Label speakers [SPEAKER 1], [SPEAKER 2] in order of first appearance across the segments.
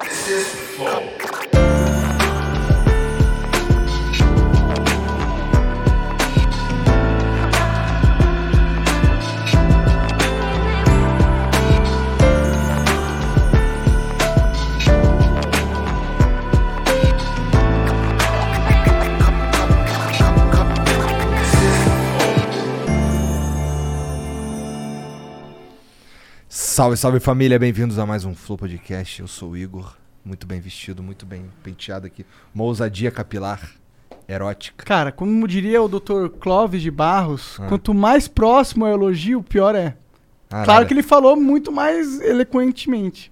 [SPEAKER 1] Francis Flow.
[SPEAKER 2] Salve, salve família, bem-vindos a mais um Flow Podcast. Eu sou o Igor, muito bem vestido, muito bem penteado aqui. Uma ousadia capilar, erótica.
[SPEAKER 3] Cara, como diria o Dr. Clóvis de Barros, quanto mais próximo é o elogio, pior é.
[SPEAKER 2] Ah,
[SPEAKER 3] claro
[SPEAKER 2] nada.
[SPEAKER 3] que ele falou muito mais eloquentemente.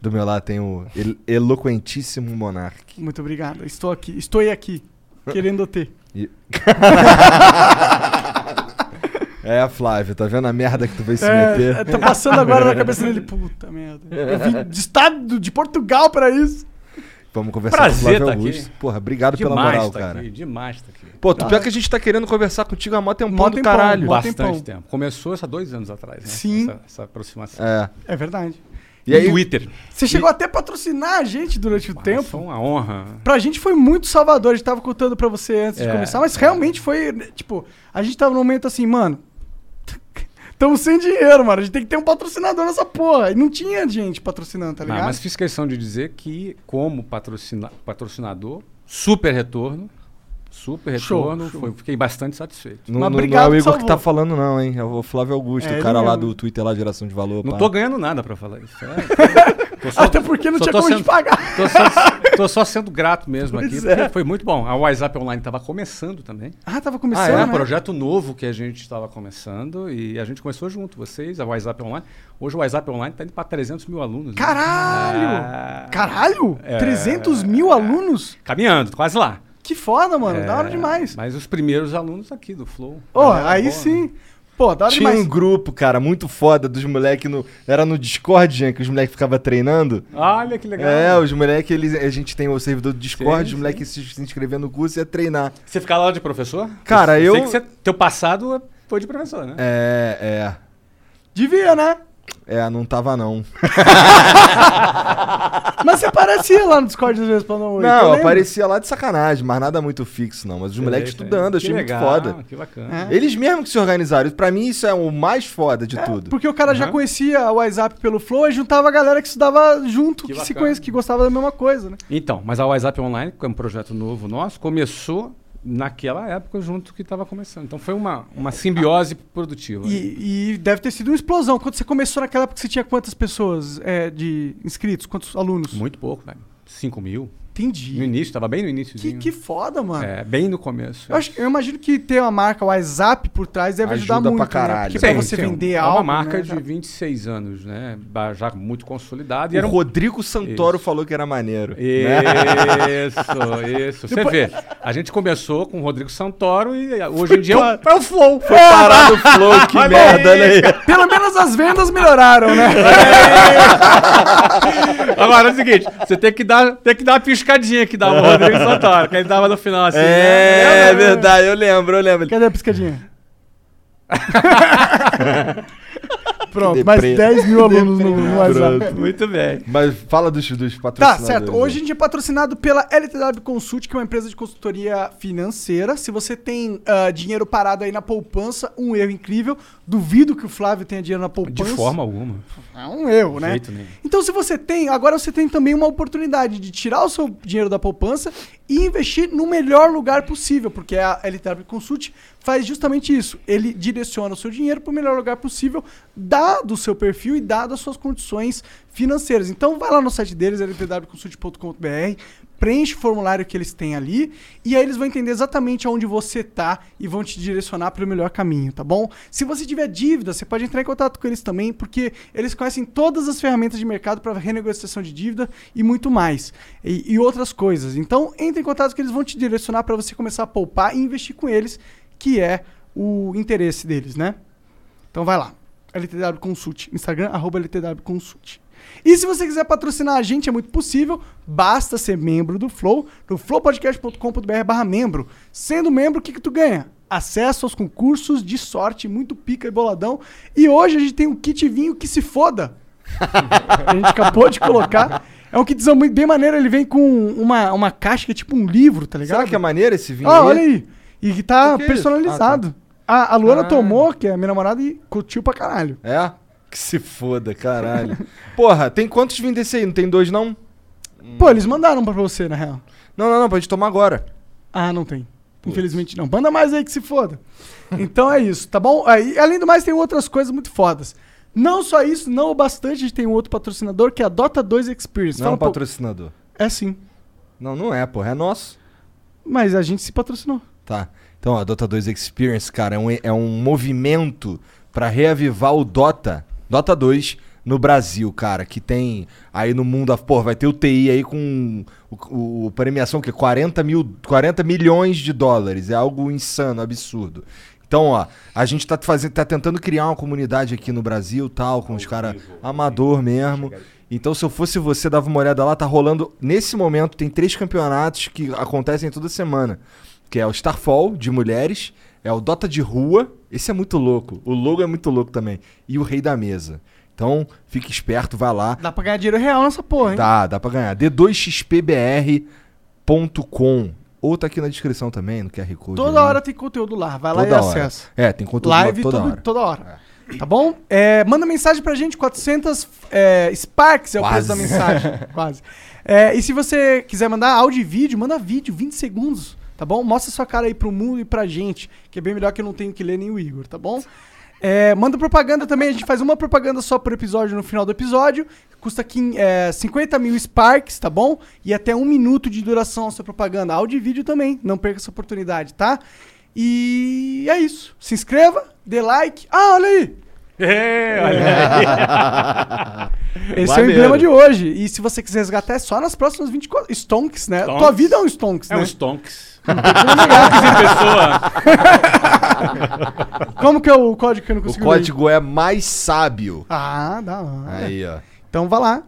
[SPEAKER 2] Do meu lado tem o el- eloquentíssimo monarque.
[SPEAKER 3] Muito obrigado. Estou aqui. Estou aqui. Querendo ter.
[SPEAKER 2] É a Flávia, tá vendo a merda que tu veio se meter?
[SPEAKER 3] É, é, tá passando agora na cabeça dele. Puta merda. Eu vim de estado de Portugal pra isso.
[SPEAKER 2] Vamos conversar
[SPEAKER 4] Prazer
[SPEAKER 2] com o
[SPEAKER 4] tá
[SPEAKER 2] Flávio Augusto. Porra, obrigado pela
[SPEAKER 4] Demais
[SPEAKER 2] moral,
[SPEAKER 4] tá
[SPEAKER 2] cara.
[SPEAKER 4] aqui, demais tá aqui.
[SPEAKER 2] Pô, tu pior que a gente tá querendo conversar contigo há mó tempão
[SPEAKER 3] Mó
[SPEAKER 2] do
[SPEAKER 3] tempão,
[SPEAKER 2] caralho.
[SPEAKER 3] mó
[SPEAKER 4] Bastante
[SPEAKER 3] tempão.
[SPEAKER 4] tempo. Começou isso há dois anos atrás, né?
[SPEAKER 3] Sim.
[SPEAKER 4] Essa, essa aproximação.
[SPEAKER 2] É.
[SPEAKER 3] É verdade.
[SPEAKER 2] E aí,
[SPEAKER 4] Twitter.
[SPEAKER 3] Você chegou até a patrocinar a gente durante o
[SPEAKER 4] Tempo.
[SPEAKER 3] tempo.
[SPEAKER 4] uma honra.
[SPEAKER 3] Pra gente foi muito salvador, a gente tava contando pra você antes de
[SPEAKER 4] É.
[SPEAKER 3] começar, mas realmente foi, né, tipo, a gente tava num momento assim, mano, estamos sem dinheiro, mano, a gente tem que ter um patrocinador nessa porra. E não tinha gente patrocinando, tá
[SPEAKER 4] Ah,
[SPEAKER 3] ligado?
[SPEAKER 4] mas fiz questão de dizer que, como patrocina- patrocinador, super retorno. Super
[SPEAKER 3] Show,
[SPEAKER 4] retorno.
[SPEAKER 3] show.
[SPEAKER 4] Foi- fiquei bastante satisfeito.
[SPEAKER 2] não, não-
[SPEAKER 3] Mas
[SPEAKER 2] não é
[SPEAKER 3] obrigado
[SPEAKER 2] o
[SPEAKER 3] que
[SPEAKER 2] Igor que
[SPEAKER 3] salvou.
[SPEAKER 2] tá falando, não, hein? É o Flávio Augusto,
[SPEAKER 3] É,
[SPEAKER 2] o cara
[SPEAKER 3] ele
[SPEAKER 2] lá
[SPEAKER 3] mesmo.
[SPEAKER 2] do Twitter lá, Geração de Valor.
[SPEAKER 4] Não
[SPEAKER 2] pá.
[SPEAKER 4] tô ganhando nada pra falar isso. É, tô só-
[SPEAKER 3] Até porque não
[SPEAKER 4] só
[SPEAKER 3] tinha
[SPEAKER 4] tô
[SPEAKER 3] como a gente
[SPEAKER 4] sendo-
[SPEAKER 3] pagar.
[SPEAKER 4] Tô só, tô só sendo grato mesmo aqui,
[SPEAKER 3] Pois
[SPEAKER 4] porque
[SPEAKER 3] é.
[SPEAKER 4] foi muito bom. A WhatsApp Online estava começando também.
[SPEAKER 3] Ah, tava
[SPEAKER 4] Ah,
[SPEAKER 3] começando,
[SPEAKER 4] é um
[SPEAKER 3] né?
[SPEAKER 4] projeto novo que a gente estava começando e a gente começou junto, vocês, a WhatsApp Online. Hoje o WhatsApp Online está indo para 300 mil alunos. né?
[SPEAKER 3] Caralho!
[SPEAKER 4] Ah,
[SPEAKER 3] Caralho!
[SPEAKER 4] É.
[SPEAKER 3] 300 mil alunos?
[SPEAKER 4] Caminhando, quase lá.
[SPEAKER 3] Que foda, mano, da hora
[SPEAKER 4] É,
[SPEAKER 3] demais.
[SPEAKER 4] Mas os primeiros alunos aqui do Flow.
[SPEAKER 3] Ó,
[SPEAKER 4] Galera
[SPEAKER 3] aí
[SPEAKER 4] boa, né?
[SPEAKER 3] sim, pô, da hora
[SPEAKER 2] Tinha
[SPEAKER 3] demais.
[SPEAKER 2] um grupo, cara, muito foda dos moleques no. Era no Discord, Jean, que os moleques ficavam treinando.
[SPEAKER 4] Olha que legal.
[SPEAKER 2] É, os moleques, eles. A gente tem o servidor do Discord,
[SPEAKER 4] Sim,
[SPEAKER 2] os moleques se, se inscrever no curso e ia treinar.
[SPEAKER 4] Você ficava lá de professor?
[SPEAKER 2] Cara,
[SPEAKER 4] sei
[SPEAKER 2] eu-
[SPEAKER 4] que você- teu passado é- foi de professor, né?
[SPEAKER 2] É,
[SPEAKER 3] Devia, né?
[SPEAKER 2] é. É, não tava não.
[SPEAKER 3] Mas você aparecia lá no Discord às vezes pra
[SPEAKER 4] então
[SPEAKER 3] não eu
[SPEAKER 2] não,
[SPEAKER 3] lembro.
[SPEAKER 2] aparecia lá de sacanagem, mas nada muito fixo, não. Mas os moleques
[SPEAKER 4] Sei, sei.
[SPEAKER 2] estudando,
[SPEAKER 4] Que
[SPEAKER 2] achei
[SPEAKER 4] legal, É.
[SPEAKER 2] muito foda. É.
[SPEAKER 4] Que bacana.
[SPEAKER 2] Eles mesmos que se organizaram. Pra mim, isso é o mais foda de tudo.
[SPEAKER 3] Porque o cara já
[SPEAKER 4] Aham.
[SPEAKER 3] conhecia o WhatsApp pelo Flow e juntava a galera que estudava junto, que,
[SPEAKER 4] Que
[SPEAKER 3] se
[SPEAKER 4] bacana.
[SPEAKER 3] conhece, que gostava da mesma coisa, né?
[SPEAKER 4] Então, mas a WhatsApp Online, que é um projeto novo nosso, começou naquela época junto que estava começando. Então foi uma, uma simbiose produtiva. né?
[SPEAKER 3] E, e deve ter sido uma explosão. Quando você começou naquela época, você tinha quantas pessoas é, de inscritos? Quantos alunos?
[SPEAKER 4] Muito pouco, velho. 5 mil. No
[SPEAKER 3] Entendi.
[SPEAKER 4] início, estava bem no início.
[SPEAKER 3] Que, que foda, mano.
[SPEAKER 4] É, bem no começo.
[SPEAKER 3] Eu, acho- eu imagino que ter uma marca WhatsApp por trás deve
[SPEAKER 2] Ajuda
[SPEAKER 3] ajudar
[SPEAKER 2] pra
[SPEAKER 3] muito. né?
[SPEAKER 2] caralho.
[SPEAKER 3] Porque
[SPEAKER 2] Sim,
[SPEAKER 3] pra você vender
[SPEAKER 4] é
[SPEAKER 3] algo.
[SPEAKER 4] uma marca
[SPEAKER 3] né,
[SPEAKER 4] de
[SPEAKER 3] cara?
[SPEAKER 4] 26 anos, né? Ba- Já muito consolidada.
[SPEAKER 2] O
[SPEAKER 4] E era um...
[SPEAKER 2] Rodrigo Santoro
[SPEAKER 4] Isso.
[SPEAKER 2] falou que era maneiro.
[SPEAKER 3] né?
[SPEAKER 4] Isso, isso.
[SPEAKER 3] Tipo-
[SPEAKER 4] Você vê, a gente começou com o Rodrigo Santoro e hoje em dia é o, é o Flow.
[SPEAKER 2] Foi parado o flow, que merda, olha aí.
[SPEAKER 3] Pelo menos as vendas melhoraram, né?
[SPEAKER 4] É! Agora é o seguinte, você tem que dar, tem que dar uma piscadinha que dava o Rodrigo Santoro, que ele dava no final assim.
[SPEAKER 2] É,
[SPEAKER 4] né?
[SPEAKER 2] é verdade, eu lembro, eu lembro.
[SPEAKER 3] Cadê a piscadinha? Pronto,
[SPEAKER 2] Que
[SPEAKER 3] mais
[SPEAKER 2] deprê.
[SPEAKER 3] 10 mil alunos no, no WhatsApp.
[SPEAKER 2] Pronto.
[SPEAKER 4] Muito bem.
[SPEAKER 2] Mas fala dos, dos
[SPEAKER 3] Tá,
[SPEAKER 2] patrocinadores.
[SPEAKER 3] certo.
[SPEAKER 2] né?
[SPEAKER 3] Hoje a gente é patrocinado pela LTW Consult, que é uma empresa de consultoria financeira. Se você tem ah, dinheiro parado aí na poupança, um erro incrível. Duvido que o Flávio tenha dinheiro na
[SPEAKER 4] De
[SPEAKER 3] poupança.
[SPEAKER 4] forma alguma.
[SPEAKER 3] É um erro,
[SPEAKER 4] De
[SPEAKER 3] né?
[SPEAKER 4] jeito nenhum.
[SPEAKER 3] Então, se você tem, agora você tem também uma oportunidade de tirar o seu dinheiro da poupança e investir no melhor lugar possível, porque a LTW Consult faz justamente isso. Ele direciona o seu dinheiro para o melhor lugar possível, dado o seu perfil e dado as suas condições financeiras. Então, vai lá no site deles, ltwconsult.com.br, preenche o formulário que eles têm ali e aí eles vão entender exatamente onde você tá e vão te direcionar para o melhor caminho, tá bom? Se você tiver dívida, você pode entrar em contato com eles também, porque eles conhecem todas as ferramentas de mercado para renegociação de dívida e muito mais. E, e outras coisas. Então, entre em contato que eles vão te direcionar para você começar a poupar e investir com eles, que é o interesse deles, né? Então vai lá. LTW Consult. Instagram, arroba LTW Consult. E se você quiser patrocinar a gente, é muito possível. Basta ser membro do Flow, no flowpodcast.com.br barra membro. Sendo membro, o que, que tu ganha? Acesso aos concursos de sorte, muito pica e boladão. E hoje a gente tem um kit vinho que se foda. a gente acabou de colocar. É um kitzão muito bem maneiro, ele vem com uma, uma caixa que é tipo um livro, tá ligado?
[SPEAKER 2] Será que é maneiro esse vinho?
[SPEAKER 3] Ó,
[SPEAKER 2] aí?
[SPEAKER 3] Ah, olha aí. E que tá
[SPEAKER 2] O que é isso?
[SPEAKER 3] personalizado. a, a Luana
[SPEAKER 2] Ah.
[SPEAKER 3] tomou, que é a minha namorada, e curtiu pra caralho.
[SPEAKER 2] É? Que se foda, caralho. Porra, tem quantos vinhos desse aí? Não tem dois, não? Hum.
[SPEAKER 3] Pô, eles mandaram pra você, na real.
[SPEAKER 2] Não, não, não, pra gente tomar agora.
[SPEAKER 3] Ah, não tem. Infelizmente não. Manda mais aí que se foda. Então é isso, tá bom? Aí, além do mais, tem outras coisas muito fodas. Não só isso, não o bastante, a gente tem um outro patrocinador que é a Dota 2 Experience.
[SPEAKER 2] Não é um
[SPEAKER 3] pô,
[SPEAKER 2] patrocinador.
[SPEAKER 3] É sim.
[SPEAKER 2] Não, não é, porra, é nosso.
[SPEAKER 3] Mas a gente se patrocinou.
[SPEAKER 2] Tá. Então, a Dota 2 Experience, cara, é um, é um movimento pra reavivar o Dota, Dota 2 no Brasil, cara, que tem aí no mundo, pô, vai ter o TI aí com o, o premiação que 40 mil, 40 milhões de dólares, é algo insano, absurdo. Então, ó, a gente tá fazendo, tá tentando criar uma comunidade aqui no Brasil, tal, com os caras amador mesmo. Então, se eu fosse você, dava uma olhada lá, tá rolando nesse momento tem três campeonatos que acontecem toda semana que é o Starfall de mulheres, é o Dota de rua, esse é muito louco, o logo é muito louco também, e o Rei da Mesa. Então, fique esperto, vai lá.
[SPEAKER 3] Dá pra ganhar dinheiro real nessa porra, hein?
[SPEAKER 2] Dá, dá pra ganhar. D2xpbr.com ou tá aqui na descrição também, no QR Code.
[SPEAKER 3] Toda
[SPEAKER 2] né?
[SPEAKER 3] hora tem conteúdo lá. Vai lá
[SPEAKER 2] Toda
[SPEAKER 3] e
[SPEAKER 2] hora.
[SPEAKER 3] acessa.
[SPEAKER 2] É, tem conteúdo
[SPEAKER 3] Live
[SPEAKER 2] toda
[SPEAKER 3] todo-
[SPEAKER 2] hora.
[SPEAKER 3] toda hora. Tá bom? É, manda mensagem pra gente, 400 é, Sparks é o preço
[SPEAKER 2] Quase.
[SPEAKER 3] da mensagem. Quase. É, e se você quiser mandar áudio e vídeo, manda vídeo, 20 segundos, tá bom? Mostra sua cara aí pro mundo e pra gente, que é bem melhor que eu não tenho que ler nem o Igor, tá bom? É, manda propaganda também, a gente faz uma propaganda só por episódio no final do episódio. Custa quin- é, 50 mil Sparks, tá bom? E até um minuto de duração a sua propaganda. Áudio e vídeo também, não perca essa oportunidade, tá? E é isso. Se inscreva, dê like. Ah, olha aí!
[SPEAKER 4] É, olha aí.
[SPEAKER 3] Esse é o
[SPEAKER 2] Maneiro.
[SPEAKER 3] emblema de hoje. E se você quiser resgatar, é só nas próximas 24. Stonks, né?
[SPEAKER 4] Stonks.
[SPEAKER 3] Tua vida é um Stonks,
[SPEAKER 4] É
[SPEAKER 3] né?
[SPEAKER 4] um Stonks. Stonks em pessoa.
[SPEAKER 3] Como que é o código que eu não
[SPEAKER 2] O
[SPEAKER 3] consigo ler?
[SPEAKER 2] código é mais sábio.
[SPEAKER 3] Ah, dá lá.
[SPEAKER 2] Aí, ó.
[SPEAKER 3] Então vai lá.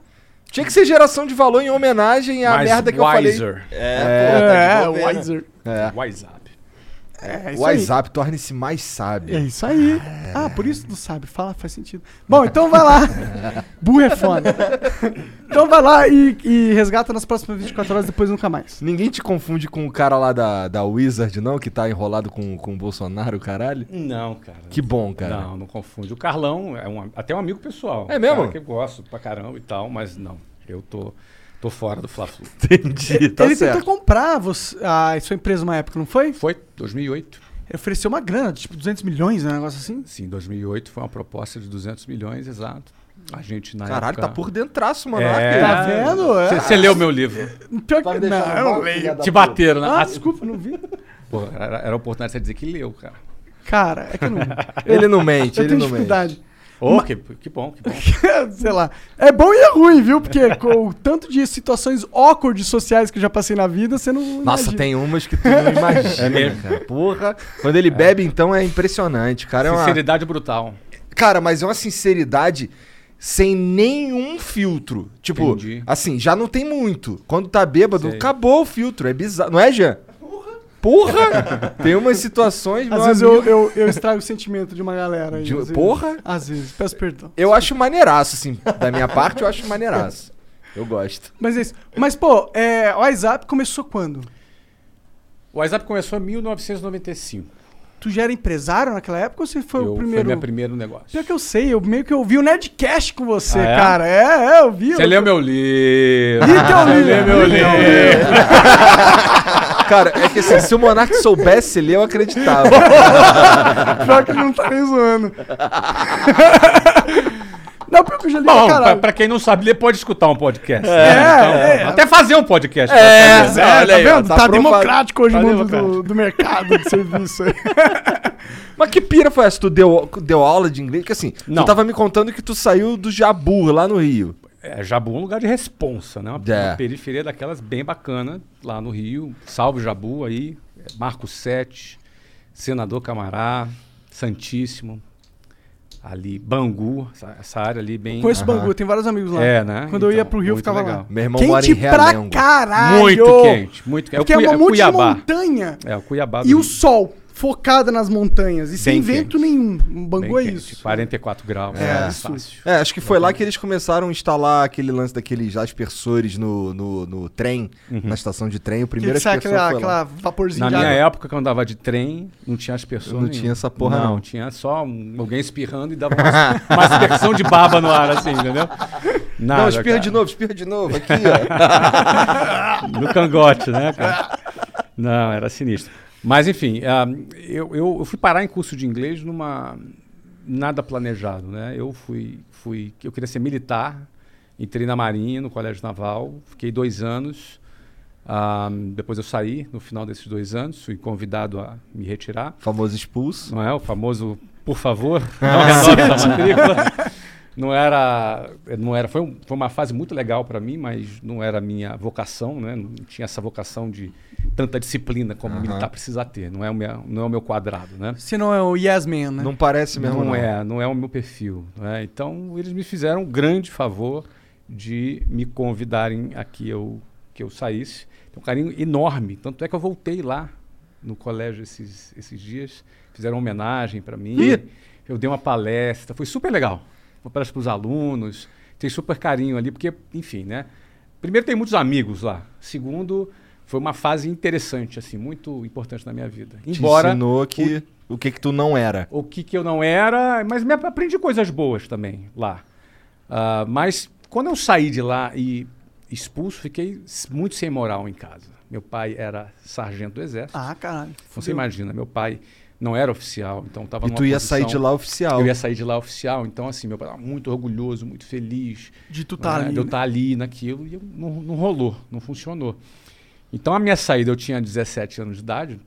[SPEAKER 2] Tinha que ser geração de valor em homenagem à
[SPEAKER 4] Mais
[SPEAKER 2] É merda que eu
[SPEAKER 4] wiser.
[SPEAKER 2] É,
[SPEAKER 3] é, Wiser.
[SPEAKER 2] falei. É.
[SPEAKER 4] Wise up.
[SPEAKER 3] É
[SPEAKER 2] O
[SPEAKER 3] isso aí.
[SPEAKER 2] WhatsApp torne-se mais
[SPEAKER 3] É
[SPEAKER 2] sábio.
[SPEAKER 3] isso aí. Ah, por isso tu sabe. Fala, faz sentido. Bom, então vai lá. Burro é foda. Então vai lá e, e resgata nas próximas 24 horas, depois nunca mais.
[SPEAKER 2] Ninguém te confunde com o cara lá da, da Wizard, não? Que tá enrolado com, com o Bolsonaro, caralho?
[SPEAKER 4] Não, cara.
[SPEAKER 2] Que bom, cara.
[SPEAKER 4] Não, não confunde. O Carlão é um, até um amigo pessoal.
[SPEAKER 2] É mesmo?
[SPEAKER 4] Cara que eu gosto pra caramba e tal, mas não. Eu tô, tô fora do Fla-Flu.
[SPEAKER 2] Entendi, tá
[SPEAKER 3] Ele
[SPEAKER 2] certo.
[SPEAKER 3] tentou comprar você, a sua empresa uma época, não foi?
[SPEAKER 4] Foi 2008.
[SPEAKER 3] Ele ofereceu uma grana, tipo 200 milhões, né? Um negócio assim.
[SPEAKER 4] Sim, 2008 foi uma proposta de 200 milhões, exato. A gente na
[SPEAKER 2] Caralho, tá
[SPEAKER 4] época...
[SPEAKER 2] por dentraço, mano. olha
[SPEAKER 4] É.
[SPEAKER 2] aquele.
[SPEAKER 3] Tá vendo? É.
[SPEAKER 4] Você leu meu livro.
[SPEAKER 3] Pior
[SPEAKER 2] Tá me
[SPEAKER 3] que
[SPEAKER 2] deixando
[SPEAKER 3] não, eu
[SPEAKER 2] mal,
[SPEAKER 3] não leio.
[SPEAKER 2] filha da
[SPEAKER 4] Te bateram na...
[SPEAKER 3] Ah,
[SPEAKER 4] Ah,
[SPEAKER 3] desculpa, não vi.
[SPEAKER 4] Pô, era, era a oportunidade de você dizer que leu, cara.
[SPEAKER 3] Cara, é que eu não.
[SPEAKER 2] Ele não mente,
[SPEAKER 3] Eu
[SPEAKER 2] ele
[SPEAKER 3] tenho
[SPEAKER 2] não mente.
[SPEAKER 3] dificuldade.
[SPEAKER 4] Ô, que, que bom, que bom.
[SPEAKER 3] Sei lá. É bom e é ruim, viu? Porque com o tanto de situações awkward sociais que eu já passei na vida, você não.
[SPEAKER 2] Nossa,
[SPEAKER 3] imagina.
[SPEAKER 2] tem umas que tu não imagina,
[SPEAKER 4] É mesmo.
[SPEAKER 2] cara. Porra. Quando ele bebe, então, é impressionante, cara. É uma-
[SPEAKER 4] Sinceridade brutal.
[SPEAKER 2] Cara, mas é uma sinceridade sem nenhum filtro. Tipo,
[SPEAKER 4] Entendi.
[SPEAKER 2] assim, já não tem muito. Quando tá bêbado,
[SPEAKER 4] Sei.
[SPEAKER 2] acabou o filtro. É bizarro. Não é, Jean? Porra! Tem umas situações, meu
[SPEAKER 3] Às vezes
[SPEAKER 2] amigo,
[SPEAKER 3] eu, eu, eu estrago o sentimento de uma galera. aí,
[SPEAKER 2] de-
[SPEAKER 3] às vezes.
[SPEAKER 2] Porra!
[SPEAKER 3] Às vezes, peço perdão.
[SPEAKER 2] Eu acho maneiraço, assim. Da minha parte, eu acho maneiraço. Eu gosto.
[SPEAKER 3] Mas é isso. Mas, pô, é, o WhatsApp começou quando?
[SPEAKER 4] O WhatsApp começou em 1995.
[SPEAKER 3] Tu já era empresário naquela época ou você foi
[SPEAKER 4] Eu-
[SPEAKER 3] o primeiro?
[SPEAKER 4] Foi meu primeiro negócio.
[SPEAKER 3] Pior que eu sei, eu meio que ouvi o Nerdcast com você,
[SPEAKER 4] Ah, é?
[SPEAKER 3] cara. É, é, eu vi.
[SPEAKER 4] Você
[SPEAKER 3] eu-
[SPEAKER 4] leu meu livro.
[SPEAKER 3] Ih, que eu li.
[SPEAKER 4] Você
[SPEAKER 3] Ih,
[SPEAKER 4] leu meu
[SPEAKER 3] que eu li.
[SPEAKER 4] livro.
[SPEAKER 2] Cara, é que assim, se o Monark soubesse ler, eu acreditava.
[SPEAKER 3] Pior que ele não tá nem zoando. Não, pior que eu já li pra
[SPEAKER 4] Bom, pra,
[SPEAKER 3] caralho.
[SPEAKER 4] pra quem não sabe ler, pode escutar um podcast. né?
[SPEAKER 3] É,
[SPEAKER 4] Então, Até fazer um podcast.
[SPEAKER 2] É.
[SPEAKER 3] Mas é,
[SPEAKER 2] Olha
[SPEAKER 3] tá
[SPEAKER 2] aí, ó,
[SPEAKER 3] vendo?
[SPEAKER 2] tá
[SPEAKER 3] Tá,
[SPEAKER 2] aprovado.
[SPEAKER 3] democrático hoje
[SPEAKER 4] Tá
[SPEAKER 3] o mundo
[SPEAKER 4] democrático.
[SPEAKER 3] do, do mercado de serviço aí.
[SPEAKER 2] Mas que pira foi essa? Tu deu, deu aula de inglês? Porque assim,
[SPEAKER 4] Não.
[SPEAKER 2] tu tava me contando que tu saiu do Jabu, lá no Rio.
[SPEAKER 4] É, Jabu é um lugar de responsa, né? Uma,
[SPEAKER 2] É.
[SPEAKER 4] uma periferia daquelas bem bacana lá no Rio. Salve Jabu aí, Marco Sete, Senador Camará, Santíssimo, ali Bangu, essa, essa área ali bem.
[SPEAKER 3] Conheço
[SPEAKER 2] Aham.
[SPEAKER 3] Bangu, tem vários amigos lá.
[SPEAKER 4] É, né?
[SPEAKER 3] Quando eu
[SPEAKER 4] Então,
[SPEAKER 3] ia pro Rio, eu
[SPEAKER 4] muito
[SPEAKER 3] ficava
[SPEAKER 4] legal.
[SPEAKER 3] lá.
[SPEAKER 2] Meu irmão mora em
[SPEAKER 3] Quente pra
[SPEAKER 2] Realengo.
[SPEAKER 3] caralho!
[SPEAKER 4] Muito quente, muito quente.
[SPEAKER 3] Porque é,
[SPEAKER 4] o Cui-
[SPEAKER 3] uma
[SPEAKER 4] o
[SPEAKER 3] monte de
[SPEAKER 4] Cuiabá.
[SPEAKER 3] montanha
[SPEAKER 4] É, o Cuiabá. do
[SPEAKER 3] e o
[SPEAKER 4] Rio.
[SPEAKER 3] sol. focada nas montanhas e sem
[SPEAKER 4] Bem
[SPEAKER 3] vento
[SPEAKER 4] quente.
[SPEAKER 3] nenhum. Um Bangu é
[SPEAKER 4] Bem quente,
[SPEAKER 3] isso.
[SPEAKER 4] 44 graus.
[SPEAKER 2] É.
[SPEAKER 4] É, fácil.
[SPEAKER 2] É, acho que foi lá que eles começaram a instalar aquele lance daqueles aspersores no, no, no trem,
[SPEAKER 4] Uhum.
[SPEAKER 2] na estação de trem. O
[SPEAKER 3] Que
[SPEAKER 2] primeiro
[SPEAKER 3] que sai
[SPEAKER 2] aspersor
[SPEAKER 3] aquela,
[SPEAKER 2] foi lá.
[SPEAKER 3] aquela vaporzinha de
[SPEAKER 4] Na minha
[SPEAKER 3] água.
[SPEAKER 4] época, quando eu andava de trem, não tinha as pessoas.
[SPEAKER 2] Não tinha essa porra, não.
[SPEAKER 4] tinha só um- alguém espirrando e dava uma, uma aspersão de baba no ar, assim, entendeu? Nada,
[SPEAKER 2] Não, espirra
[SPEAKER 4] cara.
[SPEAKER 2] de novo, espirra de novo. Aqui, ó.
[SPEAKER 4] No cangote, né, cara? Não, era sinistro. Mas, enfim, ah, eu, eu, eu fui parar em curso de inglês numa. Nada planejado, né? Eu fui, fui. Eu queria ser militar, entrei na Marinha, no Colégio Naval, fiquei dois anos. Ah, depois eu saí, no final desses dois anos, fui convidado a me retirar.
[SPEAKER 2] Famoso expulso.
[SPEAKER 4] Não é o famoso por favor, não renove essa matrícula. Não era, não era, foi, um- foi uma fase muito legal para mim, mas não era a minha vocação, né? Não tinha essa vocação de tanta disciplina como
[SPEAKER 2] Aham.
[SPEAKER 4] militar precisa ter. Não é o meu, não é o meu quadrado, né?
[SPEAKER 3] Se não é o Yes Man, né?
[SPEAKER 2] Não parece mesmo,
[SPEAKER 4] não, é, não é o meu perfil. né? Então eles me fizeram um grande favor de me convidarem a que eu, que eu saísse. Tem um carinho enorme. Tanto é que eu voltei lá no colégio esses, esses dias. Fizeram uma homenagem para mim.
[SPEAKER 2] Ih!
[SPEAKER 4] Eu dei uma palestra. Foi super legal. Uma palestra para os alunos. Tem super carinho ali, porque, enfim, né? Primeiro, tem muitos amigos lá. Segundo, foi uma fase interessante, assim, muito importante na minha vida.
[SPEAKER 2] Te
[SPEAKER 4] Embora
[SPEAKER 2] ensinou que, o que que tu não era.
[SPEAKER 4] o que, que eu não era, mas me ap- aprendi coisas boas também lá. Ah, mas quando eu saí de lá e expulso, fiquei s- muito sem moral em casa. Meu pai era sargento do exército.
[SPEAKER 3] Ah, caralho.
[SPEAKER 4] Você imagina, meu pai não era oficial, então estava
[SPEAKER 2] E tu ia sair de lá oficial.
[SPEAKER 4] Eu ia sair de lá oficial, então assim, meu pai estava muito orgulhoso, muito feliz,
[SPEAKER 3] De tu tá
[SPEAKER 4] né,
[SPEAKER 3] ali.
[SPEAKER 4] De eu
[SPEAKER 3] né?
[SPEAKER 4] estar ali naquilo e eu- não, não rolou, não funcionou. Então a minha saída, eu tinha 17 anos de idade,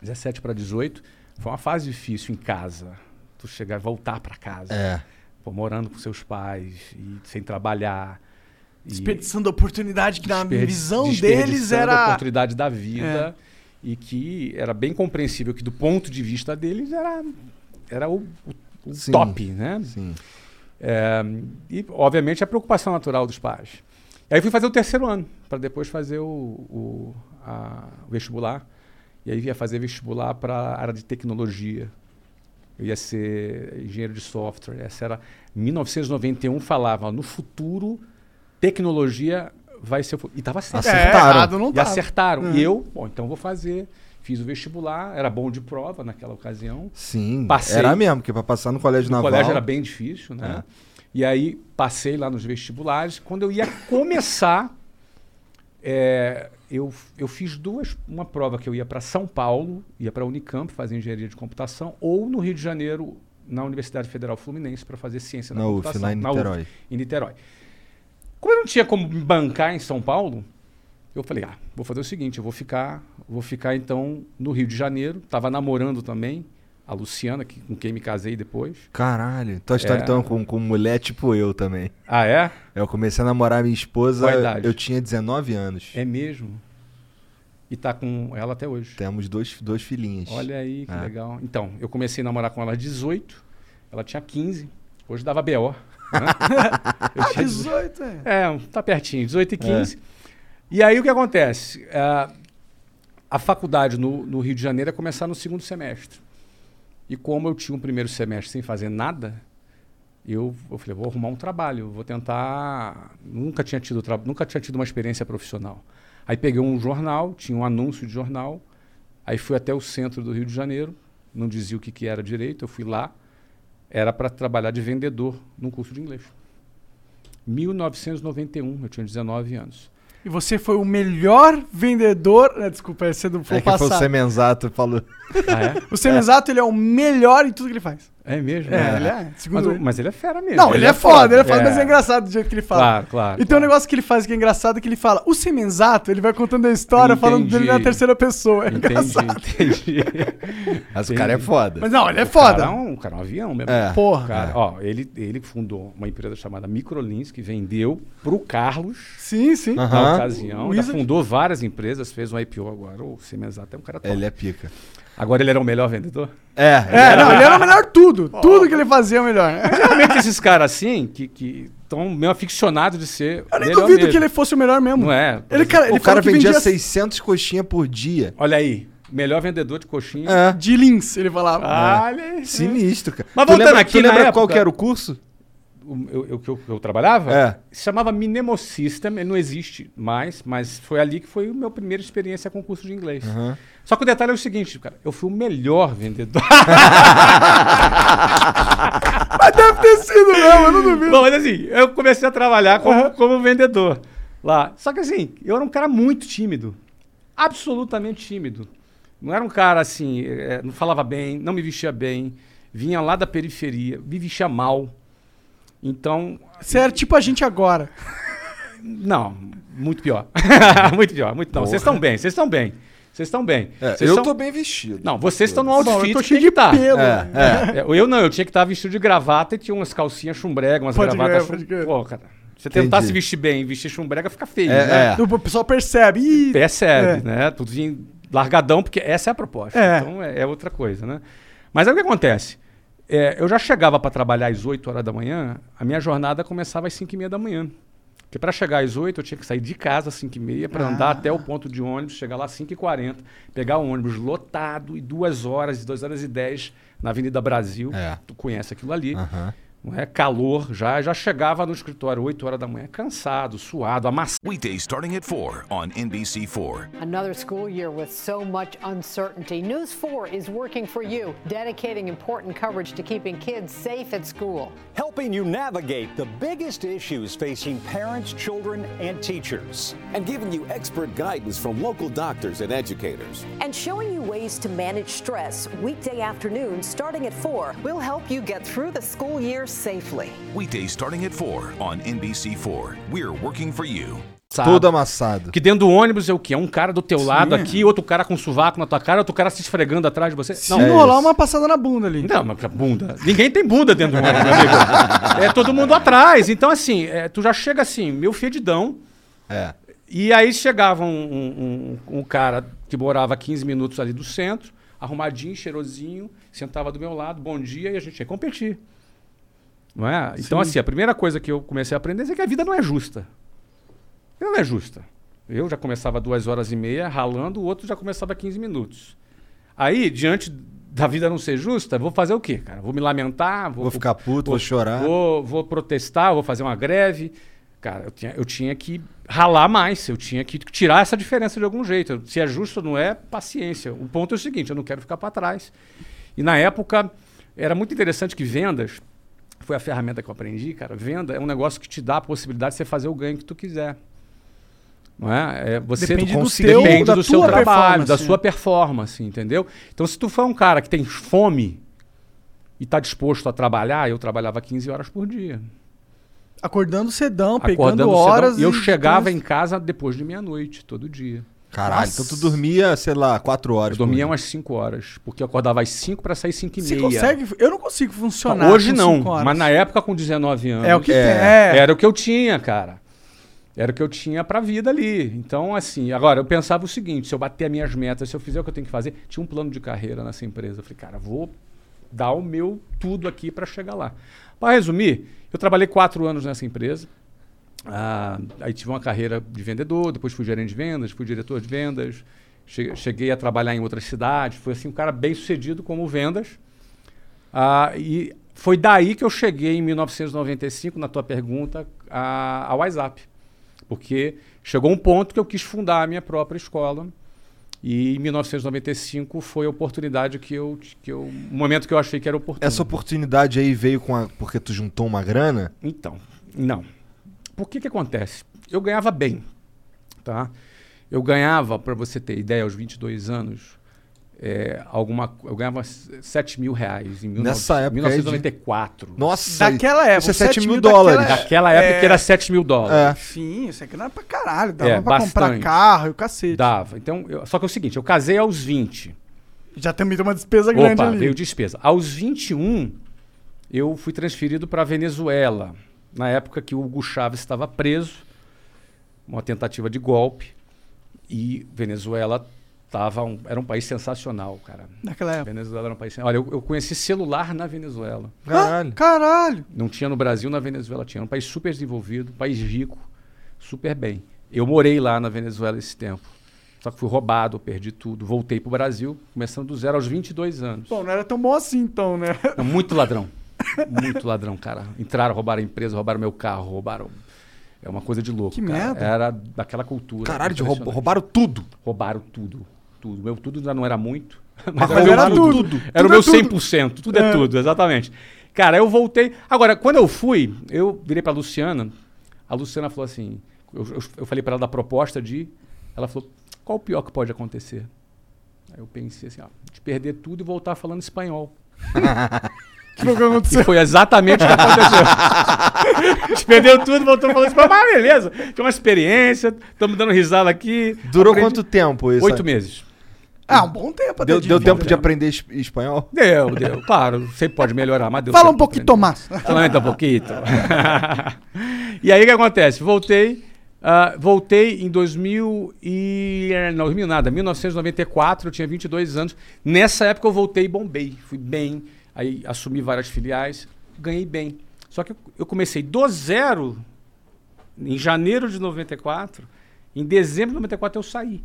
[SPEAKER 4] 17 para 18, foi uma fase difícil em casa. Tu chegar e voltar para casa,
[SPEAKER 2] É.
[SPEAKER 4] pô, morando com seus pais, e sem trabalhar. e
[SPEAKER 3] Desperdiçando a oportunidade que na
[SPEAKER 4] desper-
[SPEAKER 3] visão
[SPEAKER 4] desperdiçando
[SPEAKER 3] deles
[SPEAKER 4] a
[SPEAKER 3] era... É.
[SPEAKER 4] oportunidade da vida e que era bem compreensível que do ponto de vista deles era, era o, o
[SPEAKER 2] Sim.
[SPEAKER 4] top, né?
[SPEAKER 2] Sim.
[SPEAKER 4] É, e, obviamente, a preocupação natural dos pais. E aí fui fazer o terceiro ano, para depois fazer o, o- a- o vestibular. E aí ia fazer vestibular para a área de tecnologia. Eu ia ser engenheiro de software. Essa era 1991 falava, no futuro, tecnologia vai ser... o fu-". E estava certo.
[SPEAKER 2] Acertaram.
[SPEAKER 3] É, errado não
[SPEAKER 4] E
[SPEAKER 3] tava. Uhum.
[SPEAKER 4] acertaram. E eu, bom, então vou fazer. Fiz o vestibular, era bom de prova naquela ocasião.
[SPEAKER 2] Sim.
[SPEAKER 4] Passei.
[SPEAKER 2] Era mesmo, porque pra passar no colégio
[SPEAKER 4] O
[SPEAKER 2] naval.
[SPEAKER 4] colégio era bem difícil, né?
[SPEAKER 2] É.
[SPEAKER 4] E aí passei lá nos vestibulares. Quando eu ia começar, é, eu, eu fiz duas. Uma prova que eu ia para São Paulo, ia para Unicamp fazer engenharia de computação, ou no Rio de Janeiro, na Universidade Federal Fluminense, para fazer ciência da
[SPEAKER 2] Na UF,
[SPEAKER 4] computação.
[SPEAKER 2] lá em
[SPEAKER 4] né? na UF,
[SPEAKER 2] Niterói.
[SPEAKER 4] em Niterói. Como eu não tinha como me bancar em São Paulo, eu falei, ah, vou fazer o seguinte, eu vou ficar, vou ficar então no Rio de Janeiro. Tava namorando também a Luciana, que, com quem me casei depois.
[SPEAKER 2] Caralho. Tua história
[SPEAKER 4] É.
[SPEAKER 2] então com, com mulher tipo eu também.
[SPEAKER 4] Ah, é?
[SPEAKER 2] Eu comecei a namorar minha esposa,
[SPEAKER 4] Qual a idade?
[SPEAKER 2] eu tinha 19 anos.
[SPEAKER 4] É mesmo. E tá com ela até hoje.
[SPEAKER 2] Temos dois, dois filhinhos.
[SPEAKER 4] Olha aí que
[SPEAKER 2] É.
[SPEAKER 4] legal. Então, eu comecei a namorar com ela aos 18, ela tinha 15, hoje dava BO. né? eu tinha
[SPEAKER 3] 18,
[SPEAKER 4] 18.
[SPEAKER 3] Ah, é.
[SPEAKER 4] É, um- tá pertinho, 18 e 15. E aí o que acontece? Ah, a faculdade no, no Rio de Janeiro ia começar no segundo semestre. E como eu tinha um primeiro semestre sem fazer nada, eu, eu falei, vou arrumar um trabalho, vou tentar. Nunca tinha tido tra... nunca tinha tido uma experiência profissional. Aí peguei um jornal, tinha um anúncio de jornal, aí fui até o centro do Rio de Janeiro, não dizia o que, que era direito, eu fui lá, era para trabalhar de vendedor num curso de inglês. 1991, eu tinha 19 anos.
[SPEAKER 3] E você foi o melhor vendedor... né, Desculpa, você não foi
[SPEAKER 2] É que foi o
[SPEAKER 3] passar.
[SPEAKER 2] Semenzato que falou.
[SPEAKER 4] Ah,
[SPEAKER 3] O Semenzato, ele é o melhor em tudo que ele faz.
[SPEAKER 4] é? É mesmo?
[SPEAKER 3] É,
[SPEAKER 4] É.
[SPEAKER 3] ele é. Segundo
[SPEAKER 4] Mas, o-
[SPEAKER 3] ele.
[SPEAKER 4] mas ele é fera mesmo.
[SPEAKER 3] Não, ele, é foda, ele é foda, mas é engraçado do jeito que ele fala.
[SPEAKER 4] Claro, claro.
[SPEAKER 3] E tem um
[SPEAKER 4] claro.
[SPEAKER 3] negócio que ele faz que é engraçado, que ele fala, o Semenzato, ele vai contando a história
[SPEAKER 4] Entendi.
[SPEAKER 3] falando dele na terceira pessoa. É engraçado.
[SPEAKER 4] Entendi, entendi.
[SPEAKER 2] Mas o cara é foda.
[SPEAKER 3] Mas não, ele é
[SPEAKER 4] O cara é
[SPEAKER 3] foda.
[SPEAKER 4] um, o cara é um avião mesmo.
[SPEAKER 2] É.
[SPEAKER 3] Porra.
[SPEAKER 4] O Cara, ó, ele, ele fundou uma empresa chamada Microlins, que vendeu pro Carlos
[SPEAKER 3] Sim, sim.
[SPEAKER 2] Aham.
[SPEAKER 4] na ocasião. Ainda
[SPEAKER 3] Wizard.
[SPEAKER 4] fundou várias empresas, fez um IPO agora. O Semenzato é um cara top.
[SPEAKER 2] Ele é pica.
[SPEAKER 4] Agora ele era o melhor vendedor?
[SPEAKER 2] É,
[SPEAKER 3] É, não, ele era o melhor tudo. Tudo que ele fazia é o melhor.
[SPEAKER 4] Realmente esses caras assim, que estão meio aficionados de ser
[SPEAKER 3] Eu nem
[SPEAKER 4] melhor
[SPEAKER 3] duvido
[SPEAKER 4] mesmo.
[SPEAKER 3] que ele fosse o melhor mesmo.
[SPEAKER 4] Não é?
[SPEAKER 3] Ele, cara, ele
[SPEAKER 2] o cara
[SPEAKER 3] falou que
[SPEAKER 2] vendia
[SPEAKER 3] vendia
[SPEAKER 2] 600 coxinhas por dia.
[SPEAKER 4] Olha aí. melhor vendedor de coxinha.
[SPEAKER 2] É.
[SPEAKER 3] De Lins, ele falava.
[SPEAKER 4] Olha aí.
[SPEAKER 2] Sinistro, cara.
[SPEAKER 4] Mas
[SPEAKER 2] Tu
[SPEAKER 4] voltando
[SPEAKER 2] lembra-
[SPEAKER 4] aqui
[SPEAKER 2] tu
[SPEAKER 4] na
[SPEAKER 2] lembra qual
[SPEAKER 4] época-
[SPEAKER 2] que era o curso?
[SPEAKER 4] O- eu, eu, que eu, que eu trabalhava,
[SPEAKER 2] É.
[SPEAKER 4] se chamava Mnemosystem, ele não existe mais, mas foi ali que foi a minha primeira experiência com curso de inglês.
[SPEAKER 2] Aham.
[SPEAKER 4] Só que o detalhe é o seguinte, cara, eu fui o melhor vendedor.
[SPEAKER 3] Mas deve ter sido mesmo, eu não duvido.
[SPEAKER 4] Bom, mas assim, eu comecei a trabalhar como, como vendedor lá. Só que assim, eu era um cara muito tímido. Absolutamente tímido. Não era um cara assim, eh, não falava bem, não me vestia bem, vinha lá da periferia, me vestia mal. Então,
[SPEAKER 3] Você era tipo a gente agora.
[SPEAKER 4] não, muito pior. muito pior, muito não. Vocês estão bem, vocês estão bem. Vocês estão bem.
[SPEAKER 2] É,
[SPEAKER 4] Vocês
[SPEAKER 2] eu
[SPEAKER 4] são-
[SPEAKER 2] tô bem vestido.
[SPEAKER 4] Não, vocês estão no
[SPEAKER 3] Bom,
[SPEAKER 4] outfit
[SPEAKER 3] eu tô
[SPEAKER 4] que
[SPEAKER 3] cheio
[SPEAKER 4] tem
[SPEAKER 3] de
[SPEAKER 4] que tá.
[SPEAKER 3] pelo.
[SPEAKER 2] É, é.
[SPEAKER 4] É, Eu não, eu tinha que estar vestido de gravata e tinha umas calcinhas chumbrega, umas
[SPEAKER 3] Pode
[SPEAKER 4] gravatas.
[SPEAKER 3] crer, pode
[SPEAKER 4] chum-
[SPEAKER 3] crer.
[SPEAKER 4] Pô, cara, você
[SPEAKER 2] Entendi.
[SPEAKER 4] tentar se vestir bem e vestir chumbrega fica feio,
[SPEAKER 2] É,
[SPEAKER 4] né?
[SPEAKER 2] é.
[SPEAKER 3] O pessoal percebe. Ih,
[SPEAKER 4] Percebe,
[SPEAKER 3] É.
[SPEAKER 4] né? Tudo em largadão, porque essa é a proposta.
[SPEAKER 3] É.
[SPEAKER 4] Então é, é outra coisa, né? Mas aí o que acontece? É, eu já chegava para trabalhar às 8 horas da manhã, a minha jornada começava às 5 e meia da manhã. Porque para chegar às 8 eu tinha que sair de casa às 5 e meia para
[SPEAKER 3] Ah.
[SPEAKER 4] andar até o ponto de ônibus, chegar lá às 5 e 40, pegar o ônibus lotado e duas horas, duas horas e 10 na Avenida Brasil.
[SPEAKER 2] É.
[SPEAKER 4] Tu conhece aquilo ali.
[SPEAKER 3] Ah.
[SPEAKER 2] Aham.
[SPEAKER 4] Não é? Calor já, já chegava no escritório 8 horas da manhã, cansado, suado, amassado.
[SPEAKER 1] Weekdays starting at 4 on NBC4.
[SPEAKER 5] Another school year with so much uncertainty. News 4 is working for you, dedicating important coverage to keeping kids safe at school.
[SPEAKER 6] helping you navigate the biggest issues facing parents, children, and teachers.
[SPEAKER 7] and giving you expert guidance from local doctors and educators.
[SPEAKER 8] and showing you ways to manage stress weekday afternoons starting at 4. We'll help you get through the school year safely.
[SPEAKER 1] Weekdays starting at 4 on NBC4. We're working for you.
[SPEAKER 2] Todo amassado.
[SPEAKER 4] Tá. Que dentro do ônibus é o quê? É um cara do teu lado aqui, outro cara com sovaco na tua cara, outro cara se esfregando atrás de você.
[SPEAKER 3] se
[SPEAKER 4] Não,
[SPEAKER 3] enrolar
[SPEAKER 2] isso.
[SPEAKER 3] uma passada na bunda ali.
[SPEAKER 4] não, mas que bunda. Ninguém tem bunda dentro do ônibus, meu amigo. É todo mundo atrás. Então, assim, é, tu já chega assim, meu fedidão.
[SPEAKER 2] É.
[SPEAKER 4] E aí chegava um, um- um- um cara que morava a 15 minutos ali do centro, arrumadinho, cheirosinho, sentava do meu lado, bom dia, e a gente ia competir. Não é? Então, assim, a primeira coisa que eu comecei a aprender é que a vida não é justa. Ela não é justa. Eu já começava duas horas e meia ralando, o outro já começava 15 minutos. Aí, diante da vida não ser justa, vou fazer o quê, cara? Vou me lamentar, vou,
[SPEAKER 2] Vou ficar puto, vou chorar.
[SPEAKER 4] Vou, vou protestar, vou fazer uma greve. Cara, eu tinha, eu tinha que ralar mais, eu tinha que tirar essa diferença de algum jeito. Se é justo ou não é, paciência. O ponto é o seguinte, eu não quero ficar para trás. E na época, era muito interessante que vendas, foi a ferramenta que eu aprendi, cara. Venda é um negócio que te dá a possibilidade de você fazer o ganho que tu quiser. Não é? É, você
[SPEAKER 3] Depende
[SPEAKER 2] do
[SPEAKER 4] consegue-
[SPEAKER 2] teu-
[SPEAKER 4] depende
[SPEAKER 3] da
[SPEAKER 4] do seu
[SPEAKER 3] tua
[SPEAKER 4] trabalho,
[SPEAKER 3] performance,
[SPEAKER 4] da
[SPEAKER 3] né?
[SPEAKER 4] sua performance, entendeu? Então, se tu for um cara que tem fome e tá disposto a trabalhar, eu trabalhava 15 horas por dia.
[SPEAKER 3] Acordando cedão, pegando
[SPEAKER 4] acordando
[SPEAKER 3] horas.
[SPEAKER 4] horas. E eu
[SPEAKER 3] e-
[SPEAKER 4] chegava em casa depois de meia-noite, todo dia.
[SPEAKER 2] Caralho,
[SPEAKER 3] Nossa.
[SPEAKER 2] então tu dormia, sei lá, quatro horas.
[SPEAKER 4] Eu dormia
[SPEAKER 2] por dia.
[SPEAKER 4] umas 5 horas, porque eu acordava às 5 para sair 5 e
[SPEAKER 3] Você
[SPEAKER 4] meia.
[SPEAKER 3] consegue? Eu não consigo
[SPEAKER 4] Não,
[SPEAKER 3] funcionar.
[SPEAKER 4] Hoje
[SPEAKER 3] com
[SPEAKER 4] não,
[SPEAKER 3] cinco horas.
[SPEAKER 4] mas na época com 19 anos.
[SPEAKER 3] É o que
[SPEAKER 2] É.
[SPEAKER 3] tem. É.
[SPEAKER 4] Era o que eu tinha, cara. Era o que eu tinha pra vida ali. Então, assim, agora eu pensava o seguinte: se eu bater as minhas metas, se eu fizer o que eu tenho que fazer, tinha um plano de carreira nessa empresa. Eu falei, cara, vou dar o meu tudo aqui pra chegar lá. Pra resumir, eu trabalhei quatro anos nessa empresa. Ah, aí tive uma carreira de vendedor, depois fui gerente de vendas, fui diretor de vendas, che- cheguei a trabalhar em outras cidades. Fui assim um cara bem sucedido como vendas. Ah, e foi daí que eu cheguei em 1995, na tua pergunta, a- ao WhatsApp. Porque chegou um ponto que eu quis fundar a minha própria escola. E em 1995 foi a oportunidade que eu. Que eu o momento que eu achei que era oportuno.
[SPEAKER 2] Essa oportunidade aí veio com a. Porque tu juntou uma grana?
[SPEAKER 4] Então, não. Por que que acontece? Eu ganhava bem, tá? Eu ganhava, para você ter ideia, aos 22 anos, é, alguma, co- eu ganhava s- 7 mil reais em
[SPEAKER 2] Nessa
[SPEAKER 4] 19-
[SPEAKER 2] época aí de-
[SPEAKER 4] 1994.
[SPEAKER 2] Nossa!
[SPEAKER 3] Daquela
[SPEAKER 2] Isso
[SPEAKER 3] época.
[SPEAKER 2] é 7 mil
[SPEAKER 3] daquela
[SPEAKER 2] dólares.
[SPEAKER 3] época.
[SPEAKER 4] Naquela época
[SPEAKER 3] É.
[SPEAKER 4] que era 7 mil dólares.
[SPEAKER 2] É.
[SPEAKER 3] Sim, isso aqui não era pra caralho. Dava
[SPEAKER 4] É,
[SPEAKER 3] pra comprar
[SPEAKER 4] bastante.
[SPEAKER 3] carro e o cacete.
[SPEAKER 4] Dava. Então, eu- só que é o seguinte, eu casei aos 20.
[SPEAKER 3] Já também tem uma despesa grande
[SPEAKER 4] Opa,
[SPEAKER 3] ali.
[SPEAKER 4] veio despesa. Aos 21, eu fui transferido para Venezuela, na época que o Hugo Chávez estava preso, uma tentativa de golpe, e Venezuela tava um- era um país sensacional, cara.
[SPEAKER 3] Naquela época.
[SPEAKER 4] Venezuela era um país. sen- Olha, eu, eu conheci celular na Venezuela.
[SPEAKER 2] Caralho.
[SPEAKER 3] Ah, caralho.
[SPEAKER 4] Não tinha no Brasil, na Venezuela tinha. Era um país super desenvolvido, um país rico, super bem. Eu morei lá na Venezuela esse tempo. Só que fui roubado, perdi tudo. Voltei pro Brasil, começando do zero aos 22 anos.
[SPEAKER 3] Bom, não era tão bom assim então, né?
[SPEAKER 4] Não, É muito ladrão. Muito ladrão, cara. Entraram, roubaram a empresa, roubaram meu carro, roubaram. É uma coisa de louco.
[SPEAKER 3] Que
[SPEAKER 4] cara.
[SPEAKER 3] merda.
[SPEAKER 4] Era daquela cultura.
[SPEAKER 2] Caralho, de roub-
[SPEAKER 4] Impressionante.
[SPEAKER 2] roubaram tudo.
[SPEAKER 4] Roubaram tudo. Tudo. Meu tudo já não era muito.
[SPEAKER 2] Mas
[SPEAKER 4] era o
[SPEAKER 2] era
[SPEAKER 4] meu
[SPEAKER 2] tudo.
[SPEAKER 4] Era o
[SPEAKER 3] Tudo
[SPEAKER 4] meu
[SPEAKER 3] é tudo.
[SPEAKER 4] 100%. Tudo, é. tudo, exatamente. Cara, eu voltei. Agora, quando eu fui, eu virei pra Luciana. A Luciana falou assim: eu, eu- eu falei pra ela da proposta de. Ela falou: qual o pior que pode acontecer? Aí eu pensei assim: ah, de perder tudo e voltar falando espanhol.
[SPEAKER 3] Que foi o que aconteceu.
[SPEAKER 4] E foi exatamente o que aconteceu. A gente perdeu tudo, voltou falando espanhol. Mas beleza, tinha uma experiência, estamos dando risada aqui.
[SPEAKER 2] Durou
[SPEAKER 4] Aprendi-
[SPEAKER 2] quanto tempo isso?
[SPEAKER 4] Oito meses.
[SPEAKER 3] Ah, um bom tempo até
[SPEAKER 2] Deu, deu
[SPEAKER 3] vida. né?
[SPEAKER 2] tempo de aprender es- espanhol?
[SPEAKER 4] Deu, deu. Claro, sempre pode melhorar, mas é deu.
[SPEAKER 3] Fala
[SPEAKER 4] certo
[SPEAKER 3] um pouquinho,
[SPEAKER 4] também.
[SPEAKER 3] Tomás.
[SPEAKER 4] Fala um pouquinho. e aí o que acontece? Voltei, ah, voltei em 2000 e... eh, Não, 2000 nada, 1994, eu tinha 22 anos. Nessa época eu voltei e bombei, fui bem. Aí assumi várias filiais, ganhei bem. Só que eu comecei do zero em janeiro de 94, em dezembro de 94 eu saí.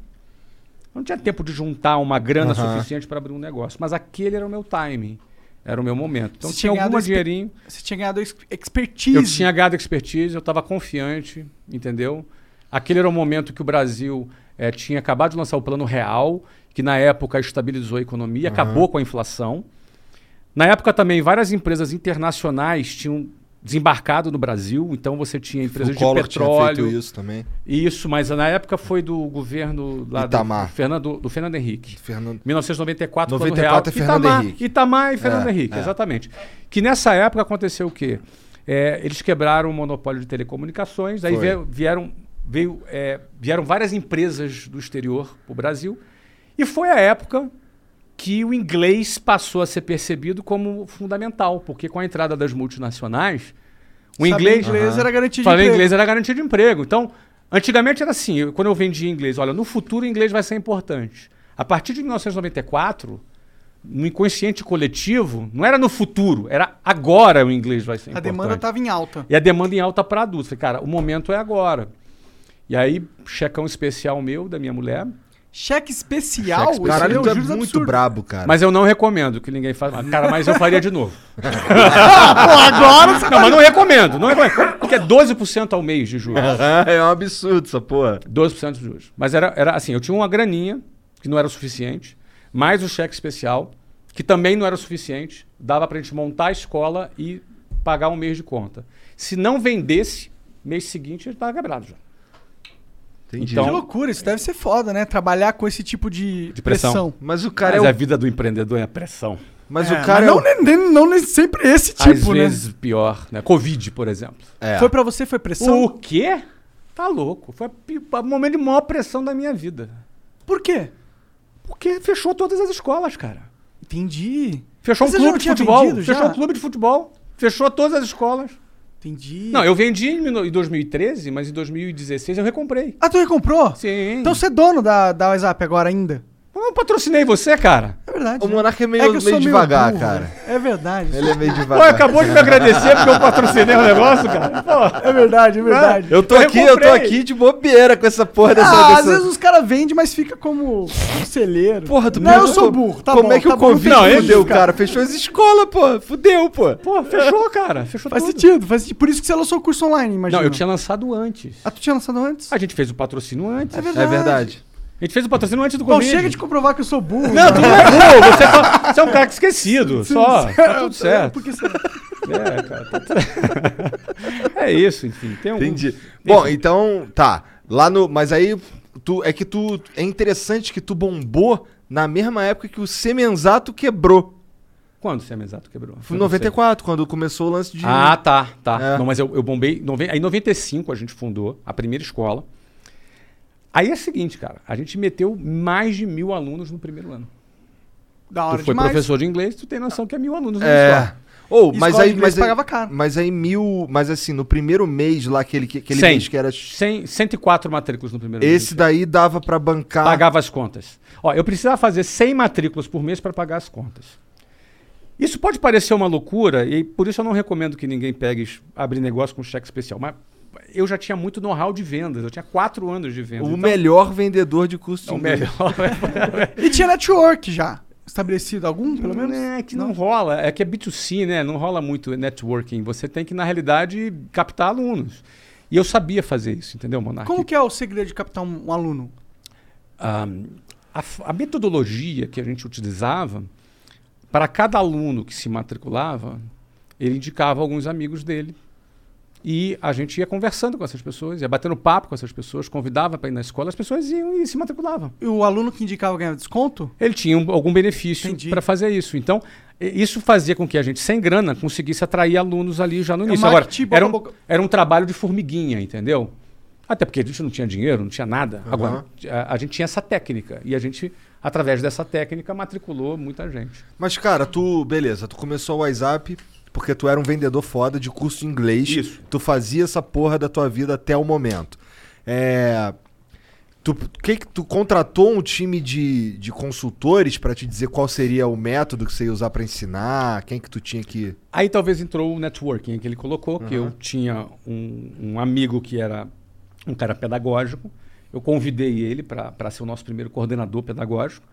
[SPEAKER 4] Eu não tinha tempo de juntar uma grana
[SPEAKER 2] Aham.
[SPEAKER 4] suficiente para abrir um negócio, mas aquele era o meu timing, era o meu momento. Então
[SPEAKER 3] Você
[SPEAKER 4] tinha
[SPEAKER 3] tinha
[SPEAKER 4] algum
[SPEAKER 3] ganhado expe-
[SPEAKER 4] dinheirinho,
[SPEAKER 3] Você tinha ganhado ex- expertise.
[SPEAKER 4] eu tinha gado expertise, eu estava confiante, entendeu? Aquele era o momento que o Brasil eh, tinha acabado de lançar o Plano Real, que na época estabilizou a economia, acabou com a inflação. Na época também, várias empresas internacionais tinham desembarcado no Brasil, então você tinha empresas de petróleo,
[SPEAKER 2] feito isso também.
[SPEAKER 4] isso, mas na época foi do governo lá
[SPEAKER 2] Itamar.
[SPEAKER 4] Do, Fernando, do Fernando Henrique.
[SPEAKER 2] Fernando...
[SPEAKER 4] 1994, Plano
[SPEAKER 2] 94 é
[SPEAKER 4] Real.
[SPEAKER 2] Fernando
[SPEAKER 4] Itamar,
[SPEAKER 2] Henrique.
[SPEAKER 4] Itamar e Fernando
[SPEAKER 2] É,
[SPEAKER 4] Henrique,
[SPEAKER 2] é.
[SPEAKER 4] exatamente. Que nessa época aconteceu o quê? É, eles quebraram o monopólio de telecomunicações, aí
[SPEAKER 2] Foi.
[SPEAKER 4] vie- vieram, veio, é, vieram várias empresas do exterior para o Brasil. E foi a época que o inglês passou a ser percebido como fundamental, porque com a entrada das multinacionais, o
[SPEAKER 3] Saber
[SPEAKER 4] inglês,
[SPEAKER 3] inglês era garantia de
[SPEAKER 4] Falei
[SPEAKER 3] emprego.
[SPEAKER 4] inglês era garantia de emprego. Então, antigamente era assim, eu- quando eu vendia inglês, olha, no futuro o inglês vai ser importante. A partir de 1994, no inconsciente coletivo, não era no futuro, era agora o inglês vai ser
[SPEAKER 3] A
[SPEAKER 4] importante.
[SPEAKER 3] demanda tá estava em alta.
[SPEAKER 4] E a demanda em alta para adultos. Falei, cara, o momento é agora. E aí, checão especial meu, da minha mulher.
[SPEAKER 3] Cheque especial?
[SPEAKER 2] Cheque- Caralho,
[SPEAKER 3] isso
[SPEAKER 2] tu
[SPEAKER 3] aí
[SPEAKER 2] é
[SPEAKER 3] um juros
[SPEAKER 2] muito
[SPEAKER 3] absurdo.
[SPEAKER 2] brabo, cara.
[SPEAKER 4] Mas eu não recomendo que ninguém faça. Cara, mas eu faria de novo.
[SPEAKER 3] Agora você
[SPEAKER 4] Não, mas não recomendo, não recomendo. Porque é 12% ao mês de juros.
[SPEAKER 2] é um absurdo essa porra.
[SPEAKER 4] 12% de juros. Mas era, era assim, eu tinha uma graninha, que não era o suficiente, mais o cheque especial, que também não era o suficiente, dava pra gente montar a escola e pagar um mês de conta. Se não vendesse, mês seguinte eu estava quebrado já.
[SPEAKER 2] Entendi.
[SPEAKER 3] Que
[SPEAKER 4] Então-
[SPEAKER 3] loucura, isso deve ser foda, né? Trabalhar com esse tipo de,
[SPEAKER 4] De pressão.
[SPEAKER 2] Mas o cara
[SPEAKER 4] Mas
[SPEAKER 2] é
[SPEAKER 4] a
[SPEAKER 2] o...
[SPEAKER 4] vida do empreendedor é pressão.
[SPEAKER 2] Mas
[SPEAKER 3] É,
[SPEAKER 2] o cara
[SPEAKER 3] mas não,
[SPEAKER 2] é o...
[SPEAKER 3] nem- nem- não nem sempre esse tipo,
[SPEAKER 4] Às
[SPEAKER 3] né?
[SPEAKER 4] vezes pior, né? Covid, por exemplo.
[SPEAKER 2] É.
[SPEAKER 3] Foi pra você, foi pressão?
[SPEAKER 4] O quê? Tá louco. Foi a pi- o momento de maior pressão da minha vida.
[SPEAKER 3] Por quê?
[SPEAKER 4] Porque fechou todas as escolas, cara.
[SPEAKER 3] Entendi.
[SPEAKER 4] Fechou
[SPEAKER 3] Mas você
[SPEAKER 4] um
[SPEAKER 3] já
[SPEAKER 4] clube
[SPEAKER 3] não
[SPEAKER 4] de
[SPEAKER 3] tinha
[SPEAKER 4] futebol.
[SPEAKER 3] vendido
[SPEAKER 4] Fechou
[SPEAKER 3] já?
[SPEAKER 4] um clube de futebol. Fechou todas as escolas.
[SPEAKER 3] Entendi.
[SPEAKER 4] Não, eu vendi em mil- em 2013, mas em 2016 eu recomprei.
[SPEAKER 3] Ah, tu recomprou?
[SPEAKER 4] Sim.
[SPEAKER 3] Então você é dono da, da WhatsApp agora ainda?
[SPEAKER 4] Eu não patrocinei você, cara.
[SPEAKER 3] É verdade.
[SPEAKER 2] O
[SPEAKER 3] né?
[SPEAKER 2] Monarca é meio,
[SPEAKER 3] que eu sou
[SPEAKER 2] meio devagar,
[SPEAKER 3] burro,
[SPEAKER 2] cara.
[SPEAKER 3] né? É verdade.
[SPEAKER 2] Ele é meio
[SPEAKER 4] Pô,
[SPEAKER 2] devagar.
[SPEAKER 4] acabou de me agradecer porque eu patrocinei o negócio, cara. Pô.
[SPEAKER 3] É verdade, é verdade.
[SPEAKER 2] Eu tô
[SPEAKER 4] Eu
[SPEAKER 2] aqui, eu tô
[SPEAKER 4] comprei.
[SPEAKER 2] aqui de bobeira com essa porra dessa...
[SPEAKER 3] Ah, às
[SPEAKER 2] dessa-
[SPEAKER 3] vezes os caras vendem, mas fica como conselheiro.
[SPEAKER 2] Porra, tu
[SPEAKER 3] Não, eu
[SPEAKER 2] perguntou
[SPEAKER 3] sou
[SPEAKER 2] como-
[SPEAKER 3] burro, tá
[SPEAKER 2] Como
[SPEAKER 3] bom,
[SPEAKER 2] é que
[SPEAKER 3] tá
[SPEAKER 2] o
[SPEAKER 3] bom,
[SPEAKER 2] Covid
[SPEAKER 4] não fica
[SPEAKER 2] fudeu,
[SPEAKER 4] justo,
[SPEAKER 2] cara? Fudeu as escolas, pô. Fudeu, pô.
[SPEAKER 4] Pô, fechou, cara. Fechou
[SPEAKER 3] Faz
[SPEAKER 4] tudo.
[SPEAKER 3] sentido, faz sentido. Por isso que você lançou o curso online, imagina.
[SPEAKER 4] Não, eu tinha lançado antes.
[SPEAKER 3] Ah, tu tinha lançado antes?
[SPEAKER 4] A gente fez o patrocínio antes.
[SPEAKER 3] É
[SPEAKER 2] É verdade.
[SPEAKER 4] A gente fez o patrocínio antes do
[SPEAKER 3] Bom,
[SPEAKER 4] Covid.
[SPEAKER 3] chega de comprovar que eu sou burro. né?
[SPEAKER 4] Não, tu não é burro. Você, é só- você é um cara que esquecido. Só. Tá tudo certo.
[SPEAKER 3] É, Porque você...
[SPEAKER 4] É, cara. Tá tra- é isso, enfim. Tem um...
[SPEAKER 2] Entendi. Bom, então, tá. Lá no. Mas aí, tu, é que tu. É interessante que tu bombou na mesma época que o Semenzato quebrou.
[SPEAKER 4] Quando o Semenzato quebrou?
[SPEAKER 2] Foi em
[SPEAKER 4] Eu não sei.
[SPEAKER 2] 94, quando começou o lance de.
[SPEAKER 4] Ah, tá, tá.
[SPEAKER 2] É.
[SPEAKER 4] Não, mas eu, eu bombei. Nove... Aí em 95 a gente fundou a primeira escola. Aí é o seguinte, cara, a gente meteu mais de mil alunos no primeiro ano.
[SPEAKER 3] Da
[SPEAKER 4] Tu
[SPEAKER 3] hora
[SPEAKER 4] foi
[SPEAKER 3] demais.
[SPEAKER 4] professor de inglês, tu tem noção que é mil alunos na
[SPEAKER 2] Ah, É.
[SPEAKER 4] escola.
[SPEAKER 2] Ou,
[SPEAKER 3] Escola
[SPEAKER 2] mas
[SPEAKER 3] de
[SPEAKER 2] aí.
[SPEAKER 3] inglês
[SPEAKER 2] Mas aí,
[SPEAKER 3] pagava caro.
[SPEAKER 2] mas aí mil. Mas assim, no primeiro mês lá, aquele, que- aquele mês que era.
[SPEAKER 4] 100, 104 matrículas no primeiro
[SPEAKER 2] Esse
[SPEAKER 4] ano.
[SPEAKER 2] daí dava pra bancar.
[SPEAKER 4] Pagava as contas. Ó, eu precisava fazer 100 matrículas por mês para pagar as contas. Isso pode parecer uma loucura e por isso eu não recomendo que ninguém pegue es- abrir negócio com cheque especial. Mas eu já tinha muito know-how de vendas. Eu tinha quatro anos de vendas.
[SPEAKER 2] O
[SPEAKER 4] Então, É
[SPEAKER 2] melhor vendedor de curso de
[SPEAKER 4] o
[SPEAKER 2] inglês.
[SPEAKER 4] melhor. né?
[SPEAKER 3] E tinha network já estabelecido, algum pelo menos?
[SPEAKER 4] É que não, rola, é que é B2C, né? Não rola muito networking. Você tem que, na realidade, captar alunos. E eu sabia fazer isso, entendeu, Monark?
[SPEAKER 3] Como que é o segredo de captar um, um aluno?
[SPEAKER 4] Ah, a, f- a metodologia que a gente utilizava, para cada aluno que se matriculava, ele indicava alguns amigos dele. E a gente ia conversando com essas pessoas, ia batendo papo com essas pessoas, convidava para ir na escola, as pessoas iam e se matriculavam.
[SPEAKER 3] E o aluno que indicava ganhava desconto?
[SPEAKER 4] Ele tinha um- algum benefício
[SPEAKER 3] Entendi.
[SPEAKER 4] para fazer isso. Então, e- isso fazia com que a gente, sem grana, conseguisse atrair alunos ali
[SPEAKER 3] É
[SPEAKER 4] já no início. Agora,
[SPEAKER 3] marketing boca
[SPEAKER 4] era
[SPEAKER 3] a
[SPEAKER 4] um,
[SPEAKER 3] boca.
[SPEAKER 4] era um trabalho de formiguinha, entendeu? Até porque a gente não tinha dinheiro, não tinha nada. Agora, a, a gente tinha essa técnica. E a gente, através dessa técnica, matriculou muita gente.
[SPEAKER 2] Mas, cara, tu, beleza, tu começou o WhatsApp porque tu era um vendedor foda de curso de inglês.
[SPEAKER 4] Isso.
[SPEAKER 2] Tu fazia essa porra da tua vida até o momento. É. Tu, que que- tu contratou um time de, de consultores pra te dizer qual seria o método que você ia usar pra ensinar? Quem que tu tinha que.
[SPEAKER 4] Aí talvez entrou o networking que ele colocou, que eu tinha um, um amigo que era um cara pedagógico. Eu convidei ele para ser o nosso primeiro coordenador pedagógico.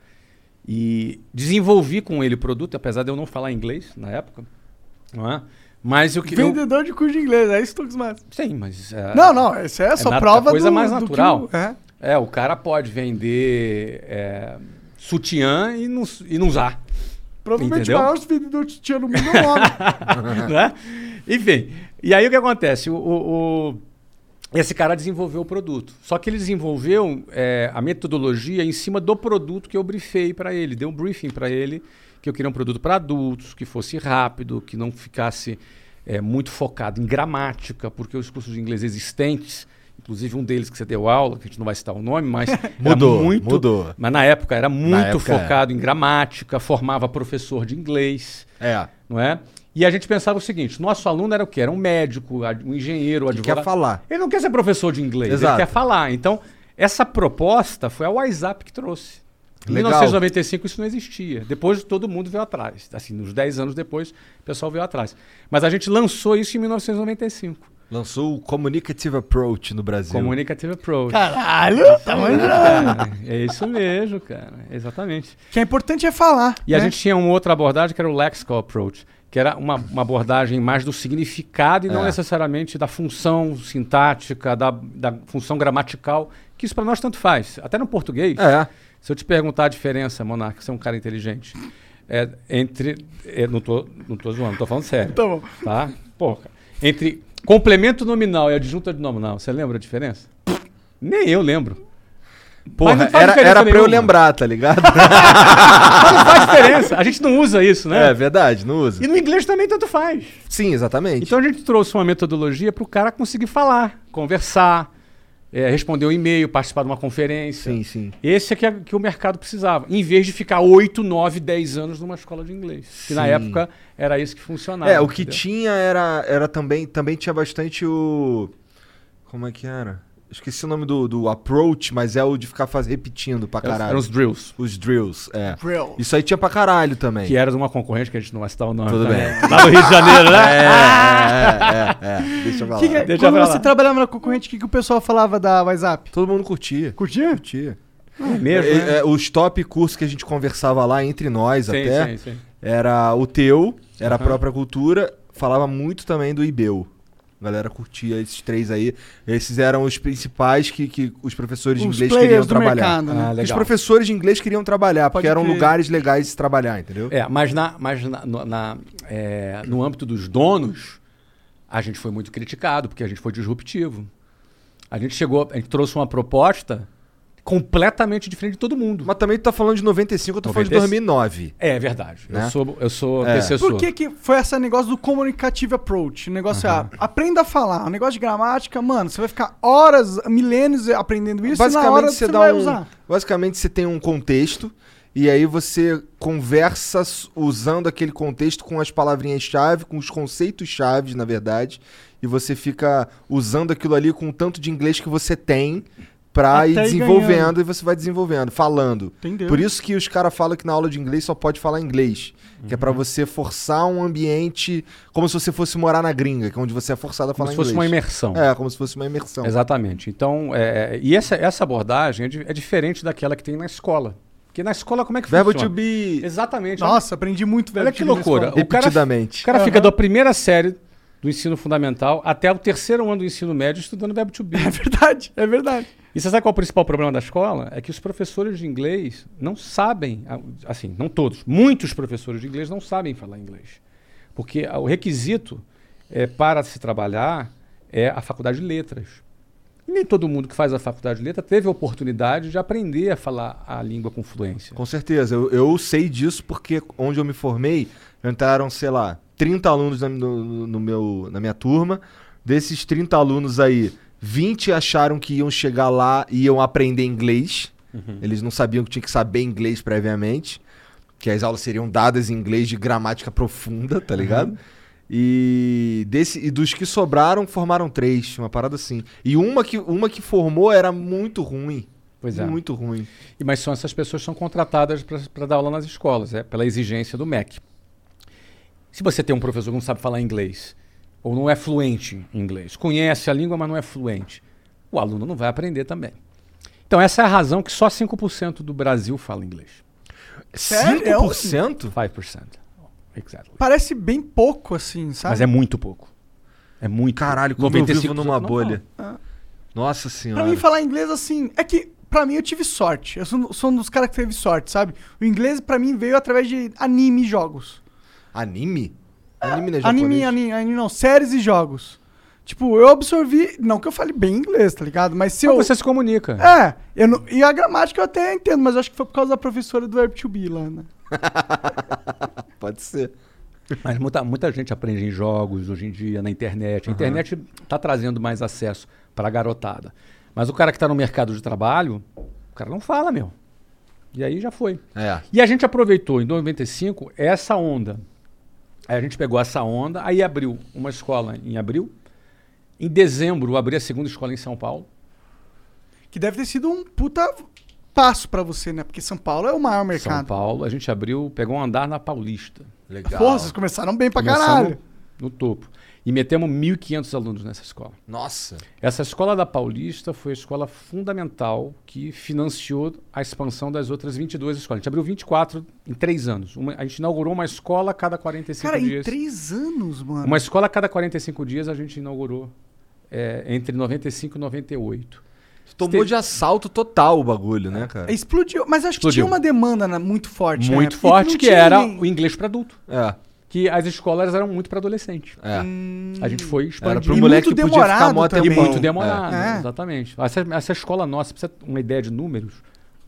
[SPEAKER 4] E desenvolvi com ele o produto, apesar de eu não falar inglês na época. Não é? Mas eu que. eu-
[SPEAKER 3] Vendedor de curso de inglês, é isso, Tux Matos.
[SPEAKER 4] Sim, mas. é,
[SPEAKER 3] Não, não, isso é só
[SPEAKER 4] nat- a
[SPEAKER 3] prova
[SPEAKER 4] coisa
[SPEAKER 3] do,
[SPEAKER 4] mais
[SPEAKER 3] do que
[SPEAKER 4] natural.
[SPEAKER 3] o- é.
[SPEAKER 4] É, o cara pode vender é, sutiã e não, e não usar.
[SPEAKER 3] Provavelmente
[SPEAKER 4] Entendeu?
[SPEAKER 3] o maior vendedor de tinha no mundo é o homem.
[SPEAKER 4] né? Enfim, e aí o que acontece? O, o- o- esse cara desenvolveu o produto. Só que ele desenvolveu é, a metodologia em cima do produto que eu briefei para ele, dei um briefing para ele, que eu queria um produto para adultos, que fosse rápido, que não ficasse é, muito focado em gramática, porque os cursos de inglês existentes, inclusive um deles que você deu aula, que a gente não vai citar o nome, mas era
[SPEAKER 2] Mudou,
[SPEAKER 4] muito,
[SPEAKER 2] mudou.
[SPEAKER 4] Mas na época era muito
[SPEAKER 2] época era.
[SPEAKER 4] focado em gramática, formava professor de inglês
[SPEAKER 2] É.
[SPEAKER 4] não é? E a gente pensava o seguinte: nosso aluno era o quê? Era um médico, ad- um engenheiro, um
[SPEAKER 2] Que
[SPEAKER 4] advogado.
[SPEAKER 2] quer falar.
[SPEAKER 4] Ele não quer ser professor de inglês,
[SPEAKER 2] Exato.
[SPEAKER 4] ele quer falar. Então, essa proposta foi a WhatsApp que trouxe. Em
[SPEAKER 2] Legal.
[SPEAKER 4] 1995 isso não existia. Depois todo mundo veio atrás. Assim, uns 10 anos depois, o pessoal veio atrás. Mas a gente lançou isso em 1995.
[SPEAKER 2] Lançou o Communicative Approach no Brasil.
[SPEAKER 4] Communicative um Approach.
[SPEAKER 3] Caralho, tá manjando.
[SPEAKER 4] É, é isso mesmo, cara. Exatamente.
[SPEAKER 3] O que é importante é falar.
[SPEAKER 4] E a
[SPEAKER 3] né?
[SPEAKER 4] gente tinha uma outra abordagem que era o lexical approach, que era uma, uma abordagem mais do significado e não
[SPEAKER 2] É.
[SPEAKER 4] necessariamente da função sintática, da, da função gramatical, que isso para nós tanto faz. Até no português,
[SPEAKER 2] É.
[SPEAKER 4] se eu te perguntar a diferença, Monarca, você é um cara inteligente, é, entre... é, não, tô, não tô zoando, tô falando sério.
[SPEAKER 3] Tá bom.
[SPEAKER 4] Tá? Porra. Entre complemento nominal e adjunto nominal, você lembra a diferença? Nem eu lembro. Mas
[SPEAKER 2] Porra,
[SPEAKER 4] não faz
[SPEAKER 2] era,
[SPEAKER 4] diferença
[SPEAKER 2] era pra eu
[SPEAKER 4] nenhuma.
[SPEAKER 2] lembrar, tá ligado?
[SPEAKER 4] Mas não faz diferença. A gente não usa isso, né?
[SPEAKER 2] é verdade, não usa.
[SPEAKER 4] E no inglês também tanto faz.
[SPEAKER 2] Sim, exatamente.
[SPEAKER 4] Então a gente trouxe uma metodologia para o cara conseguir falar, conversar, eh, responder um e-mail, participar de uma conferência.
[SPEAKER 2] Sim, sim.
[SPEAKER 4] Esse é que, é- que o mercado precisava, em vez de ficar 8, 9, 10 anos numa escola de inglês. Que na
[SPEAKER 2] Sim.
[SPEAKER 4] época era isso que funcionava.
[SPEAKER 2] É, o que
[SPEAKER 4] Ah, entendeu?
[SPEAKER 2] tinha era, era também, também tinha bastante o. Como é que era? Esqueci o nome do, do approach, mas é o de ficar faz... repetindo pra
[SPEAKER 4] Eram-
[SPEAKER 2] caralho.
[SPEAKER 4] Eram os drills.
[SPEAKER 2] Os drills, é.
[SPEAKER 3] Drills.
[SPEAKER 2] Isso aí tinha pra caralho também.
[SPEAKER 4] Que era de uma concorrente que a gente não vai citar o nome. tá?
[SPEAKER 2] Tudo
[SPEAKER 4] também.
[SPEAKER 2] bem.
[SPEAKER 4] Lá no Rio de Janeiro, né?
[SPEAKER 2] É, é, é, é. Deixa eu falar.
[SPEAKER 3] Que que é-
[SPEAKER 4] Deixa
[SPEAKER 3] quando
[SPEAKER 4] pra
[SPEAKER 3] você
[SPEAKER 4] lá.
[SPEAKER 3] trabalhava na concorrente, o que, que o pessoal falava da WhatsApp?
[SPEAKER 2] Todo mundo curtia.
[SPEAKER 3] Curtia?
[SPEAKER 2] Curtia.
[SPEAKER 4] É mesmo,
[SPEAKER 2] É,
[SPEAKER 4] né?
[SPEAKER 2] é, os top cursos que a gente conversava lá entre nós
[SPEAKER 4] Sim,
[SPEAKER 2] até.
[SPEAKER 4] sim, sim.
[SPEAKER 2] Era o teu, era a própria cultura, falava muito também do Ibeu. A galera curtia esses três aí. Esses eram os principais que, que os professores de
[SPEAKER 3] Os
[SPEAKER 2] inglês queriam
[SPEAKER 3] players do
[SPEAKER 2] trabalhar.
[SPEAKER 3] mercado,
[SPEAKER 4] Ah,
[SPEAKER 3] né?
[SPEAKER 2] Que os
[SPEAKER 4] legal.
[SPEAKER 2] professores de inglês queriam trabalhar, porque
[SPEAKER 3] Pode
[SPEAKER 2] eram
[SPEAKER 3] crer.
[SPEAKER 2] lugares legais de se trabalhar, entendeu?
[SPEAKER 4] É, mas, na, mas na- no, na- é, no âmbito dos donos, a gente foi muito criticado, porque a gente foi disruptivo. A gente chegou, a gente trouxe uma proposta completamente diferente de todo mundo.
[SPEAKER 2] Mas também tu tá falando de 95, eu tô falando de
[SPEAKER 4] 95.
[SPEAKER 2] 2009.
[SPEAKER 4] É verdade.
[SPEAKER 2] Né?
[SPEAKER 4] Eu sou, eu sou
[SPEAKER 2] É.
[SPEAKER 4] antecessor.
[SPEAKER 3] Por que, que foi esse negócio do communicative approach? O negócio é, ah, aprenda a falar. O negócio de gramática, mano, você vai ficar horas, milênios aprendendo isso e na hora
[SPEAKER 2] basicamente
[SPEAKER 3] você,
[SPEAKER 2] você, dá
[SPEAKER 3] vai
[SPEAKER 2] um,
[SPEAKER 3] usar.
[SPEAKER 2] basicamente você tem um contexto e aí você conversa s- usando aquele contexto com as palavrinhas-chave, com os conceitos-chave, na verdade, e você fica usando aquilo ali com o tanto de inglês que você tem pra
[SPEAKER 3] Até
[SPEAKER 2] ir
[SPEAKER 3] ir
[SPEAKER 2] desenvolvendo
[SPEAKER 3] ganhando.
[SPEAKER 2] e você vai desenvolvendo, falando.
[SPEAKER 3] Entendeu.
[SPEAKER 2] Por isso que os caras falam que na aula de inglês só pode falar inglês. Que é pra
[SPEAKER 4] Uhum.
[SPEAKER 2] você forçar um ambiente como se você fosse morar na gringa, que é onde você é forçado a
[SPEAKER 4] Como
[SPEAKER 2] falar
[SPEAKER 4] se
[SPEAKER 2] inglês.
[SPEAKER 4] fosse uma imersão.
[SPEAKER 2] É, como se fosse uma imersão.
[SPEAKER 4] Exatamente. Então, é, e essa, essa abordagem é, di- é diferente daquela que tem na escola. Porque na escola, como é que
[SPEAKER 2] Verbo to
[SPEAKER 4] funciona?
[SPEAKER 2] be.
[SPEAKER 4] Exatamente.
[SPEAKER 3] Nossa, aprendi muito, velho.
[SPEAKER 4] Olha que
[SPEAKER 3] tive na
[SPEAKER 4] loucura.
[SPEAKER 3] escola.
[SPEAKER 4] O cara-
[SPEAKER 2] Repetidamente.
[SPEAKER 4] O cara fica
[SPEAKER 3] Aham.
[SPEAKER 4] da primeira série do ensino fundamental até o terceiro ano do ensino médio estudando verbo to be.
[SPEAKER 3] É verdade, é verdade.
[SPEAKER 4] E você sabe qual é o principal problema da escola? É que os professores de inglês não sabem, a- assim, não todos, muitos professores de inglês não sabem falar inglês. Porque a- o requisito é, para se trabalhar é a faculdade de letras. E nem todo mundo que faz a faculdade de letras teve a oportunidade de aprender a falar a língua com fluência.
[SPEAKER 2] Com certeza. Eu, eu sei disso porque onde eu me formei, entraram, sei lá, 30 alunos na, no- no meu, na minha turma. Desses 30 alunos aí, 20 acharam que iam chegar lá e iam aprender inglês.
[SPEAKER 4] Uhum.
[SPEAKER 2] Eles não sabiam que tinha que saber inglês previamente. Que as aulas seriam dadas em inglês de gramática profunda,
[SPEAKER 4] Uhum.
[SPEAKER 2] tá ligado? E, desse, e dos que sobraram, formaram três, uma parada assim. E uma que, uma que formou era muito ruim.
[SPEAKER 4] Pois é.
[SPEAKER 2] Muito ruim.
[SPEAKER 4] E- Mas são essas pessoas que são contratadas para dar aula nas escolas, é, pela exigência do MEC. Se você tem um professor que não sabe falar inglês, ou não é fluente em inglês, conhece a língua, mas não é fluente, o aluno não vai aprender também. Então, essa é a razão que só 5% do Brasil fala inglês.
[SPEAKER 3] Sério? É um
[SPEAKER 2] 5%?
[SPEAKER 4] 5%. Exactly.
[SPEAKER 3] Parece bem pouco, assim, sabe?
[SPEAKER 4] Mas é muito pouco. É muito
[SPEAKER 2] Tá. Caralho,
[SPEAKER 4] pouco.
[SPEAKER 2] como eu vivo
[SPEAKER 4] 95%
[SPEAKER 2] numa
[SPEAKER 4] não
[SPEAKER 2] bolha.
[SPEAKER 3] fala.
[SPEAKER 2] Nossa
[SPEAKER 3] Ah. Pra
[SPEAKER 2] senhora.
[SPEAKER 3] mim falar inglês assim, é que pra mim eu tive sorte. Eu sou, sou um dos caras que teve sorte, sabe? O inglês pra mim veio através de anime e jogos.
[SPEAKER 2] Anime? Anime não é
[SPEAKER 3] Ah, Anime,
[SPEAKER 2] japonês?
[SPEAKER 3] anime, anime não, séries e jogos. Tipo, eu absorvi, não que eu fale bem inglês, tá ligado? Mas se eu
[SPEAKER 4] Mas Então você se comunica.
[SPEAKER 3] É, eu não- e a gramática eu até entendo, mas eu acho que foi por causa da professora do Verb to Be lá, né?
[SPEAKER 2] Pode ser.
[SPEAKER 4] Mas muita, muita gente aprende em jogos hoje em dia, na internet. A internet está trazendo mais acesso para a garotada. Mas o cara que está no mercado de trabalho, o cara não fala, meu. E aí já foi.
[SPEAKER 2] É.
[SPEAKER 4] E a gente aproveitou em 95 essa onda. Aí a gente pegou essa onda, aí abriu uma escola em abril. Em dezembro, abri a segunda escola em São Paulo.
[SPEAKER 3] Que deve ter sido um puta passo pra você, né? Porque São Paulo é o maior
[SPEAKER 4] São
[SPEAKER 3] mercado.
[SPEAKER 4] Paulo, a gente abriu, pegou um andar na Paulista.
[SPEAKER 2] Legal.
[SPEAKER 3] Porra, vocês começaram bem pra
[SPEAKER 4] Começamos
[SPEAKER 3] caralho.
[SPEAKER 4] No topo. E metemos 1.500 alunos nessa escola.
[SPEAKER 2] Nossa.
[SPEAKER 4] Essa escola da Paulista foi a escola fundamental que financiou a expansão das outras 22 escolas. A gente abriu 24 em três anos. Uma- a gente inaugurou uma escola a cada 45
[SPEAKER 3] Cara, em
[SPEAKER 4] dias.
[SPEAKER 3] três anos, mano.
[SPEAKER 4] Uma escola a cada 45 dias a gente inaugurou é, entre 95 e 98.
[SPEAKER 2] Tomou de assalto total o bagulho,
[SPEAKER 3] É.
[SPEAKER 2] né, cara?
[SPEAKER 3] Explodiu, mas acho que
[SPEAKER 4] Explodiu.
[SPEAKER 3] tinha uma demanda né, muito forte.
[SPEAKER 4] Muito
[SPEAKER 3] né?
[SPEAKER 4] forte, que,
[SPEAKER 3] Porque não tinha
[SPEAKER 4] era
[SPEAKER 3] ninguém.
[SPEAKER 4] o inglês para adulto.
[SPEAKER 2] É.
[SPEAKER 4] Que as escolas eram muito para adolescente.
[SPEAKER 2] É.
[SPEAKER 4] A gente foi
[SPEAKER 2] Era
[SPEAKER 4] expandindo.
[SPEAKER 2] pro
[SPEAKER 3] Hum, E
[SPEAKER 2] moleque que
[SPEAKER 3] muito
[SPEAKER 2] podia ficar
[SPEAKER 3] demorado
[SPEAKER 2] mó
[SPEAKER 3] também.
[SPEAKER 4] E
[SPEAKER 2] tempão.
[SPEAKER 4] muito Tipo, demorado,
[SPEAKER 3] É.
[SPEAKER 4] exatamente. Essa, essa escola nossa, pra você ter uma ideia de números,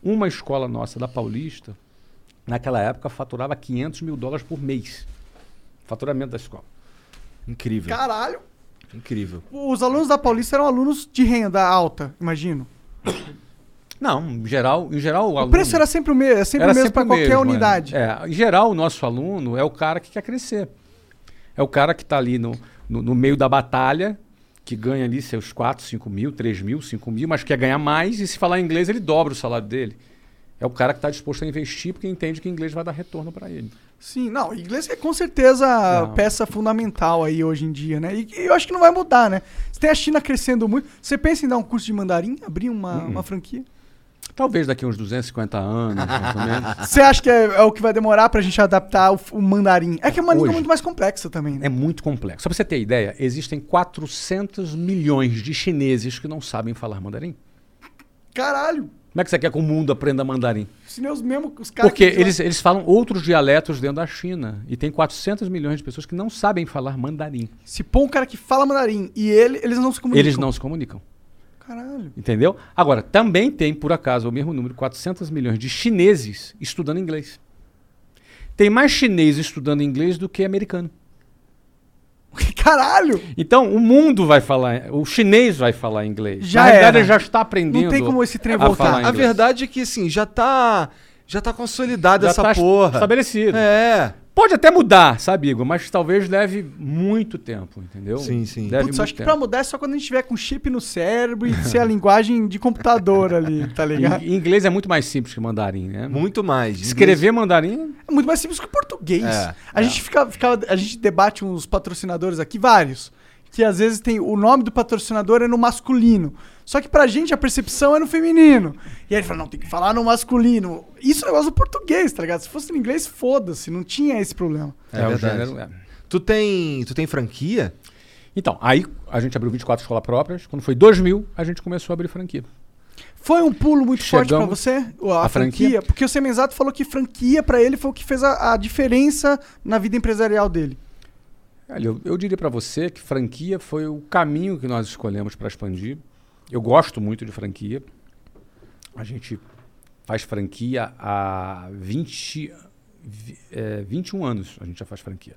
[SPEAKER 4] uma escola nossa da Paulista, naquela época, faturava 500 mil dólares por mês. Faturamento da escola.
[SPEAKER 2] É. Incrível.
[SPEAKER 3] Caralho,
[SPEAKER 2] Incrível.
[SPEAKER 3] os alunos da Paulista eram alunos de renda alta, imagino.
[SPEAKER 4] Não, em geral, em geral o,
[SPEAKER 3] O preço era sempre o mesmo, é sempre o mesmo pra qualquer
[SPEAKER 4] mesmo, é.
[SPEAKER 3] unidade.
[SPEAKER 4] É, em geral, o nosso aluno é o cara que quer crescer. É o cara que está ali no, no, no meio da batalha, que ganha ali seus 4, 5 mil, 3 mil, 5 mil, mas quer ganhar mais e se falar inglês ele dobra o salário dele. É o cara que está disposto a investir porque entende que inglês vai dar retorno para ele.
[SPEAKER 3] Sim, não, inglês é com certeza a
[SPEAKER 4] Não.
[SPEAKER 3] peça fundamental aí hoje em dia, né? E, e eu acho que não vai mudar, né? Você tem a China crescendo muito. Você pensa em dar um curso de mandarim, abrir uma,
[SPEAKER 4] Hum.
[SPEAKER 3] uma franquia?
[SPEAKER 4] Talvez daqui a uns 250 anos, mais ou menos.
[SPEAKER 3] Você acha que é, é o que vai demorar pra gente adaptar o, f- o mandarim? É que é uma língua
[SPEAKER 4] Hoje.
[SPEAKER 3] muito mais complexa também, né?
[SPEAKER 4] É muito complexo. Só para você ter ideia, existem 400 milhões de chineses que não sabem falar mandarim.
[SPEAKER 3] Caralho,
[SPEAKER 4] Como é que você quer que o mundo aprenda mandarim?
[SPEAKER 3] se nem os mesmos os caras.
[SPEAKER 4] Porque
[SPEAKER 3] que- sei lá,
[SPEAKER 4] eles, eles falam outros dialetos dentro da China. E tem 400 milhões de pessoas que não sabem falar mandarim.
[SPEAKER 3] Se põe um cara que fala mandarim e ele, eles não se comunicam.
[SPEAKER 4] Eles não se comunicam.
[SPEAKER 3] Caralho.
[SPEAKER 4] Entendeu? Agora, também tem, por acaso, o mesmo número, 400 milhões de chineses estudando inglês. Tem mais chinês estudando inglês do que americano.
[SPEAKER 3] Caralho!
[SPEAKER 4] Então, o mundo vai falar, o chinês vai falar inglês.
[SPEAKER 3] Já
[SPEAKER 4] Na verdade,
[SPEAKER 3] era.
[SPEAKER 4] ele já está aprendendo.
[SPEAKER 3] Não tem como esse trem
[SPEAKER 4] a
[SPEAKER 3] voltar.
[SPEAKER 4] falar
[SPEAKER 2] A
[SPEAKER 4] inglês.
[SPEAKER 2] verdade é que, assim, já tá. Já tá consolidada
[SPEAKER 4] Já
[SPEAKER 2] essa
[SPEAKER 4] tá
[SPEAKER 2] porra.
[SPEAKER 4] estabelecido.
[SPEAKER 2] É.
[SPEAKER 4] Pode até mudar, sabe, Igor? Mas talvez leve muito tempo, entendeu?
[SPEAKER 2] Sim, sim.
[SPEAKER 3] Putz,
[SPEAKER 4] Leve muito
[SPEAKER 3] acho que
[SPEAKER 4] tempo.
[SPEAKER 3] pra mudar é só quando a gente tiver com chip no cérebro e ser a linguagem de computador ali, tá ligado?
[SPEAKER 4] Em- em inglês é muito mais simples que mandarim, né?
[SPEAKER 2] Muito mais.
[SPEAKER 4] Escrever mandarim
[SPEAKER 3] É muito mais simples que o português.
[SPEAKER 2] É,
[SPEAKER 3] a gente fica, fica- a gente debate uns patrocinadores aqui vários, que às vezes tem o nome do patrocinador é no masculino. Só que pra gente a percepção é no feminino. E aí ele fala, não, tem que falar no masculino. Isso é um negócio do português, tá ligado? Se fosse no inglês, foda-se, não tinha esse problema.
[SPEAKER 2] É, verdade.
[SPEAKER 4] é.
[SPEAKER 2] Tu tem, tu tem franquia?
[SPEAKER 4] Então, aí a gente abriu 24 escolas próprias. Quando foi 2000, a gente começou a abrir franquia.
[SPEAKER 3] Foi um pulo muito forte pra
[SPEAKER 4] Chegamos
[SPEAKER 3] você, a,
[SPEAKER 4] à
[SPEAKER 3] franquia?
[SPEAKER 4] franquia?
[SPEAKER 3] Porque o Semenzato falou que franquia pra ele foi o que fez a, a diferença na vida empresarial dele.
[SPEAKER 4] Olha, eu, eu diria para você que franquia foi o caminho que nós escolhemos para expandir. Eu gosto muito de franquia. A gente faz franquia há 20, vi- eh, 21 anos. A gente já faz franquia.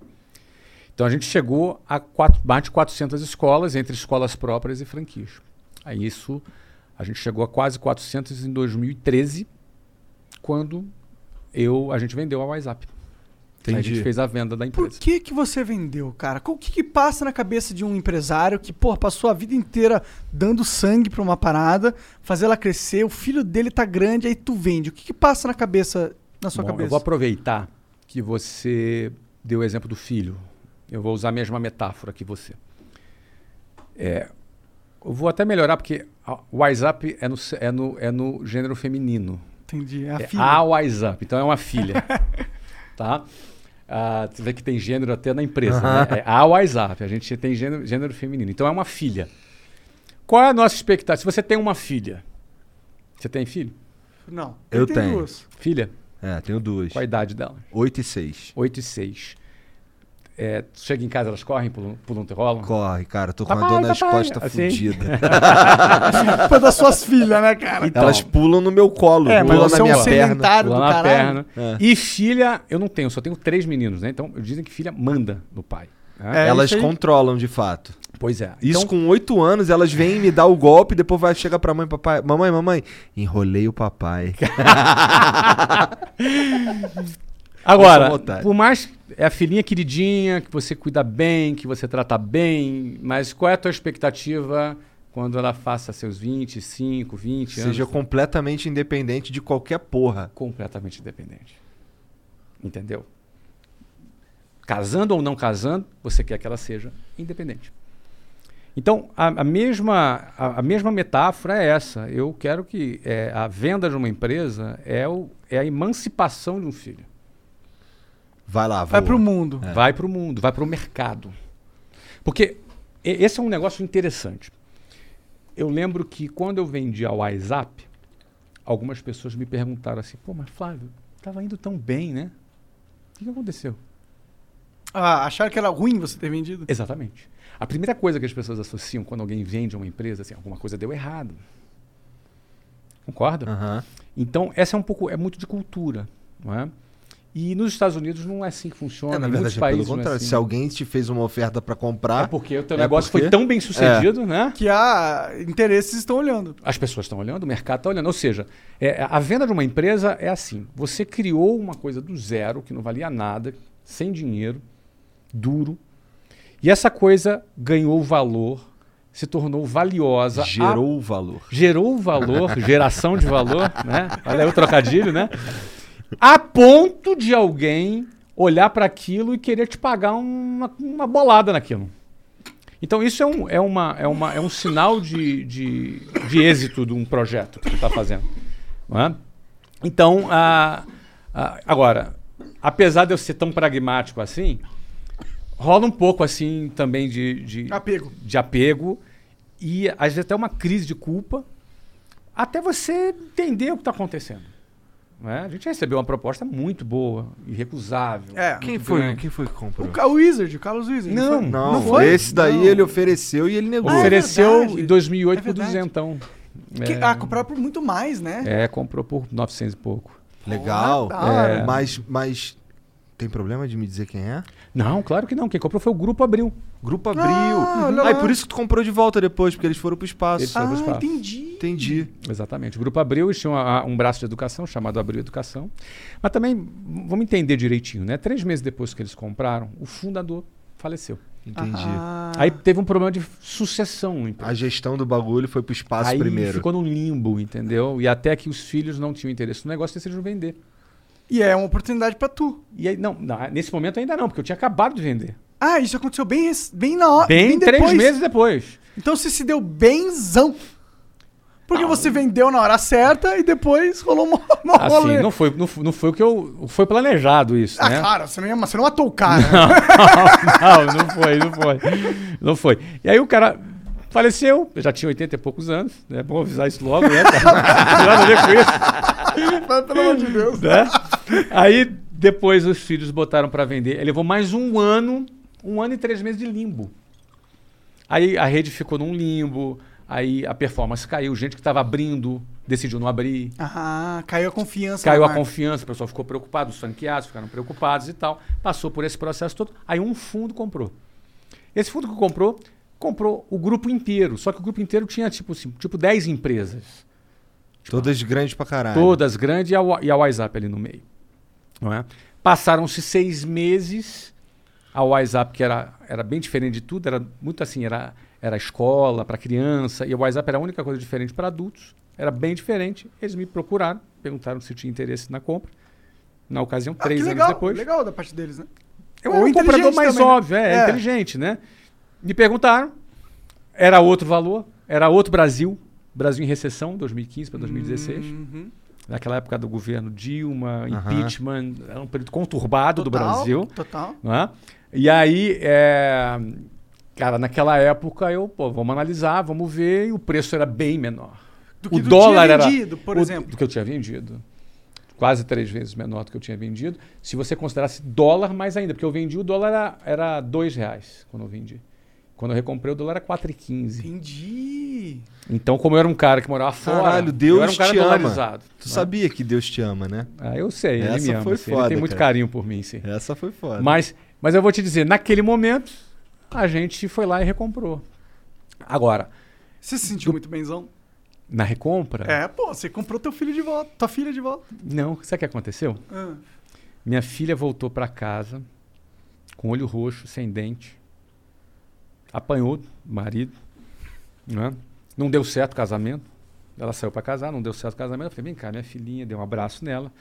[SPEAKER 4] Então a gente chegou a quatro- mais de 400 escolas, entre escolas próprias e franquias. Aí isso, a gente chegou a quase 400 em 2013, quando eu, a gente vendeu a WhatsApp. Aí A gente fez a venda da
[SPEAKER 3] Por
[SPEAKER 4] empresa.
[SPEAKER 3] que que você vendeu, cara? Co- O que que passa na cabeça de um empresário que, pô, passou a vida inteira dando sangue pra uma parada, fazer ela crescer, o filho dele tá grande, aí tu vende. O que que passa na cabeça, na sua
[SPEAKER 4] Bom,
[SPEAKER 3] cabeça?
[SPEAKER 4] Eu vou aproveitar que você deu o exemplo do filho. Eu vou usar a mesma metáfora que você. É, eu vou até melhorar, porque a- o WhatsApp é no, se- é no, é no gênero feminino.
[SPEAKER 3] Entendi, é a
[SPEAKER 4] É
[SPEAKER 3] filha.
[SPEAKER 4] a WhatsApp, então é uma filha. tá? Ah, você vê que tem gênero até na empresa. Né? É a WhatsApp, a gente tem gênero, gênero feminino. Então é uma filha. Qual é a nossa expectativa? Se você tem uma filha, você tem filho?
[SPEAKER 3] Não,
[SPEAKER 2] Eu
[SPEAKER 3] tem
[SPEAKER 2] tenho.
[SPEAKER 3] duas.
[SPEAKER 4] Filha?
[SPEAKER 2] É, tenho duas.
[SPEAKER 4] Qual a idade dela?
[SPEAKER 2] 8 e 6.
[SPEAKER 4] 8 e 6. É, tu chega em casa, elas correm, pulam, pulam te rolam.
[SPEAKER 2] Corre, cara, tô com a
[SPEAKER 4] Papai,
[SPEAKER 2] dor nas
[SPEAKER 4] papai.
[SPEAKER 2] costas
[SPEAKER 4] Assim.
[SPEAKER 2] fodida.
[SPEAKER 3] Foi é das suas filhas, né, cara?
[SPEAKER 2] Elas pulam no meu colo,
[SPEAKER 3] É, mas
[SPEAKER 2] pulam
[SPEAKER 3] você
[SPEAKER 2] na
[SPEAKER 3] é um
[SPEAKER 2] minha perna.
[SPEAKER 3] sedentário
[SPEAKER 4] pulam
[SPEAKER 3] do
[SPEAKER 4] na
[SPEAKER 3] caralho. É.
[SPEAKER 4] perna. E filha, eu não tenho, só tenho três meninos, né? Então, dizem que filha manda no pai. né?
[SPEAKER 3] É,
[SPEAKER 2] Elas
[SPEAKER 3] isso aí.
[SPEAKER 2] controlam de fato.
[SPEAKER 4] Pois é.
[SPEAKER 2] Isso
[SPEAKER 4] Então,
[SPEAKER 2] com oito anos, elas vêm me dar o golpe, depois vai chegar pra mãe, papai, mamãe, mamãe, enrolei o papai. Essa
[SPEAKER 4] agora,
[SPEAKER 2] é uma otária.
[SPEAKER 4] por mais... É a filhinha queridinha, que você cuida bem, que você trata bem, mas qual é a tua expectativa quando ela faça seus 25, 20 anos?
[SPEAKER 2] Seja completamente independente de qualquer porra.
[SPEAKER 4] completamente independente. Entendeu? Casando ou não casando, você quer que ela seja independente. Então, a, a mesma, a, a mesma metáfora é essa. Eu quero que eh, a venda de uma empresa é, o, é a emancipação de um filho.
[SPEAKER 2] Vai lá,
[SPEAKER 3] Vai
[SPEAKER 2] voa.
[SPEAKER 3] pro mundo.
[SPEAKER 4] Vai para o mundo, vai para o mercado. Porque e- esse é um negócio interessante. Eu lembro que quando eu vendi a WhatsApp, algumas pessoas me perguntaram assim: pô, mas Flávio, estava indo tão bem, né? O que que aconteceu?
[SPEAKER 3] Ah, acharam que era ruim você ter vendido?
[SPEAKER 4] Exatamente. A primeira coisa que as pessoas associam quando alguém vende a uma empresa, assim, alguma coisa deu errado. Concorda?
[SPEAKER 2] Aham.
[SPEAKER 4] Então, essa é um pouco, é muito de cultura, não é? E nos Estados Unidos não é assim que funciona.
[SPEAKER 2] É, na
[SPEAKER 4] em muitos
[SPEAKER 2] verdade, é pelo
[SPEAKER 4] países não é
[SPEAKER 2] contrário.
[SPEAKER 4] assim.
[SPEAKER 2] Se alguém te fez uma oferta pra comprar,
[SPEAKER 4] É porque o teu
[SPEAKER 2] É
[SPEAKER 4] negócio
[SPEAKER 2] porque-
[SPEAKER 4] foi tão bem sucedido, né?
[SPEAKER 3] Que há interesses estão olhando.
[SPEAKER 4] As pessoas estão olhando, o mercado está olhando. Ou seja, é, a venda de uma empresa é assim: você criou uma coisa do zero, que não valia nada, sem dinheiro, duro, e essa coisa ganhou valor, se tornou valiosa, a-
[SPEAKER 2] gerou o valor.
[SPEAKER 4] gerou um valor, geração de valor, né? Olha aí o trocadilho, né? A ponto de alguém olhar para aquilo e querer te pagar uma, uma bolada naquilo. Então isso é um, é uma, é uma, é um sinal de, de, de êxito de um projeto que você está fazendo. não é? Então, a- a- agora, apesar de eu ser tão pragmático assim, rola um pouco assim também de- de,
[SPEAKER 3] Apego.
[SPEAKER 4] de apego e às vezes até uma crise de culpa até você entender o que está acontecendo. né? A gente recebeu uma proposta muito boa, irrecusável.
[SPEAKER 3] É.
[SPEAKER 2] Quem
[SPEAKER 4] muito
[SPEAKER 2] foi,
[SPEAKER 4] grande.
[SPEAKER 2] quem foi que comprou?
[SPEAKER 3] O Ca- O Wizard, o Carlos Wizard.
[SPEAKER 4] Não,
[SPEAKER 3] foi?
[SPEAKER 2] Não,
[SPEAKER 3] Não foi?
[SPEAKER 2] esse daí ele ofereceu e ele negou.
[SPEAKER 4] Ofereceu
[SPEAKER 3] verdade.
[SPEAKER 4] em 2008
[SPEAKER 3] É
[SPEAKER 4] por
[SPEAKER 3] verdade.
[SPEAKER 4] duzentão.
[SPEAKER 3] Que,
[SPEAKER 4] é,
[SPEAKER 3] Ah, compraram por muito mais, né?
[SPEAKER 4] é, comprou por 900 e pouco.
[SPEAKER 2] Legal.
[SPEAKER 3] Ah, da
[SPEAKER 2] É.
[SPEAKER 3] hora.
[SPEAKER 2] Mas, mas tem problema de me dizer quem é?
[SPEAKER 4] Não, claro que não. Quem comprou foi o Grupo Abril.
[SPEAKER 2] Grupo Abril.
[SPEAKER 3] Ah, olha
[SPEAKER 2] Ah, e
[SPEAKER 3] lá.
[SPEAKER 2] por isso que tu comprou de volta depois, porque eles foram pro espaço.
[SPEAKER 4] Eles
[SPEAKER 2] Ah,
[SPEAKER 4] foram pro espaço.
[SPEAKER 3] entendi.
[SPEAKER 2] entendi.
[SPEAKER 4] Exatamente. O Grupo Abril eles tinham a- a- um braço de educação chamado Abril Educação. Mas também, v- vamos entender direitinho, né? Três meses depois que eles compraram, o fundador faleceu.
[SPEAKER 2] Entendi.
[SPEAKER 3] Ah,
[SPEAKER 4] Aí teve um problema de sucessão. Então.
[SPEAKER 2] A gestão do bagulho foi pro espaço
[SPEAKER 4] Aí
[SPEAKER 2] primeiro.
[SPEAKER 4] ficou num limbo, entendeu? E até que os filhos não tinham interesse no negócio, decidiram vender.
[SPEAKER 3] E é uma oportunidade pra tu.
[SPEAKER 4] E aí, não, na- nesse momento ainda não, porque eu tinha acabado de vender.
[SPEAKER 3] Ah, isso aconteceu bem, rec- bem na hora.
[SPEAKER 4] Bem, três
[SPEAKER 3] Ah, depois.
[SPEAKER 4] meses depois.
[SPEAKER 3] Então você se deu benzão.
[SPEAKER 4] Ah.
[SPEAKER 3] Porque você vendeu na hora certa e depois rolou uma, uma
[SPEAKER 4] Assim, não foi, não, foi- não foi o que eu. Foi planejado isso,
[SPEAKER 3] Ah,
[SPEAKER 4] né?
[SPEAKER 3] cara, você não, ia- você não matou o cara. né?
[SPEAKER 4] Não, não foi, não foi. Não foi. E aí o cara faleceu, eu já tinha 80 e poucos anos, né? Bom avisar isso logo, né? cara? Tem nada a ver com isso,
[SPEAKER 3] Pelo amor de Deus.
[SPEAKER 4] né? Aí depois os filhos botaram pra vender. Ele levou mais um ano, um ano e três meses de limbo. Aí a rede ficou num limbo, aí a performance caiu, gente que tava abrindo decidiu não abrir.
[SPEAKER 3] Ah, caiu a confiança.
[SPEAKER 4] Caiu
[SPEAKER 3] na
[SPEAKER 4] a
[SPEAKER 3] marca.
[SPEAKER 4] confiança, o pessoal ficou preocupado, os franqueados ficaram preocupados e tal. Passou por esse processo todo. Aí um fundo comprou. Esse fundo que comprou, comprou o grupo inteiro. Só que o grupo inteiro tinha tipo, assim, tipo 10 empresas.
[SPEAKER 2] Todas grandes pra caralho.
[SPEAKER 4] Todas grandes e a, Wa- e a WhatsApp ali no meio. Não é? Passaram-se seis meses. A WhatsApp, que era, era bem diferente de tudo, era muito assim, era, era escola para criança, e a WhatsApp era a única coisa diferente para adultos. Era bem diferente. Eles me procuraram, perguntaram se eu tinha interesse na compra. Na ocasião,
[SPEAKER 3] Ah,
[SPEAKER 4] três
[SPEAKER 3] que
[SPEAKER 4] anos
[SPEAKER 3] legal,
[SPEAKER 4] depois.
[SPEAKER 3] legal da parte deles, né?
[SPEAKER 4] Eu
[SPEAKER 3] Ou
[SPEAKER 4] era um
[SPEAKER 3] inteligente
[SPEAKER 4] comprador mais
[SPEAKER 3] também, né?
[SPEAKER 4] óbvio, é,
[SPEAKER 3] É.
[SPEAKER 4] inteligente, né? Me perguntaram, era outro valor, era outro Brasil, Brasil em recessão, 2015 para 2016.
[SPEAKER 3] Uhum.
[SPEAKER 4] Naquela época do governo Dilma, impeachment, era um período conturbado do
[SPEAKER 3] Total,
[SPEAKER 4] Brasil.
[SPEAKER 3] Total.
[SPEAKER 4] né? E aí, é, cara, naquela época eu, pô, vamos analisar, vamos ver, e o preço era bem menor.
[SPEAKER 3] Do
[SPEAKER 4] o
[SPEAKER 3] tu
[SPEAKER 4] dólar
[SPEAKER 3] tinha
[SPEAKER 4] era
[SPEAKER 3] vendido, por
[SPEAKER 4] o-
[SPEAKER 3] exemplo.
[SPEAKER 4] do que eu tinha vendido. Quase três vezes menor do que eu tinha vendido. Se você considerasse dólar mais ainda, porque eu vendi o dólar era, era dois reais quando eu vendi. Quando eu recomprei o dólar era 4,15.
[SPEAKER 3] Entendi.
[SPEAKER 4] Então, como eu era um cara que morava fora,
[SPEAKER 2] Caralho, Deus
[SPEAKER 4] eu era um cara
[SPEAKER 2] te ama.
[SPEAKER 4] dolarizado.
[SPEAKER 2] Tu sabia que Deus te ama, né?
[SPEAKER 4] Ah, eu sei, ele
[SPEAKER 2] Essa
[SPEAKER 4] me ama.
[SPEAKER 2] foi
[SPEAKER 4] assim,
[SPEAKER 2] foda,
[SPEAKER 4] ele tem muito
[SPEAKER 2] cara.
[SPEAKER 4] carinho por mim, sim.
[SPEAKER 2] Essa foi foda.
[SPEAKER 4] Mas, mas eu vou te dizer, naquele momento, a gente foi lá e recomprou. Agora,
[SPEAKER 3] Você se sentiu muito benzão?
[SPEAKER 4] na recompra,
[SPEAKER 3] É, pô, você comprou teu filho de volta, tua filha de volta.
[SPEAKER 4] não, sabe o que aconteceu?
[SPEAKER 3] Ah.
[SPEAKER 4] Minha filha voltou pra casa com olho roxo, sem dente. Apanhou do marido. Né? Não deu certo o casamento. Ela saiu pra casar, não deu certo o casamento. Eu falei, vem cá, minha filhinha, dei um abraço nela.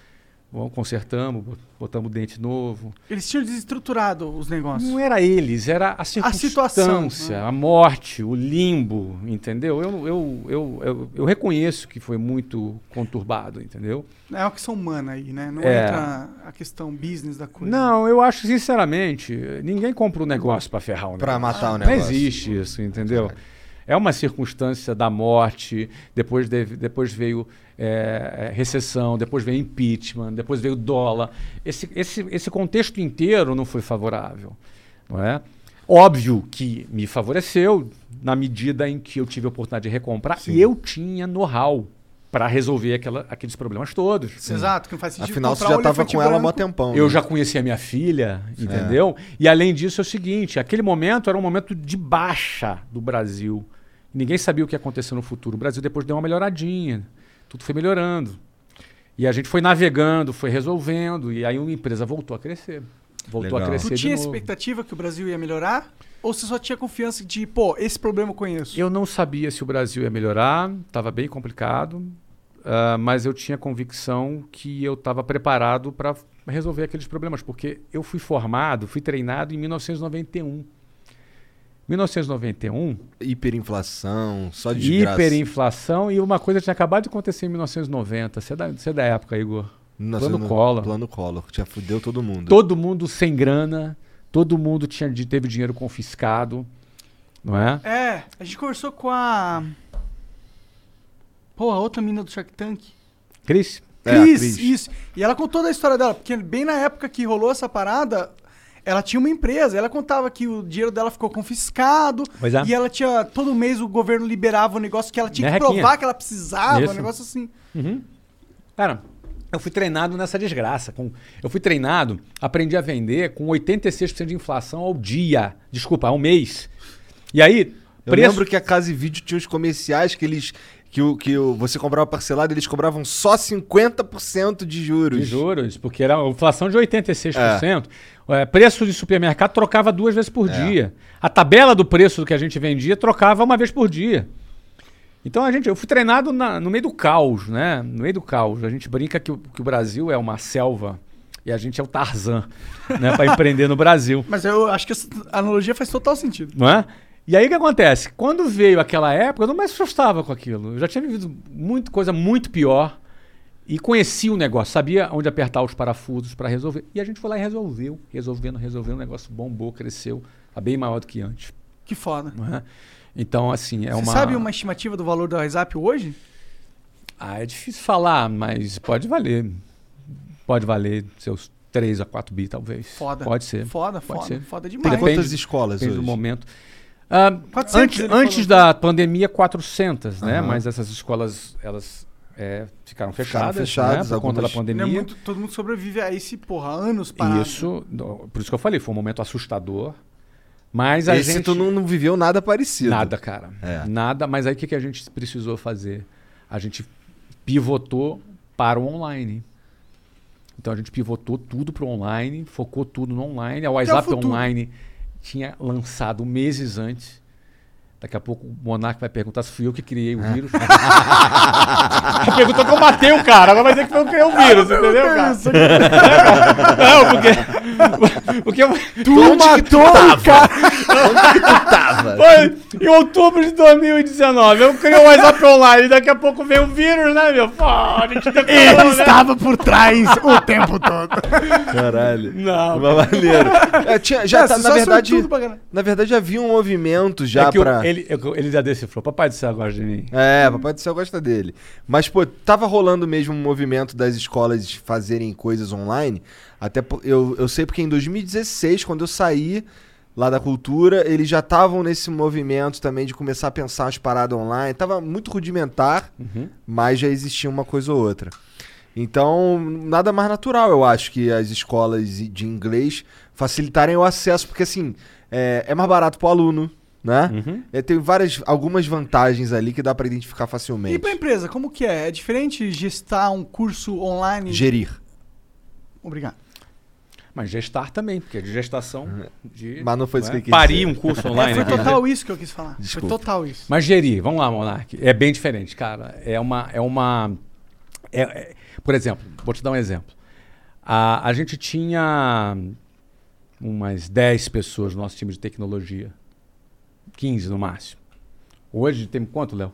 [SPEAKER 4] Bom, consertamos, bot- botamos dente novo.
[SPEAKER 3] Eles tinham desestruturado os negócios.
[SPEAKER 4] Não é- era eles, era a
[SPEAKER 3] situação,
[SPEAKER 4] circunstância,
[SPEAKER 3] né?
[SPEAKER 4] a, morte, o limbo, entendeu? Eu, eu, eu, eu, eu reconheço que foi muito conturbado, entendeu?
[SPEAKER 3] É uma questão humana aí, né? Não
[SPEAKER 4] É.
[SPEAKER 3] entra a questão business da coisa.
[SPEAKER 4] Não, eu acho, sinceramente, ninguém compra um negócio pra ferrar um negócio.
[SPEAKER 2] Pra matar o
[SPEAKER 4] Não
[SPEAKER 2] negócio.
[SPEAKER 4] existe isso, entendeu? É uma circunstância da morte, depois, deve- depois veio é, é, recessão, depois veio impeachment, depois veio dólar. Esse, esse, esse contexto inteiro não foi favorável. Não é? Óbvio que me favoreceu na medida em que eu tive a oportunidade de recomprar e eu tinha know-how para resolver aquela- aqueles problemas todos.
[SPEAKER 3] Exato, que não faz sentido.
[SPEAKER 2] Afinal, você
[SPEAKER 3] comprar
[SPEAKER 2] já
[SPEAKER 3] um
[SPEAKER 2] tava
[SPEAKER 3] elefante
[SPEAKER 2] com ela há mó
[SPEAKER 3] branco.
[SPEAKER 2] tempão.
[SPEAKER 4] Eu
[SPEAKER 2] né? É.
[SPEAKER 4] já conhecia minha filha, entendeu? E além disso é o seguinte, aquele momento era um momento de baixa do Brasil. Ninguém sabia o que ia acontecer no futuro. O Brasil depois deu uma melhoradinha. Tudo foi melhorando. E a gente foi navegando, foi resolvendo e aí uma empresa voltou a crescer. Voltou
[SPEAKER 2] Legal.
[SPEAKER 4] a crescer
[SPEAKER 3] Tu
[SPEAKER 4] de
[SPEAKER 3] tinha
[SPEAKER 4] novo.
[SPEAKER 3] expectativa que o Brasil ia melhorar? Ou você só tinha confiança de, pô, esse problema eu conheço?
[SPEAKER 4] Eu não sabia se o Brasil ia melhorar, estava bem complicado, ah, mas eu tinha convicção que eu estava preparado para resolver aqueles problemas, porque eu fui formado, fui treinado em 1991. 1991,
[SPEAKER 2] Hiperinflação, só desgraça.
[SPEAKER 4] hiperinflação e uma coisa tinha acabado de acontecer em 1990. Você é da, você é da época, Igor?
[SPEAKER 2] Nossa,
[SPEAKER 4] Plano
[SPEAKER 2] não-
[SPEAKER 4] Collor.
[SPEAKER 2] Plano Collor, que já fudeu todo mundo.
[SPEAKER 4] Todo mundo sem grana, todo mundo tinha, de- teve dinheiro confiscado, não é?
[SPEAKER 3] É, a gente conversou com a. Pô, a outra menina do Shark Tank.
[SPEAKER 4] Cris?
[SPEAKER 2] É, a
[SPEAKER 3] Cris,
[SPEAKER 2] Cris.
[SPEAKER 3] isso. E ela contou da história dela, porque bem na época que rolou essa parada, ela tinha uma empresa. Ela contava que o dinheiro dela ficou confiscado.
[SPEAKER 4] Pois é.
[SPEAKER 3] E ela tinha. Todo mês o governo liberava o negócio que ela um tinha
[SPEAKER 4] Minha
[SPEAKER 3] que provar
[SPEAKER 4] requinha.
[SPEAKER 3] que ela precisava,
[SPEAKER 4] Isso.
[SPEAKER 3] um negócio assim.
[SPEAKER 4] Cara, Eu fui treinado nessa desgraça. com- eu fui treinado, aprendi a vender com 86% de inflação ao dia. Desculpa, ao mês. E aí,
[SPEAKER 2] Eu lembro que a Casa e Vídeo tinha os comerciais que eles. Que, o, que o, você comprava parcelado, eles cobravam só 50% de juros.
[SPEAKER 4] de juros, porque era uma inflação de 86%. É, preço de supermercado trocava duas vezes por
[SPEAKER 2] É.
[SPEAKER 4] dia. A tabela do preço do que a gente vendia trocava uma vez por dia. Então a gente, eu fui treinado na- no meio do caos, né? No meio do caos. A gente brinca que o, que o Brasil é uma selva e a gente é o Tarzan, né? Para empreender no Brasil.
[SPEAKER 3] Mas eu acho que essa analogia faz total sentido.
[SPEAKER 4] não é? E aí o que acontece? Quando veio aquela época, eu não me assustava com aquilo. Eu já tinha vivido muito, coisa muito pior e conhecia o negócio, sabia onde apertar os parafusos para resolver. E a gente foi lá e resolveu, resolvendo, resolvendo, o negócio bombou, cresceu, tá bem maior do que antes.
[SPEAKER 3] Que foda.
[SPEAKER 4] não é? Então, assim, é
[SPEAKER 3] Você
[SPEAKER 4] uma...
[SPEAKER 3] sabe uma estimativa do valor do WhatsApp hoje?
[SPEAKER 4] Ah, é difícil falar, mas pode valer. Pode valer seus 3 a 4 bi, talvez.
[SPEAKER 3] Foda.
[SPEAKER 4] Pode ser.
[SPEAKER 3] Foda,
[SPEAKER 4] Pode
[SPEAKER 3] foda,
[SPEAKER 4] ser.
[SPEAKER 3] foda
[SPEAKER 2] Tem
[SPEAKER 3] demais.
[SPEAKER 4] Depende-
[SPEAKER 2] quantas escolas
[SPEAKER 4] Depende
[SPEAKER 2] hoje?
[SPEAKER 4] do momento. Ah,
[SPEAKER 3] 400
[SPEAKER 4] antes
[SPEAKER 3] ele
[SPEAKER 4] antes
[SPEAKER 3] falou.
[SPEAKER 4] da pandemia, 400, né?
[SPEAKER 2] Aham.
[SPEAKER 4] Mas essas escolas, elas é, ficaram fechadas,
[SPEAKER 2] fechadas,
[SPEAKER 4] né? por conta da
[SPEAKER 2] algumas-
[SPEAKER 4] pandemia.
[SPEAKER 3] Não é muito- todo mundo sobrevive a esse, porra, anos parado.
[SPEAKER 4] Isso, no- por isso que eu falei, foi um momento assustador. Mas a
[SPEAKER 2] Esse
[SPEAKER 4] gente...
[SPEAKER 2] tu não, não viveu nada parecido.
[SPEAKER 4] Nada, cara.
[SPEAKER 2] É.
[SPEAKER 4] Nada. Mas aí o que, que a gente precisou fazer? A gente pivotou para o online. Então a gente pivotou tudo para o online, focou tudo no
[SPEAKER 2] é
[SPEAKER 4] online. A WhatsApp
[SPEAKER 3] futuro.
[SPEAKER 4] Online tinha lançado meses antes. Daqui a pouco o Monark vai perguntar se fui eu que criei o vírus. Ele perguntou que eu matei o cara, agora vai dizer que foi eu que criei o vírus, entendeu, cara? Não, porque. Porque eu- tá,
[SPEAKER 2] Tu matou o cara! Onde que tu tava?
[SPEAKER 4] foi em outubro de 2019. Eu criei o WhatsApp Online. Daqui a pouco vem o vírus, né, meu? Pô, a gente tem que falar, né?
[SPEAKER 3] por trás o tempo todo.
[SPEAKER 2] Caralho.
[SPEAKER 4] Não.
[SPEAKER 2] Mas maneiro. É, tinha, já, tá-
[SPEAKER 3] É, só
[SPEAKER 2] na
[SPEAKER 3] saiu
[SPEAKER 2] verdade,
[SPEAKER 3] tudo pra caralho.
[SPEAKER 2] na verdade havia um movimento já
[SPEAKER 4] É que o-
[SPEAKER 2] pra...
[SPEAKER 4] ele, eu- ele já decifrou. Papai do céu gosta de mim.
[SPEAKER 2] É, Papai do Céu gosta dele. Mas, pô, tava rolando mesmo um movimento das escolas fazerem coisas online. Até po- eu, eu sei porque em 2016, quando eu saí lá da cultura, eles já estavam nesse movimento também de começar a pensar as paradas online. Tava muito rudimentar, mas já existia uma coisa ou outra. Então, nada mais natural, eu acho, que as escolas de inglês facilitarem o acesso, porque assim, é, é mais barato pro aluno, né? É, tem várias, algumas vantagens ali que dá pra identificar facilmente.
[SPEAKER 3] Uhum. E pra empresa, como que é? É diferente gestar um curso online?
[SPEAKER 2] Gerir.
[SPEAKER 3] Obrigado.
[SPEAKER 4] Mas gestar também, porque é de gestação. De,
[SPEAKER 2] Mas não foi isso
[SPEAKER 4] né?
[SPEAKER 2] que eu quis
[SPEAKER 4] Parir
[SPEAKER 2] dizer.
[SPEAKER 4] um curso
[SPEAKER 3] É,
[SPEAKER 4] online.
[SPEAKER 3] foi
[SPEAKER 4] né?
[SPEAKER 3] total isso que eu quis falar.
[SPEAKER 2] Desculpa.
[SPEAKER 3] Foi total isso.
[SPEAKER 4] Mas gerir, vamos lá, Monark. É bem diferente, cara. É uma. É uma é- é- por exemplo, vou te dar um exemplo. A, a gente tinha umas 10 pessoas no nosso time de tecnologia. 15 no máximo. Hoje tem quanto, Léo?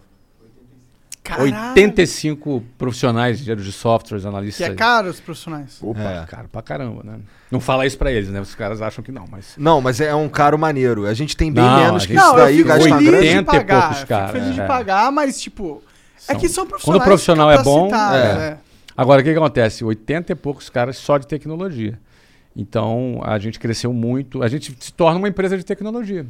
[SPEAKER 3] Caralho,
[SPEAKER 4] 85 profissionais, engenheiros de softwares,
[SPEAKER 3] Que
[SPEAKER 4] analistas.
[SPEAKER 3] é caro os profissionais.
[SPEAKER 4] Opa,
[SPEAKER 2] É.
[SPEAKER 4] caro pra caramba, né? Não fala isso pra eles, né? Os caras acham que não, mas.
[SPEAKER 2] Não, mas é um caro maneiro. A gente tem bem
[SPEAKER 4] Não, a
[SPEAKER 2] menos que
[SPEAKER 4] gente-
[SPEAKER 2] isso
[SPEAKER 3] tá
[SPEAKER 4] Não,
[SPEAKER 2] daí,
[SPEAKER 4] fico
[SPEAKER 2] gasta
[SPEAKER 4] feliz.
[SPEAKER 2] grande.
[SPEAKER 4] 80 e
[SPEAKER 3] pagar.
[SPEAKER 4] poucos, cara,
[SPEAKER 3] Fico feliz
[SPEAKER 4] é.
[SPEAKER 3] de pagar, mas tipo... É que são
[SPEAKER 4] Quando o
[SPEAKER 3] profissionais
[SPEAKER 4] profissional é bom,
[SPEAKER 3] capacitados,
[SPEAKER 2] é.
[SPEAKER 3] né?
[SPEAKER 4] Agora, o que, que acontece? 80 e poucos caras só de tecnologia. Então, a gente cresceu muito. A gente se torna uma empresa de tecnologia,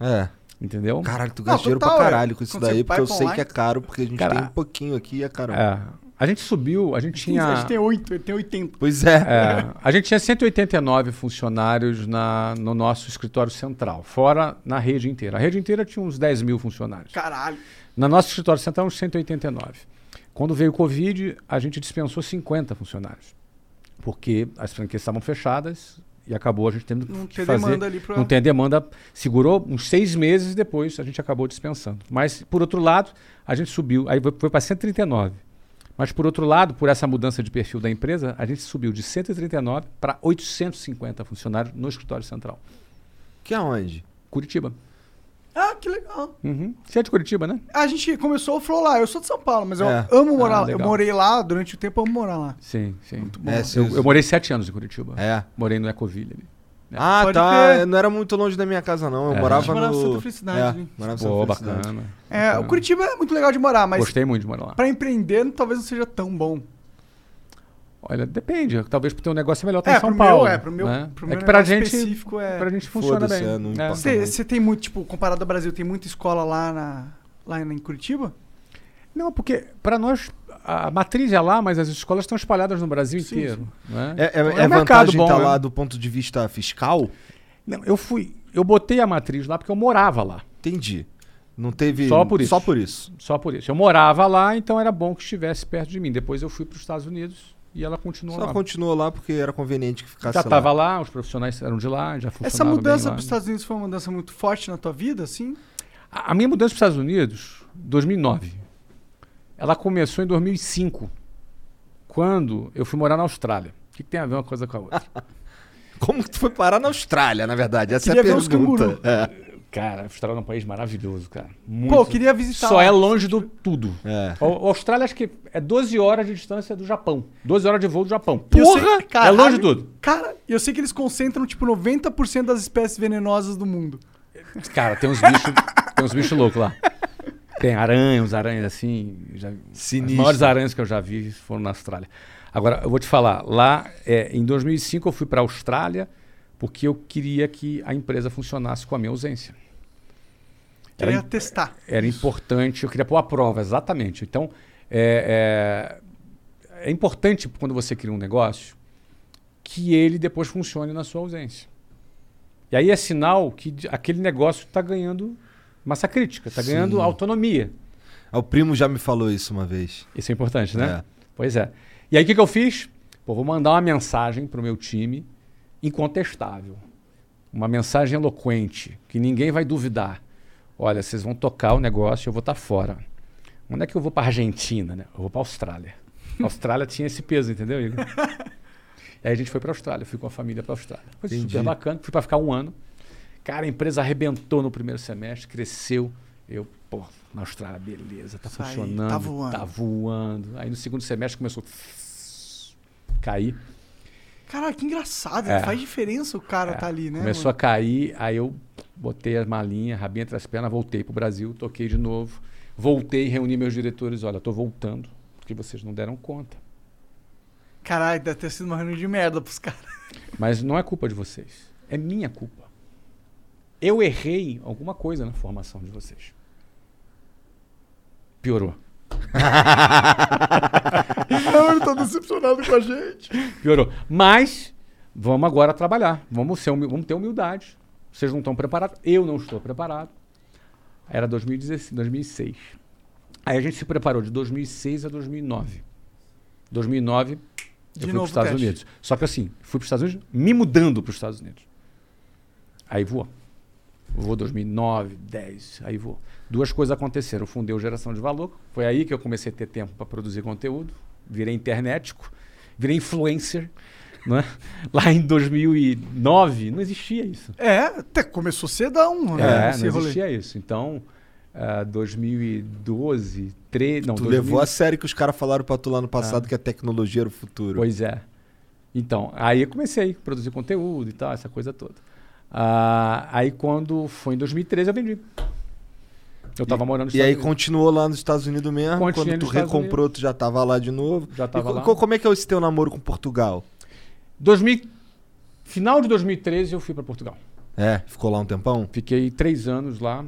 [SPEAKER 2] É.
[SPEAKER 4] entendeu?
[SPEAKER 2] Caralho, tu
[SPEAKER 3] Não,
[SPEAKER 2] gasta dinheiro pra
[SPEAKER 3] total, é.
[SPEAKER 2] caralho com isso
[SPEAKER 3] Quando você
[SPEAKER 2] daí,
[SPEAKER 3] vai
[SPEAKER 2] porque eu
[SPEAKER 3] pra
[SPEAKER 2] sei
[SPEAKER 3] online-
[SPEAKER 2] que é caro, porque a gente
[SPEAKER 4] Cara-
[SPEAKER 2] tem um pouquinho aqui e é caro.
[SPEAKER 4] É. A gente subiu, a gente tinha...
[SPEAKER 3] A gente tem um 8, tem 80.
[SPEAKER 2] Pois é.
[SPEAKER 4] É, a gente tinha 189 funcionários na, no nosso escritório central, fora na rede inteira. A rede inteira tinha uns 10 mil funcionários.
[SPEAKER 3] Caralho.
[SPEAKER 4] Na nosso escritório central, uns 189. Quando veio o Covid, a gente dispensou 50 funcionários. Porque as franquias estavam fechadas e acabou a gente tendo
[SPEAKER 3] Não
[SPEAKER 4] que
[SPEAKER 3] tem
[SPEAKER 4] fazer...
[SPEAKER 3] demanda ali pra-
[SPEAKER 4] Não tem demanda. Segurou uns seis meses depois, a gente acabou dispensando. Mas, por outro lado, a gente subiu. Aí foi, foi para 139. Mas, por outro lado, por essa mudança de perfil da empresa, a gente subiu de 139 para 850 funcionários no escritório central.
[SPEAKER 2] Que é onde?
[SPEAKER 4] Curitiba.
[SPEAKER 3] Ah, que legal.
[SPEAKER 4] Uhum. Você é de Curitiba, né?
[SPEAKER 3] A gente começou o Flow lá. Eu sou de São Paulo, mas eu
[SPEAKER 2] É.
[SPEAKER 3] amo morar
[SPEAKER 4] Ah,
[SPEAKER 3] lá. Eu
[SPEAKER 4] legal.
[SPEAKER 3] morei lá durante o tempo, eu amo morar lá.
[SPEAKER 4] Sim, sim. Muito
[SPEAKER 2] bom. É,
[SPEAKER 4] eu,
[SPEAKER 2] sim.
[SPEAKER 4] eu morei sete anos em Curitiba.
[SPEAKER 2] É.
[SPEAKER 4] Morei no Ecoville ali.
[SPEAKER 2] Ah,
[SPEAKER 3] Pode
[SPEAKER 2] tá.
[SPEAKER 3] crer.
[SPEAKER 2] Não era muito longe da minha casa, não. Eu
[SPEAKER 4] É.
[SPEAKER 2] morava
[SPEAKER 3] A gente morava
[SPEAKER 2] no...
[SPEAKER 3] em Santa Felicidade,
[SPEAKER 2] É,
[SPEAKER 3] né?
[SPEAKER 2] morava em Santa
[SPEAKER 4] Pô,
[SPEAKER 2] Felicidade.
[SPEAKER 4] bacana.
[SPEAKER 3] É, o Curitiba é muito legal de morar, mas
[SPEAKER 4] Gostei muito de morar lá.
[SPEAKER 3] pra empreender talvez não seja tão bom.
[SPEAKER 4] Olha, depende. Talvez pro teu negócio é melhor estar
[SPEAKER 3] É,
[SPEAKER 4] em São
[SPEAKER 3] pro meu,
[SPEAKER 4] Paulo.
[SPEAKER 3] é, pro meu-
[SPEAKER 4] né?
[SPEAKER 3] pro meu
[SPEAKER 4] é que pra
[SPEAKER 3] negócio
[SPEAKER 4] gente,
[SPEAKER 3] específico é-
[SPEAKER 4] pra gente funciona
[SPEAKER 2] Foda-se,
[SPEAKER 4] bem.
[SPEAKER 2] é, não
[SPEAKER 4] É.
[SPEAKER 2] importa.
[SPEAKER 3] Você você tem muito, tipo, comparado ao Brasil, tem muita escola lá, na, lá em Curitiba?
[SPEAKER 4] Não, porque pra nós, a, a matriz é lá, mas as escolas estão espalhadas no Brasil inteiro. né?
[SPEAKER 2] É, é,
[SPEAKER 4] Então,
[SPEAKER 2] é
[SPEAKER 4] um mercado
[SPEAKER 2] vantagem
[SPEAKER 4] bom,
[SPEAKER 2] tá
[SPEAKER 4] né?
[SPEAKER 2] lá do ponto de vista fiscal?
[SPEAKER 4] Não, eu fui. Eu botei a matriz lá porque eu morava lá.
[SPEAKER 2] Entendi. Não teve.
[SPEAKER 4] Só por isso.
[SPEAKER 2] Só por isso.
[SPEAKER 4] Só por isso. Eu morava lá, então era bom que estivesse perto de mim. Depois eu fui para os Estados Unidos e ela continuou
[SPEAKER 2] Só
[SPEAKER 4] lá.
[SPEAKER 2] continuou lá porque era conveniente que ficasse
[SPEAKER 4] já
[SPEAKER 2] lá.
[SPEAKER 4] estava lá, os profissionais eram de lá, já funcionava
[SPEAKER 3] Essa
[SPEAKER 4] bem
[SPEAKER 3] mudança
[SPEAKER 4] lá.
[SPEAKER 3] para os Estados Unidos foi uma mudança muito forte na tua vida, assim?
[SPEAKER 4] A a minha mudança para os Estados Unidos, 2009. Ela começou em 2005, quando eu fui morar na Austrália. O que, que tem a ver uma coisa com a outra?
[SPEAKER 2] Como que tu foi parar na Austrália, na verdade? Essa é a
[SPEAKER 3] Queria ver uns
[SPEAKER 2] pergunta.
[SPEAKER 3] canguru.
[SPEAKER 2] É.
[SPEAKER 4] cara, a Austrália é um país maravilhoso, cara.
[SPEAKER 3] Pô, eu queria visitar.
[SPEAKER 4] Só
[SPEAKER 3] lá.
[SPEAKER 4] é longe do tudo.
[SPEAKER 2] É.
[SPEAKER 4] A a Austrália acho que é 12 horas de distância do Japão. 12 horas de voo do Japão.
[SPEAKER 3] E eu sei-
[SPEAKER 4] Porra! é
[SPEAKER 3] caralho,
[SPEAKER 4] longe de tudo.
[SPEAKER 3] Cara, eu sei que eles concentram, tipo, 90% das espécies venenosas do mundo.
[SPEAKER 4] Cara, tem uns bichos, tem uns bichos loucos lá. Tem aranha, uns aranhas assim. Já,
[SPEAKER 2] Sinistro.
[SPEAKER 4] As maiores aranhas que eu já vi foram na Austrália. Agora, eu vou te falar, lá é, em 2005 eu fui para a Austrália porque eu queria que a empresa funcionasse com a minha ausência.
[SPEAKER 3] Queria
[SPEAKER 4] Era-
[SPEAKER 3] testar.
[SPEAKER 4] Era importante, eu queria pôr à prova, exatamente. Então, é, é- é importante quando você cria um negócio que ele depois funcione na sua ausência. E aí é sinal que de- aquele negócio está ganhando massa crítica, está ganhando autonomia.
[SPEAKER 2] Ah, O primo já me falou isso uma vez.
[SPEAKER 4] Isso é importante, né?
[SPEAKER 2] É.
[SPEAKER 4] Pois é. E aí o que, que eu fiz? Pô, vou mandar uma mensagem para o meu time incontestável. Uma mensagem eloquente, que ninguém vai duvidar. Olha, vocês vão tocar o negócio, eu vou estar fora. Onde é que eu vou para Argentina, né? Eu vou para Austrália. A Austrália tinha esse peso, entendeu, Igor? E aí a gente foi para Austrália, fui com a família para Austrália. Foi super bacana, fui para ficar um ano. Cara, a empresa arrebentou no primeiro semestre, cresceu. Eu, pô, na Austrália, beleza, tá
[SPEAKER 3] Isso aí,
[SPEAKER 4] funcionando.
[SPEAKER 3] tá voando.
[SPEAKER 4] Tá voando. Aí no segundo semestre começou a cair.
[SPEAKER 3] Cara, que engraçado.
[SPEAKER 4] É.
[SPEAKER 3] Faz diferença o cara tá ali, né?
[SPEAKER 4] Começou a cair, aí eu botei as malinhas, rabinha entre as pernas, voltei pro Brasil, toquei de novo. Voltei, reuni meus diretores. Olha, eu tô voltando, porque vocês não deram conta.
[SPEAKER 3] a... Caralho, deve ter sido uma reunião de merda pros caras.
[SPEAKER 4] Mas não é culpa de vocês. É minha culpa. Eu errei alguma coisa na formação de vocês. Piorou.
[SPEAKER 3] Ele tá decepcionado com a gente.
[SPEAKER 4] Piorou. Mas vamos agora trabalhar. Vamos, ser humi- vamos ter humildade. Vocês não estão preparados. Eu não estou preparado. Era 2016, 2006. Aí a gente se preparou de 2006 a 2009. 2009, eu fui para
[SPEAKER 3] novo
[SPEAKER 4] os Estados
[SPEAKER 3] teste.
[SPEAKER 4] Unidos. Só que assim, fui para os Estados Unidos me mudando para os Estados Unidos. Aí voou. Voou 2009, 10, aí voou. Duas coisas aconteceram. Eu fundei o Geração de Valor. Foi aí que eu comecei a ter tempo para produzir conteúdo. Virei internetico. Virei influencer. né? Lá em 2009, não existia isso.
[SPEAKER 3] É, até começou cedão, né?
[SPEAKER 4] É,
[SPEAKER 3] esse
[SPEAKER 4] não
[SPEAKER 3] rolê.
[SPEAKER 4] existia isso. Então, ah, 2012, 13, não,
[SPEAKER 2] tu
[SPEAKER 4] 2000
[SPEAKER 2] levou a sério que os caras falaram pra tu lá no passado que a tecnologia era o futuro.
[SPEAKER 4] Pois é. Então, aí eu comecei a produzir conteúdo e tal, essa coisa toda. Ah, aí quando foi em 2013 eu vendi. Eu tava morando nos
[SPEAKER 2] E aí
[SPEAKER 4] Estados Unidos.
[SPEAKER 2] continuou lá nos Estados Unidos mesmo.
[SPEAKER 4] é, Continuei
[SPEAKER 2] Quando tu
[SPEAKER 4] nos Estados
[SPEAKER 2] recomprou, tu já tava lá de novo.
[SPEAKER 4] Já
[SPEAKER 2] E
[SPEAKER 4] tava
[SPEAKER 2] co-
[SPEAKER 4] lá.
[SPEAKER 2] co- Como é que é esse teu namoro com Portugal?
[SPEAKER 4] 2000 Final de 2013 eu fui para Portugal.
[SPEAKER 2] É, ficou lá um tempão?
[SPEAKER 4] Fiquei três anos lá.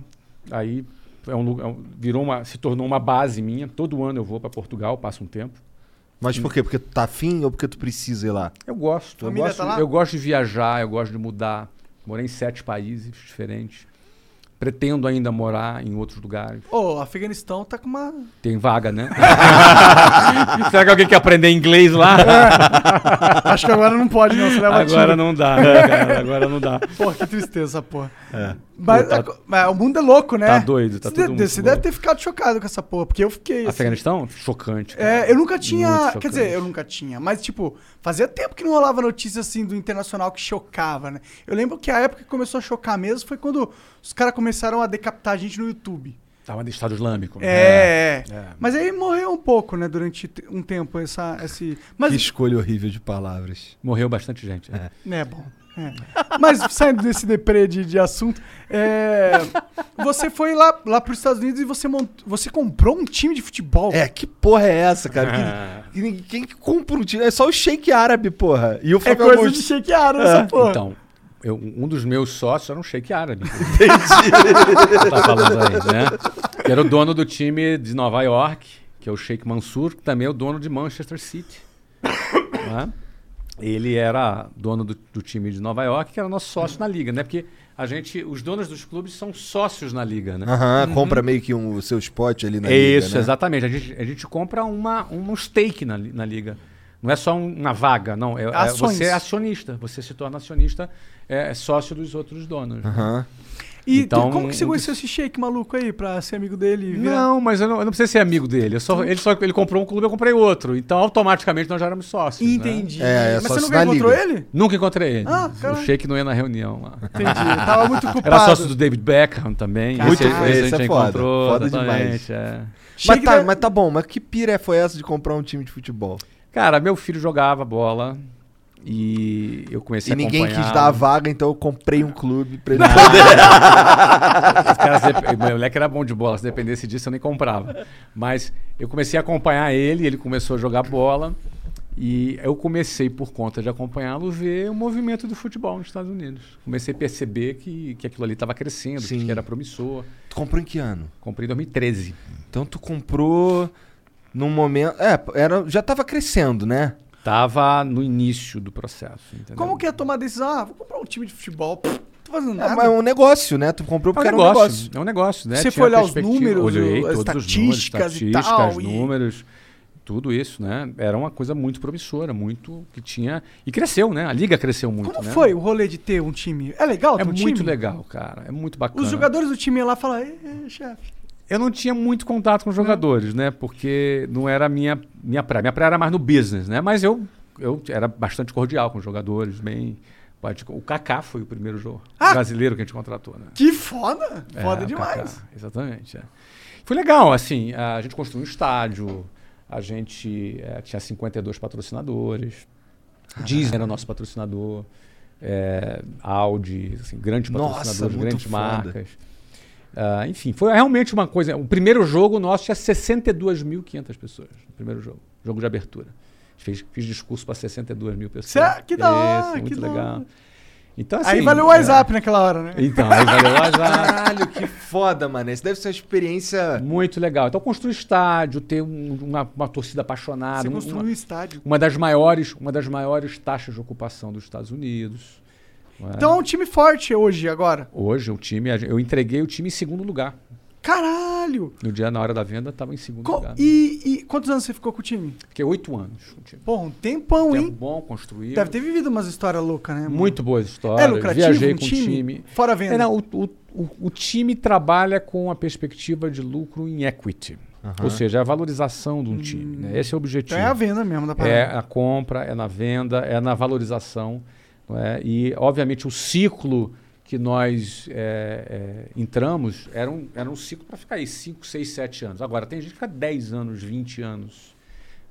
[SPEAKER 4] Aí é um lugar, é um- virou uma, se tornou uma base minha. Todo ano eu vou para Portugal, passo um tempo.
[SPEAKER 2] Mas por quê? Porque tu tá afim ou porque tu precisa ir lá?
[SPEAKER 4] Eu gosto. Eu
[SPEAKER 3] Família
[SPEAKER 4] gosto,
[SPEAKER 3] tá lá?
[SPEAKER 4] eu gosto de viajar, eu gosto de mudar. Morei em sete países diferentes. Pretendo ainda morar em outros lugares.
[SPEAKER 3] Ô, o Afeganistão tá com uma.
[SPEAKER 4] Tem vaga, né? Será que alguém quer aprender inglês lá?
[SPEAKER 3] Acho que agora não pode, não. Você leva
[SPEAKER 4] Agora
[SPEAKER 3] tiro.
[SPEAKER 4] não dá, né, cara? Agora não dá.
[SPEAKER 3] Porra, que tristeza, essa porra. Mas,
[SPEAKER 4] Pô, tá-
[SPEAKER 3] a- mas o mundo é louco, né?
[SPEAKER 4] Tá doido, tá
[SPEAKER 3] Você
[SPEAKER 4] todo
[SPEAKER 3] de-
[SPEAKER 4] mundo
[SPEAKER 3] Você deve
[SPEAKER 4] louco.
[SPEAKER 3] ter ficado chocado com essa porra, porque eu fiquei. assim,
[SPEAKER 4] Afeganistão? Chocante. cara.
[SPEAKER 3] É, eu nunca
[SPEAKER 4] Muito
[SPEAKER 3] tinha.
[SPEAKER 4] chocante.
[SPEAKER 3] Quer dizer, eu nunca tinha, mas, tipo, fazia tempo que não rolava notícia assim do internacional que chocava, né? Eu lembro que a época que começou a chocar mesmo foi quando os caras começaram a decapitar a gente no YouTube.
[SPEAKER 4] Tava no Estado Islâmico. né?
[SPEAKER 3] É, é.
[SPEAKER 4] é.
[SPEAKER 3] Mas aí morreu um pouco, né, durante te- um tempo essa, esse.
[SPEAKER 2] Que
[SPEAKER 3] Mas.
[SPEAKER 2] escolha horrível de palavras.
[SPEAKER 4] Morreu bastante gente. né?
[SPEAKER 3] É bom. é. Mas saindo desse deprê de, de assunto, é, você foi lá, lá para os Estados Unidos e você, mont, você comprou um time de futebol.
[SPEAKER 2] É, que porra é essa, cara? Que- que ninguém- Quem que compra um time? É só o shake árabe, porra. E o
[SPEAKER 3] É
[SPEAKER 2] Flávio
[SPEAKER 3] coisa
[SPEAKER 2] Augusto.
[SPEAKER 3] de shake
[SPEAKER 2] É.
[SPEAKER 3] árabe, essa porra.
[SPEAKER 4] Então, eu- um dos meus sócios era um sheik árabe. Entendi. tá falando aí, né? Que era o dono do time de Nova York, que é o Sheikh Mansour, que também é o dono de Manchester City. né? Ele era dono do, do time de Nova York, que era nosso sócio na liga, né? Porque a gente, os donos dos clubes são sócios na liga, né?
[SPEAKER 2] Aham,
[SPEAKER 3] Uhum.
[SPEAKER 2] compra meio que um, o seu spot ali na
[SPEAKER 4] É
[SPEAKER 2] liga,
[SPEAKER 4] Isso,
[SPEAKER 2] né?
[SPEAKER 4] exatamente. A gente, a gente compra uma, um stake na, li- na liga. Não é só um- uma vaga, não. É, é-
[SPEAKER 3] Ações.
[SPEAKER 4] você é acionista. Você se torna acionista, é, é sócio dos outros donos. né?
[SPEAKER 2] Aham.
[SPEAKER 3] E
[SPEAKER 4] Então-
[SPEAKER 3] como que você conheceu esse shake maluco aí pra ser amigo dele? e virar-
[SPEAKER 4] Não, mas eu não, eu não precisei ser amigo dele. Eu só, ele, só, ele comprou um clube, eu comprei outro. Então, automaticamente, nós já éramos sócios. né?
[SPEAKER 3] Entendi.
[SPEAKER 2] É, é
[SPEAKER 3] Mas
[SPEAKER 2] só
[SPEAKER 3] você
[SPEAKER 2] se na
[SPEAKER 3] nunca encontrou
[SPEAKER 2] liga.
[SPEAKER 3] ele?
[SPEAKER 4] Nunca encontrei ele.
[SPEAKER 3] Ah,
[SPEAKER 4] o
[SPEAKER 3] caralho.
[SPEAKER 4] Sheik não ia na reunião lá.
[SPEAKER 3] Entendi. Eu tava muito ocupado.
[SPEAKER 4] Era sócio do David Beckham também.
[SPEAKER 3] Muito-
[SPEAKER 2] esse é foda. Foda
[SPEAKER 4] exatamente,
[SPEAKER 2] demais.
[SPEAKER 4] é.
[SPEAKER 2] Mas
[SPEAKER 3] Shake
[SPEAKER 2] tá,
[SPEAKER 3] da-
[SPEAKER 2] mas tá bom, mas que pira foi essa de comprar um time de futebol?
[SPEAKER 4] Cara, meu filho jogava bola e eu
[SPEAKER 2] e
[SPEAKER 4] comecei a
[SPEAKER 2] ninguém
[SPEAKER 4] acompanhar.
[SPEAKER 2] quis dar a vaga, então eu comprei um clube pra ele.
[SPEAKER 4] Cara, se dep- meu moleque era bom de bola, se dependesse disso eu nem comprava. Mas eu comecei a acompanhar ele, ele começou a jogar bola. E eu comecei, por conta de acompanhá-lo, ver o movimento do futebol nos Estados Unidos. Comecei a perceber que, que aquilo ali estava crescendo,
[SPEAKER 2] Sim.
[SPEAKER 4] que era promissor.
[SPEAKER 2] Tu comprou em que ano?
[SPEAKER 4] Comprei em 2013.
[SPEAKER 2] Então tu comprou num momento. É, era, já tava crescendo, né?
[SPEAKER 4] Tava no início do processo, entendeu?
[SPEAKER 3] Como que é tomar decisão? Ah, vou comprar um time de futebol. Pff, não tô fazendo
[SPEAKER 2] É,
[SPEAKER 3] nada.
[SPEAKER 2] mas é um negócio, né? Tu comprou
[SPEAKER 4] É um
[SPEAKER 2] porque era
[SPEAKER 4] negócio,
[SPEAKER 2] um negócio.
[SPEAKER 4] É um negócio, né?
[SPEAKER 3] Você
[SPEAKER 4] Tinha
[SPEAKER 3] foi olhar os
[SPEAKER 4] perspectiva.
[SPEAKER 3] números,
[SPEAKER 4] Olhei
[SPEAKER 3] o- as
[SPEAKER 4] todos os números,
[SPEAKER 3] estatísticas e
[SPEAKER 4] estatísticas,
[SPEAKER 3] tal, e-
[SPEAKER 4] números, tudo isso, né? Era uma coisa muito promissora, muito que tinha e cresceu, né? A liga cresceu muito,
[SPEAKER 3] Como
[SPEAKER 4] né?
[SPEAKER 3] foi o rolê de ter um time? É legal ter
[SPEAKER 4] É
[SPEAKER 3] um
[SPEAKER 4] muito
[SPEAKER 3] time?
[SPEAKER 4] legal, cara. É muito bacana.
[SPEAKER 3] Os jogadores do time iam lá falam, "Ê, chefe.
[SPEAKER 4] Eu não tinha muito contato com os jogadores, né? Porque não era a minha, minha praia. Minha praia era mais no business, né? Mas eu, eu era bastante cordial com os jogadores, bem. pode- O Kaká foi o primeiro jogo
[SPEAKER 3] Ah!
[SPEAKER 4] brasileiro que a gente contratou, né?
[SPEAKER 3] Que foda!
[SPEAKER 4] É,
[SPEAKER 3] Foda
[SPEAKER 4] o
[SPEAKER 3] demais.
[SPEAKER 4] Kaká, exatamente. é. Foi legal, assim, a gente construiu um estádio, a gente é, tinha 52 patrocinadores, Disney era nosso patrocinador, é, Audi, assim, grandes
[SPEAKER 2] Nossa,
[SPEAKER 4] patrocinadores,
[SPEAKER 2] muito
[SPEAKER 4] grandes
[SPEAKER 2] foda.
[SPEAKER 4] marcas. Ah, enfim, foi realmente uma coisa. O primeiro jogo nosso tinha 62.500 pessoas. O primeiro jogo, jogo de abertura. Fiz, fiz discurso para 62 mil pessoas.
[SPEAKER 3] Sério? Que da hora,
[SPEAKER 4] Isso,
[SPEAKER 3] que
[SPEAKER 4] muito
[SPEAKER 3] da
[SPEAKER 4] legal.
[SPEAKER 3] hora.
[SPEAKER 4] Então,
[SPEAKER 3] Aí
[SPEAKER 4] assim,
[SPEAKER 3] valeu o
[SPEAKER 4] é,
[SPEAKER 3] WhatsApp naquela hora, né?
[SPEAKER 4] Então, aí valeu o WhatsApp.
[SPEAKER 2] Caralho, que foda, mano. Isso deve ser uma experiência.
[SPEAKER 4] Muito legal. Então, construir estádio, ter um- uma, uma torcida apaixonada.
[SPEAKER 3] Você
[SPEAKER 4] um-
[SPEAKER 3] construiu um
[SPEAKER 4] uma,
[SPEAKER 3] estádio.
[SPEAKER 4] uma das maiores, uma das maiores taxas de ocupação dos Estados Unidos. não é?
[SPEAKER 3] Então é um time forte hoje, agora.
[SPEAKER 4] Hoje, o time, a gen- eu entreguei o time em segundo lugar.
[SPEAKER 3] Caralho!
[SPEAKER 4] No dia, na hora da venda, estava em segundo
[SPEAKER 3] Co-
[SPEAKER 4] lugar.
[SPEAKER 3] e, e quantos anos você ficou com o time?
[SPEAKER 4] Fiquei oito anos com o time.
[SPEAKER 3] Porra, um tempão,
[SPEAKER 4] Tempo
[SPEAKER 3] hein?
[SPEAKER 4] bom, construído.
[SPEAKER 3] Deve ter vivido umas histórias loucas, né? mano?
[SPEAKER 4] Muito boas
[SPEAKER 3] É
[SPEAKER 4] histórias.
[SPEAKER 3] lucrativo
[SPEAKER 4] Viajei
[SPEAKER 3] um
[SPEAKER 4] com
[SPEAKER 3] time?
[SPEAKER 4] o time.
[SPEAKER 3] Fora a venda.
[SPEAKER 4] É, não, o, o- o- o time trabalha com a perspectiva de lucro em equity. Ou seja, a valorização de um time. né? Esse é o objetivo.
[SPEAKER 3] Hum, Então é a venda mesmo da
[SPEAKER 4] É
[SPEAKER 3] parada.
[SPEAKER 4] na compra, é na venda, é na valorização. não é? E, obviamente, o ciclo que nós é, é, entramos era um, era um ciclo para ficar aí 5, 6, 7 anos. Agora, tem gente que fica 10 anos, 20 anos.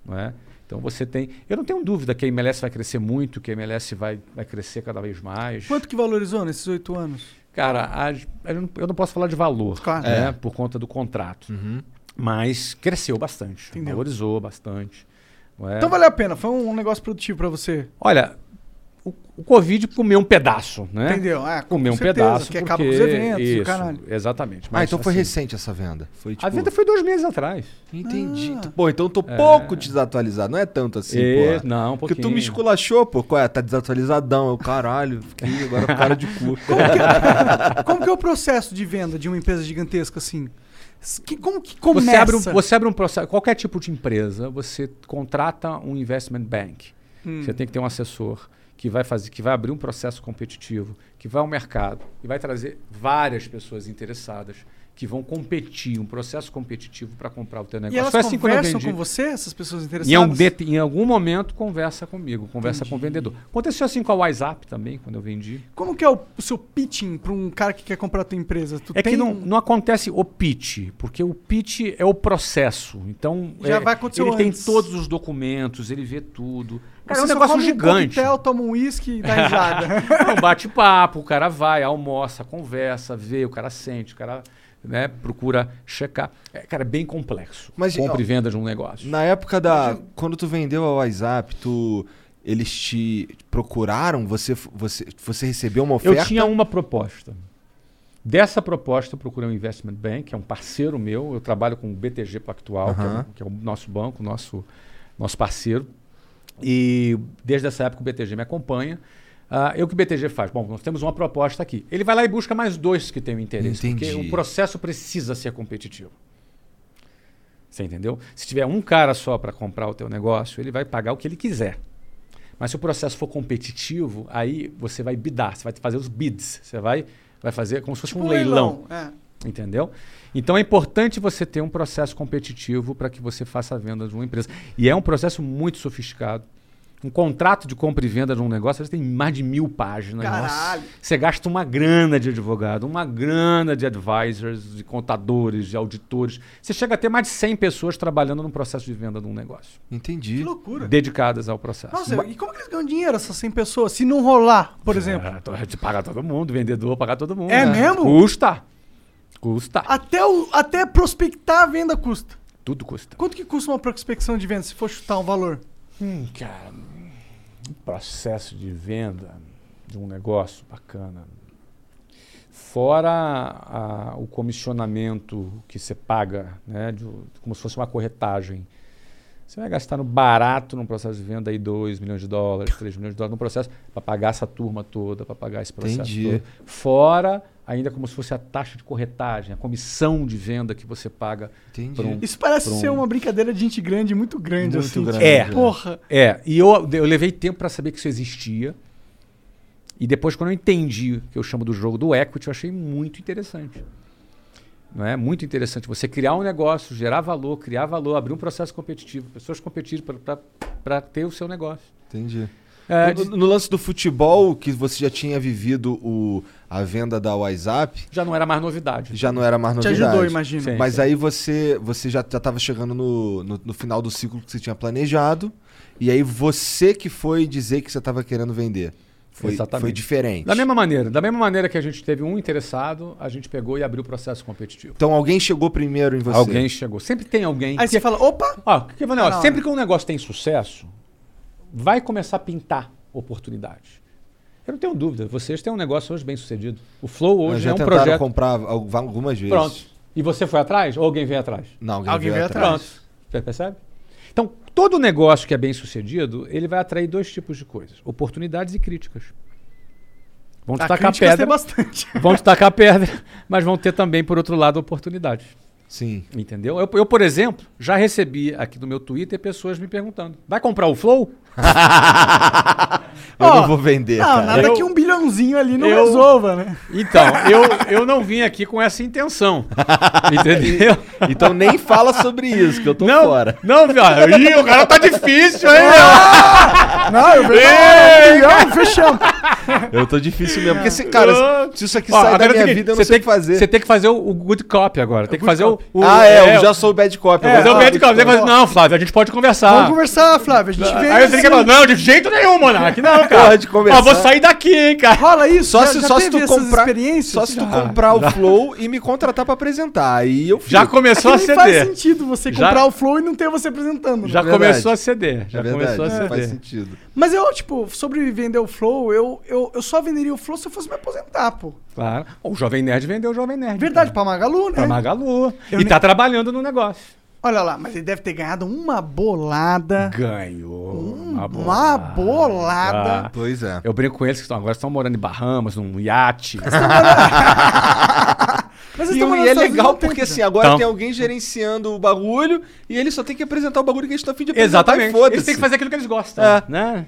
[SPEAKER 4] Não é? Então você tem. Eu não tenho dúvida que a MLS vai crescer muito, que a MLS vai, vai crescer cada vez mais.
[SPEAKER 3] Quanto que valorizou nesses oito anos?
[SPEAKER 4] Cara, a- eu não- eu não posso falar de valor,
[SPEAKER 3] Claro.
[SPEAKER 4] né, por conta do contrato. Mas cresceu bastante,
[SPEAKER 3] Entendeu.
[SPEAKER 4] valorizou bastante. não é?
[SPEAKER 3] Então valeu a pena, foi um, um negócio produtivo pra você.
[SPEAKER 4] Olha, o, o Covid comeu um pedaço, né?
[SPEAKER 3] Entendeu? É, com
[SPEAKER 4] Comeu um
[SPEAKER 3] certeza,
[SPEAKER 4] pedaço.
[SPEAKER 3] porque
[SPEAKER 4] Porque
[SPEAKER 3] acaba com os eventos, o
[SPEAKER 4] Isso,
[SPEAKER 3] caralho.
[SPEAKER 4] Exatamente.
[SPEAKER 2] Ah, então foi
[SPEAKER 4] assim,
[SPEAKER 2] recente essa venda. Foi tipo.
[SPEAKER 4] A venda foi dois meses atrás.
[SPEAKER 2] Entendi. Pô, então eu tô pouco desatualizado. Não é tanto assim,
[SPEAKER 4] É,
[SPEAKER 2] pô.
[SPEAKER 4] não, um
[SPEAKER 2] Porque tu
[SPEAKER 4] pouquinho.
[SPEAKER 2] me esculachou, pô. Qual é? Tá desatualizadão. Eu, caralho, fiquei agora com cara de cu.
[SPEAKER 3] Como que é o processo de venda de uma empresa gigantesca assim? S- que- como que começa?
[SPEAKER 4] Você abre, um, você abre um processo. Qualquer tipo de empresa, você contrata um investment bank.
[SPEAKER 3] Hum.
[SPEAKER 4] Você tem que ter um assessor que vai fazer, que vai abrir um processo competitivo, que vai ao mercado e vai trazer várias pessoas interessadas que vão competir, um processo competitivo para comprar o teu negócio.
[SPEAKER 3] e elas
[SPEAKER 4] Foi assim quando eu
[SPEAKER 3] conversam
[SPEAKER 4] vendi. é um
[SPEAKER 3] com você, essas pessoas interessadas?
[SPEAKER 4] Em, algum det- em algum momento conversa comigo, conversa com o vendedor. Aconteceu assim com a WhatsApp também, quando eu vendi.
[SPEAKER 3] Como que é o, o seu pitching pra um cara que quer comprar a tua empresa? Tu
[SPEAKER 4] É
[SPEAKER 3] tem
[SPEAKER 4] que não,
[SPEAKER 3] um-
[SPEAKER 4] não acontece o pitch, porque o pitch é o processo. Então,
[SPEAKER 3] Já
[SPEAKER 4] é,
[SPEAKER 3] vai acontecer
[SPEAKER 4] ele tem
[SPEAKER 3] antes.
[SPEAKER 4] todos os documentos, ele vê tudo. Cara, é um
[SPEAKER 3] Você só
[SPEAKER 4] negócio
[SPEAKER 3] come
[SPEAKER 4] gigante.
[SPEAKER 3] Um coquetel, toma um uísque e dá risada.
[SPEAKER 4] É um bate-papo, o cara vai, almoça, conversa, vê, o cara sente, o cara né, procura checar. É, cara, é bem complexo.
[SPEAKER 2] Mas,
[SPEAKER 4] Compra
[SPEAKER 2] ó,
[SPEAKER 4] e venda de um negócio.
[SPEAKER 2] Na época da. Quando tu vendeu a WhatsApp, tu. Eles te procuraram? Você, você, você recebeu uma
[SPEAKER 4] Eu um
[SPEAKER 2] oferta?
[SPEAKER 4] tinha uma proposta. Dessa proposta, eu procurei um investment bank, que é um parceiro meu. Eu trabalho com o BTG Pactual, que, é,
[SPEAKER 2] Aham.
[SPEAKER 4] o- que é o nosso banco, nosso, nosso parceiro. E desde essa época o BTG me acompanha. Ah, e o que o BTG faz? Bom, nós temos uma proposta aqui. Ele vai lá e busca mais dois que tenham interesse, porque
[SPEAKER 2] Entendi.
[SPEAKER 4] o processo precisa ser competitivo. Você entendeu? Se tiver um cara só para comprar o teu negócio, ele vai pagar o que ele quiser. Mas se o processo for competitivo, aí você vai bidar, você vai fazer os bids, você vai, vai fazer como se fosse um leilão.
[SPEAKER 3] É.
[SPEAKER 4] Entendeu? Então é importante você ter um processo competitivo para que você faça a venda de uma empresa. E é um processo muito sofisticado. Um contrato de compra e venda de um negócio, você tem mais de mil páginas.
[SPEAKER 3] Caralho.
[SPEAKER 4] Você gasta uma grana de advogado, uma grana de advisors, de contadores, de auditores. Você chega a ter mais de 100 pessoas trabalhando no processo de venda de um negócio,
[SPEAKER 2] Entendi.
[SPEAKER 3] Que loucura.
[SPEAKER 4] dedicadas ao processo.
[SPEAKER 3] Nossa, e como que eles ganham dinheiro, essas 100 pessoas, se não rolar, por exemplo?
[SPEAKER 4] É, to- de pagar todo mundo, vendedor, pagar todo mundo.
[SPEAKER 3] É
[SPEAKER 4] né?
[SPEAKER 3] mesmo? Ah.
[SPEAKER 4] Custa. Custa.
[SPEAKER 3] Até, o, até prospectar a venda custa.
[SPEAKER 4] Tudo custa.
[SPEAKER 3] Quanto que custa uma prospecção de venda, se for chutar um valor?
[SPEAKER 4] Hum, cara, um processo de venda de um negócio bacana. Fora a- o comissionamento que você paga, né, de o- como se fosse uma corretagem. Você vai gastar no barato num processo de venda aí 2 milhões de dólares, 3 milhões de dólares no processo, para pagar essa turma toda, para pagar esse processo
[SPEAKER 2] Entendi.
[SPEAKER 4] todo. Fora ainda como se fosse a taxa de corretagem, a comissão de venda que você paga
[SPEAKER 2] Entendi.
[SPEAKER 4] pra um-
[SPEAKER 3] Isso parece
[SPEAKER 4] Pra um-
[SPEAKER 3] ser uma brincadeira de gente grande, muito grande,
[SPEAKER 2] Muito
[SPEAKER 3] assim.
[SPEAKER 2] grande,
[SPEAKER 4] É.
[SPEAKER 3] Tipo, Porra.
[SPEAKER 4] É, e eu, eu levei tempo pra saber que isso existia. E depois, quando eu entendi o que eu chamo do jogo do equity, eu achei muito interessante. Não é? Muito interessante você criar um negócio, gerar valor, criar valor, abrir um processo competitivo, pessoas competirem para ter o seu negócio.
[SPEAKER 2] Entendi.
[SPEAKER 4] É,
[SPEAKER 2] no, no lance do futebol, que você já tinha vivido o, a venda da WhatsApp,
[SPEAKER 4] Já não era mais novidade.
[SPEAKER 2] já não era mais
[SPEAKER 3] Te
[SPEAKER 2] novidade.
[SPEAKER 3] ajudou, imagino.
[SPEAKER 4] Sim.
[SPEAKER 2] Mas aí você, você já estava chegando no, no, no final do ciclo que você tinha planejado. E aí você que foi dizer que você estava querendo vender. Foi,
[SPEAKER 4] Exatamente.
[SPEAKER 2] foi diferente.
[SPEAKER 4] Da mesma maneira, da mesma maneira que a gente teve um interessado, a gente pegou e abriu o processo competitivo.
[SPEAKER 2] Então alguém chegou primeiro em você.
[SPEAKER 4] Alguém chegou. Sempre tem alguém.
[SPEAKER 3] Aí você fala, opa,
[SPEAKER 4] Ó, que- que- não,
[SPEAKER 3] Tá na
[SPEAKER 4] sempre
[SPEAKER 3] hora.
[SPEAKER 4] que um negócio tem sucesso, vai começar a pintar oportunidades. Eu não tenho dúvida, vocês têm um negócio hoje bem sucedido. O Flow
[SPEAKER 2] Nós
[SPEAKER 4] hoje
[SPEAKER 2] já
[SPEAKER 4] é um
[SPEAKER 2] tentaram
[SPEAKER 4] projeto.
[SPEAKER 2] comprar al- algumas vezes.
[SPEAKER 4] Pronto. E você foi atrás ou alguém veio atrás?
[SPEAKER 2] Não, alguém,
[SPEAKER 3] Alguém
[SPEAKER 2] veio,
[SPEAKER 3] veio
[SPEAKER 2] atrás.
[SPEAKER 4] Pronto. Você percebe? Então, todo negócio que é bem sucedido, ele vai atrair dois tipos de coisas: oportunidades e críticas. Vão te
[SPEAKER 3] a
[SPEAKER 4] tacar
[SPEAKER 3] crítica tem
[SPEAKER 4] pedra.
[SPEAKER 3] bastante.
[SPEAKER 4] Vão te tacar pedra, mas vão ter também, por outro lado, oportunidades.
[SPEAKER 2] Sim.
[SPEAKER 4] Entendeu? Eu, eu, por exemplo, já recebi aqui no meu Twitter pessoas me perguntando: vai comprar o Flow?
[SPEAKER 2] Eu
[SPEAKER 3] Ó,
[SPEAKER 2] não vou vender,
[SPEAKER 3] Não,
[SPEAKER 2] cara.
[SPEAKER 3] nada
[SPEAKER 4] Eu-
[SPEAKER 3] que um bilhãozinho ali não
[SPEAKER 4] Eu-
[SPEAKER 3] resolva, né?
[SPEAKER 4] Então, eu, eu não vim aqui com essa intenção. Entendeu?
[SPEAKER 2] Então nem fala sobre isso, que eu tô
[SPEAKER 4] não,
[SPEAKER 2] fora.
[SPEAKER 4] Não, ó, Ih, o cara tá difícil, hein?
[SPEAKER 3] Não, eu vejo um bilhão, fechamos.
[SPEAKER 2] Eu tô difícil mesmo. Porque, se, cara, se isso aqui
[SPEAKER 4] Ó,
[SPEAKER 2] sai
[SPEAKER 4] agora
[SPEAKER 2] da
[SPEAKER 4] é o
[SPEAKER 2] minha
[SPEAKER 4] seguinte,
[SPEAKER 2] vida, eu
[SPEAKER 4] você
[SPEAKER 2] não sei o
[SPEAKER 4] tem
[SPEAKER 2] que fazer.
[SPEAKER 4] Você tem que fazer o, o good cop agora. Tem que fazer o, o-
[SPEAKER 2] ah, é, eu
[SPEAKER 4] o-
[SPEAKER 2] já sou o bad cop.
[SPEAKER 4] É,
[SPEAKER 2] agora.
[SPEAKER 4] o bad cop. Você fala, não, Flávio, a gente pode conversar.
[SPEAKER 2] Ah.
[SPEAKER 3] Vamos conversar, Flávio. A gente vê.
[SPEAKER 4] Aí você tem que falar,
[SPEAKER 3] assim.
[SPEAKER 4] não, de jeito nenhum, Monark. Não, cara.
[SPEAKER 2] Pode conversar.
[SPEAKER 4] Ó, vou sair daqui, hein, cara.
[SPEAKER 3] Rola isso?
[SPEAKER 2] Só
[SPEAKER 3] Já-
[SPEAKER 2] se,
[SPEAKER 3] já
[SPEAKER 2] só se
[SPEAKER 3] teve
[SPEAKER 2] tu
[SPEAKER 3] essas
[SPEAKER 2] comprar,
[SPEAKER 3] experiências?
[SPEAKER 2] só
[SPEAKER 4] assim,
[SPEAKER 2] se tu
[SPEAKER 4] ah,
[SPEAKER 2] comprar o Flow e me contratar pra apresentar. Aí eu fico.
[SPEAKER 4] Já começou
[SPEAKER 3] É
[SPEAKER 4] a
[SPEAKER 3] que nem faz
[SPEAKER 4] ceder.
[SPEAKER 3] sentido você
[SPEAKER 4] Já-
[SPEAKER 3] comprar o Flow e não ter você apresentando. né?
[SPEAKER 4] Já
[SPEAKER 2] É verdade.
[SPEAKER 4] começou a ceder. Já
[SPEAKER 2] É verdade,
[SPEAKER 4] começou a
[SPEAKER 2] isso faz
[SPEAKER 4] ceder.
[SPEAKER 2] sentido.
[SPEAKER 3] Mas eu, tipo, sobre vender o Flow, eu, eu, eu só venderia o Flow se eu fosse me aposentar, pô.
[SPEAKER 4] Claro. O Jovem Nerd vendeu o Jovem Nerd.
[SPEAKER 3] Verdade, pra Magalu, né?
[SPEAKER 4] Pra Magalu.
[SPEAKER 3] Eu
[SPEAKER 4] e
[SPEAKER 3] nem-
[SPEAKER 4] tá trabalhando no negócio.
[SPEAKER 3] Olha lá, mas ele deve ter ganhado uma bolada.
[SPEAKER 4] Ganhou.
[SPEAKER 3] Hum, Uma bolada.
[SPEAKER 2] Pois é.
[SPEAKER 4] Eu brinco com eles que estão, agora estão morando em Bahamas, num iate.
[SPEAKER 3] Mas eles
[SPEAKER 2] E,
[SPEAKER 3] tão
[SPEAKER 2] o-
[SPEAKER 3] morando
[SPEAKER 2] e é
[SPEAKER 3] nos Estados
[SPEAKER 2] legal
[SPEAKER 3] Unidos há um
[SPEAKER 2] porque
[SPEAKER 3] tempo
[SPEAKER 2] assim,
[SPEAKER 3] já.
[SPEAKER 2] agora
[SPEAKER 4] Então.
[SPEAKER 2] tem alguém gerenciando o bagulho e ele só tem que apresentar o bagulho que a gente tá afim de apresentar.
[SPEAKER 4] Exatamente.
[SPEAKER 2] e foda-se.
[SPEAKER 4] Eles têm que fazer aquilo que eles gostam.
[SPEAKER 2] É.
[SPEAKER 4] Né?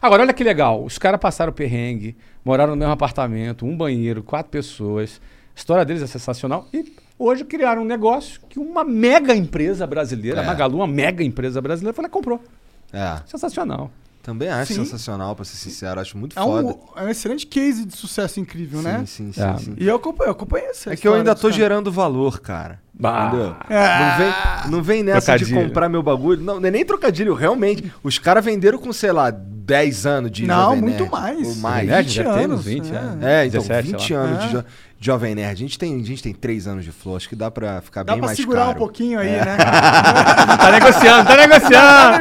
[SPEAKER 4] Agora, olha que legal. Os caras passaram perrengue, moraram no mesmo apartamento, um banheiro, quatro pessoas. A história deles é sensacional. E hoje criaram um negócio que uma mega empresa brasileira,
[SPEAKER 2] É.
[SPEAKER 4] a Magalu, uma mega empresa brasileira, foi lá e comprou.
[SPEAKER 2] É,
[SPEAKER 4] Sensacional.
[SPEAKER 2] também acho
[SPEAKER 3] Sim.
[SPEAKER 2] sensacional, pra ser sincero. Acho muito
[SPEAKER 3] É
[SPEAKER 2] foda.
[SPEAKER 3] um, é um excelente case de sucesso incrível, né?
[SPEAKER 2] Sim, sim, sim.
[SPEAKER 4] É.
[SPEAKER 2] sim.
[SPEAKER 3] E eu acompanho, eu acompanho
[SPEAKER 2] É
[SPEAKER 3] essa
[SPEAKER 2] que eu
[SPEAKER 3] história
[SPEAKER 2] ainda
[SPEAKER 3] dos É.
[SPEAKER 2] tô
[SPEAKER 3] caras.
[SPEAKER 2] gerando valor, cara.
[SPEAKER 4] Ah.
[SPEAKER 2] Entendeu? Não, vem, não vem nessa
[SPEAKER 4] Trocadilho.
[SPEAKER 2] de comprar meu bagulho. Não, não é nem trocadilho, realmente. Os caras venderam com, sei lá, 10 anos de
[SPEAKER 3] Não,
[SPEAKER 2] Jovem
[SPEAKER 3] muito
[SPEAKER 2] Nerd,
[SPEAKER 3] mais.
[SPEAKER 2] Ou né? mais.
[SPEAKER 3] Jovem Nerd?
[SPEAKER 4] já tem uns
[SPEAKER 3] anos,
[SPEAKER 4] 20
[SPEAKER 3] é.
[SPEAKER 4] anos.
[SPEAKER 2] É, então,
[SPEAKER 4] 17,
[SPEAKER 2] 20
[SPEAKER 4] sei lá.
[SPEAKER 2] anos
[SPEAKER 3] É.
[SPEAKER 2] de Jovem Jovem Nerd. A gente tem, a gente tem três anos de flow, acho que dá pra ficar
[SPEAKER 3] Dá
[SPEAKER 2] bem
[SPEAKER 3] pra
[SPEAKER 2] mais
[SPEAKER 3] segurar
[SPEAKER 2] caro.
[SPEAKER 3] um pouquinho aí, né?
[SPEAKER 4] Tá negociando, tá negociando!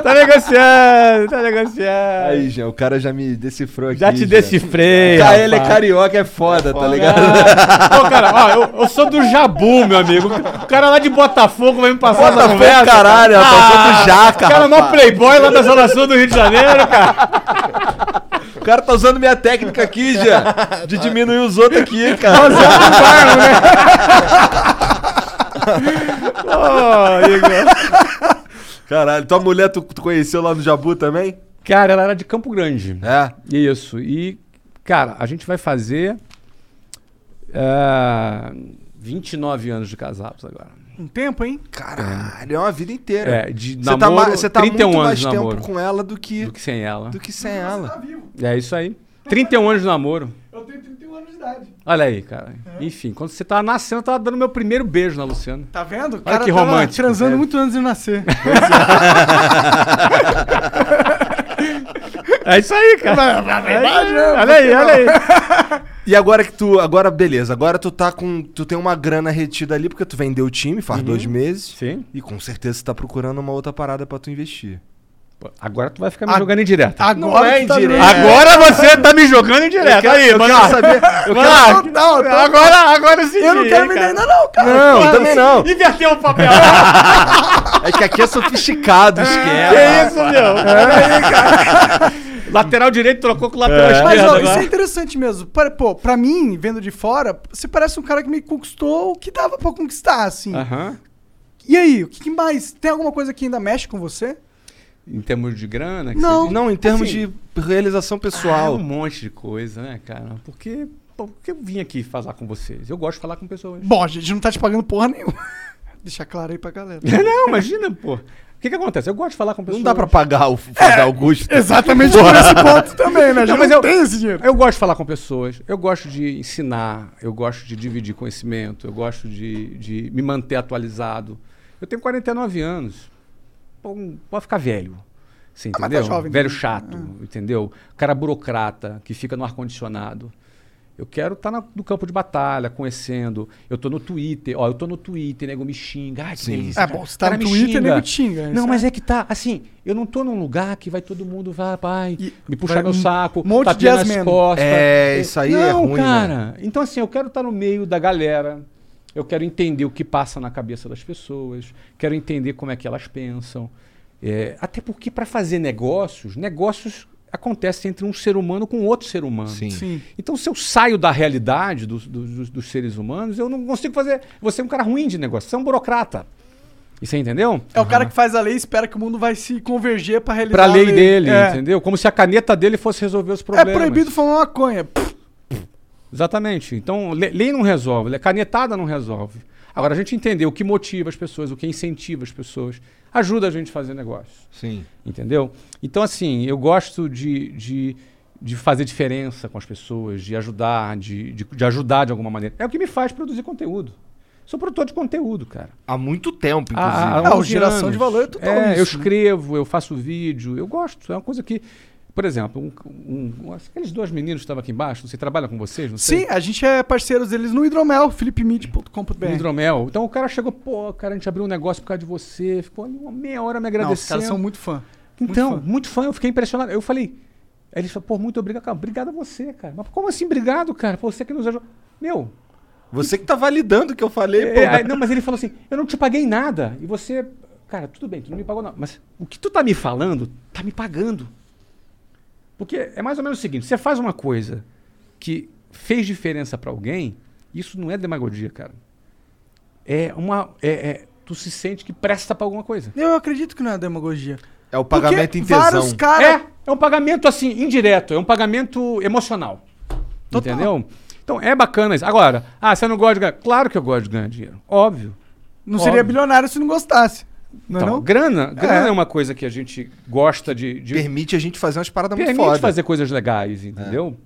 [SPEAKER 4] tá negociando, tá negociando!
[SPEAKER 2] Aí, já, o cara já me decifrou aqui.
[SPEAKER 4] Já te decifrei,
[SPEAKER 2] Cara, ele é
[SPEAKER 4] rapaz.
[SPEAKER 2] carioca, é foda, tá ligado?
[SPEAKER 4] Ah, Ô, cara, ó, eu, eu sou do Jabu, meu amigo. O cara lá de Botafogo vai me passar essa
[SPEAKER 2] Botafogo,
[SPEAKER 4] conversa.
[SPEAKER 2] caralho, rapaz, eu sou do Jaca,
[SPEAKER 4] O cara é mó
[SPEAKER 2] rapaz.
[SPEAKER 4] playboy lá da Zona Sul do Rio de Janeiro, cara.
[SPEAKER 2] O cara tá usando minha técnica aqui, já. De diminuir os outros aqui,
[SPEAKER 4] Tá
[SPEAKER 2] cara.
[SPEAKER 4] Ô, Igor.
[SPEAKER 2] Caralho, tua mulher tu, tu conheceu lá no Jabu também?
[SPEAKER 4] Cara, ela era de Campo Grande.
[SPEAKER 2] É.
[SPEAKER 4] Isso. E, cara, a gente vai fazer ah, 29 anos de casados agora.
[SPEAKER 3] Um tempo, hein?
[SPEAKER 2] Caralho, é uma vida inteira.
[SPEAKER 4] É, de
[SPEAKER 2] Você tá,
[SPEAKER 4] namoro,
[SPEAKER 2] ma- você tá
[SPEAKER 4] 31
[SPEAKER 2] muito
[SPEAKER 4] anos
[SPEAKER 2] mais
[SPEAKER 4] de
[SPEAKER 2] tempo
[SPEAKER 4] namoro.
[SPEAKER 2] com ela do que,
[SPEAKER 4] Do que sem ela.
[SPEAKER 2] do que sem ela.
[SPEAKER 4] É isso aí. 31 anos de namoro.
[SPEAKER 3] Tá Eu tenho 31 anos de idade.
[SPEAKER 4] Olha aí, cara. Enfim, quando você tava nascendo, eu tava dando meu primeiro beijo na Luciana.
[SPEAKER 3] Tá vendo? O
[SPEAKER 4] que
[SPEAKER 3] tava
[SPEAKER 4] romântico,
[SPEAKER 3] transando
[SPEAKER 4] velho.
[SPEAKER 3] muito antes de nascer.
[SPEAKER 4] É isso aí, cara. olha aí, olha aí.
[SPEAKER 2] E agora que tu. Agora, beleza. Agora tu tá com. Tu tem uma grana retida ali, porque tu vendeu o time faz dois meses.
[SPEAKER 4] Sim.
[SPEAKER 2] E com certeza tu tá procurando uma outra parada pra tu investir.
[SPEAKER 4] Pô, Agora tu vai ficar me jogando em direto.
[SPEAKER 3] Agora
[SPEAKER 2] é
[SPEAKER 3] tu tá
[SPEAKER 2] indireto.
[SPEAKER 3] doido.
[SPEAKER 4] Agora você tá me jogando em direto.
[SPEAKER 2] quero-
[SPEAKER 4] aí,
[SPEAKER 2] eu
[SPEAKER 4] mano.
[SPEAKER 2] quero saber- eu
[SPEAKER 4] Mano,
[SPEAKER 2] quero-
[SPEAKER 3] Total, tá-
[SPEAKER 4] agora, agora É. sim.
[SPEAKER 3] Eu não quero me dar ainda não, cara.
[SPEAKER 2] Não, também não.
[SPEAKER 4] Inverteu o papel.
[SPEAKER 2] É que aqui é sofisticado,
[SPEAKER 4] que
[SPEAKER 2] esquema.
[SPEAKER 4] isso, meu? É. Lateral direito trocou com o lateral esquerdo.
[SPEAKER 3] Mas, ó, isso é
[SPEAKER 4] agora.
[SPEAKER 3] interessante mesmo. Pa- Pô, pra mim, vendo de fora, você parece um cara que me conquistou o que dava pra conquistar,
[SPEAKER 4] é-
[SPEAKER 3] assim.
[SPEAKER 4] Aham.
[SPEAKER 3] E aí, o que que mais? Tem alguma coisa que ainda mexe com você?
[SPEAKER 4] Em termos de grana? que
[SPEAKER 3] Não.
[SPEAKER 4] você diz?
[SPEAKER 2] Não, em termos
[SPEAKER 4] Assim,
[SPEAKER 2] de realização
[SPEAKER 4] Ah, é
[SPEAKER 2] pessoal.
[SPEAKER 4] um monte de coisa, né, cara? Porque, pô, por que eu vim aqui falar com vocês? Eu gosto de falar com pessoas.
[SPEAKER 3] Bom, a gente não tá te pagando porra nenhuma. Deixar claro aí pra galera.
[SPEAKER 4] não, imagina, pô. O que que acontece? Eu gosto de falar com pessoas.
[SPEAKER 2] não dá pra pagar
[SPEAKER 4] É,
[SPEAKER 2] o Flávio Augusto.
[SPEAKER 3] Exatamente por esse ponto também, né? A gente
[SPEAKER 4] Não,
[SPEAKER 3] Não,
[SPEAKER 4] mas eu-
[SPEAKER 3] tem esse dinheiro.
[SPEAKER 4] Eu gosto de falar com pessoas, eu gosto de ensinar, eu gosto de dividir conhecimento, eu gosto de, de me manter atualizado. Eu tenho 49 anos. Pô, um- pode ficar velho. Você
[SPEAKER 3] Ah, mas tá
[SPEAKER 4] entendeu?
[SPEAKER 3] jovem
[SPEAKER 4] velho
[SPEAKER 3] também. Ah.
[SPEAKER 4] chato, entendeu? Cara burocrata que fica no ar-condicionado. Eu quero estar no campo de batalha, conhecendo. Eu tô no Twitter, ó, eu tô no Twitter, nego me xinga. Ai, que
[SPEAKER 2] Sim.
[SPEAKER 4] delícia,
[SPEAKER 3] É
[SPEAKER 4] cara.
[SPEAKER 3] bom, se tá
[SPEAKER 4] Cara,
[SPEAKER 3] no
[SPEAKER 4] me
[SPEAKER 3] Twitter, nego xinga.
[SPEAKER 4] Não,
[SPEAKER 3] Isso
[SPEAKER 4] mas é que tá, assim, eu não tô num lugar que vai todo mundo, vai, pai,
[SPEAKER 3] E
[SPEAKER 4] me puxar
[SPEAKER 3] vai
[SPEAKER 4] meu
[SPEAKER 3] um
[SPEAKER 4] saco,
[SPEAKER 3] monte de
[SPEAKER 4] tapinha
[SPEAKER 3] yes
[SPEAKER 4] nas
[SPEAKER 3] men.
[SPEAKER 4] costas.
[SPEAKER 2] É, isso aí é
[SPEAKER 4] Não,
[SPEAKER 2] ruim,
[SPEAKER 4] cara. Então, assim, eu quero estar no meio da galera. Eu quero entender o que passa na cabeça das pessoas. Quero entender como é que elas pensam. É, até porque, para fazer negócios, negócios acontecem entre um ser humano com outro ser humano.
[SPEAKER 2] Sim.
[SPEAKER 3] Sim.
[SPEAKER 4] Então, se eu saio da realidade dos, dos- dos- dos seres humanos, eu não consigo fazer. Você é um cara ruim de negócio, você é um burocrata. E você entendeu?
[SPEAKER 3] É o cara que faz a lei e espera que o mundo vai se converger pra realizar
[SPEAKER 4] Pra lei dele,
[SPEAKER 3] É.
[SPEAKER 4] entendeu? Como se a caneta dele fosse resolver os
[SPEAKER 3] É
[SPEAKER 4] problemas.
[SPEAKER 3] proibido fumar maconha. Pff,
[SPEAKER 4] Exatamente. Então, le- lei não resolve, le- canetada não resolve. Agora, a gente entender o que motiva as pessoas, o que incentiva as pessoas, ajuda a gente a fazer negócio.
[SPEAKER 2] Sim.
[SPEAKER 4] Entendeu? Então, assim, eu gosto de, de, de fazer diferença com as pessoas, de ajudar, de, de, de ajudar de alguma maneira. É o que me faz produzir conteúdo. Sou produtor de conteúdo, cara.
[SPEAKER 2] Há muito tempo, inclusive.
[SPEAKER 4] Há- há
[SPEAKER 3] Ah, o
[SPEAKER 4] 11
[SPEAKER 3] geração de valor é total isso,
[SPEAKER 4] Eu
[SPEAKER 3] né?
[SPEAKER 4] escrevo, eu faço vídeo, eu gosto. É uma coisa que. Por exemplo, um- um- aqueles dois meninos que estavam aqui embaixo, você trabalha com vocês, não sei?
[SPEAKER 3] Sim, a gente é parceiros deles no hidromel, philipemid.com.br.
[SPEAKER 4] No hidromel. Então o cara chegou, pô, cara, a gente abriu um negócio por causa de você. Ficou ali uma meia hora me
[SPEAKER 3] Não, os
[SPEAKER 4] agradecendo.
[SPEAKER 3] caras são muito fã.
[SPEAKER 4] então,
[SPEAKER 3] muito
[SPEAKER 4] muito fã. eu fiquei impressionado. Eu falei, aí eles falaram, pô, muito obrigado. Cara, obrigado a você, cara. Mas como assim, obrigado, cara? Pô, você que nos ajudou. Meu,
[SPEAKER 2] Você que tá validando o que eu falei, pô.
[SPEAKER 4] um- É, aí- não, mas ele falou assim: eu não te paguei nada. E você, cara, tudo bem, tu não me pagou nada. Mas o que tu tá me falando, tá me pagando. Porque é mais ou menos o seguinte: você faz uma coisa que fez diferença pra alguém, isso não é demagogia, cara. É uma. É, é- tu se sente que presta pra alguma coisa.
[SPEAKER 3] Eu acredito que não é demagogia.
[SPEAKER 2] É o pagamento
[SPEAKER 3] Porque
[SPEAKER 2] em tesão.
[SPEAKER 3] Vários caras.
[SPEAKER 4] É, é um pagamento assim, indireto, é um pagamento emocional.
[SPEAKER 3] Total.
[SPEAKER 4] Entendeu? Então é bacana isso. Agora, ah, você não gosta de ganhar. Claro que eu gosto de ganhar dinheiro. Óbvio.
[SPEAKER 3] Não seria
[SPEAKER 4] Óbvio.
[SPEAKER 3] bilionário se não gostasse. Não é
[SPEAKER 4] Então,
[SPEAKER 3] não?
[SPEAKER 4] Grana, grana é. uma coisa que a gente gosta de, de
[SPEAKER 2] Permite a gente fazer umas paradas
[SPEAKER 4] permite
[SPEAKER 2] muito foda.
[SPEAKER 4] fazer coisas legais, entendeu?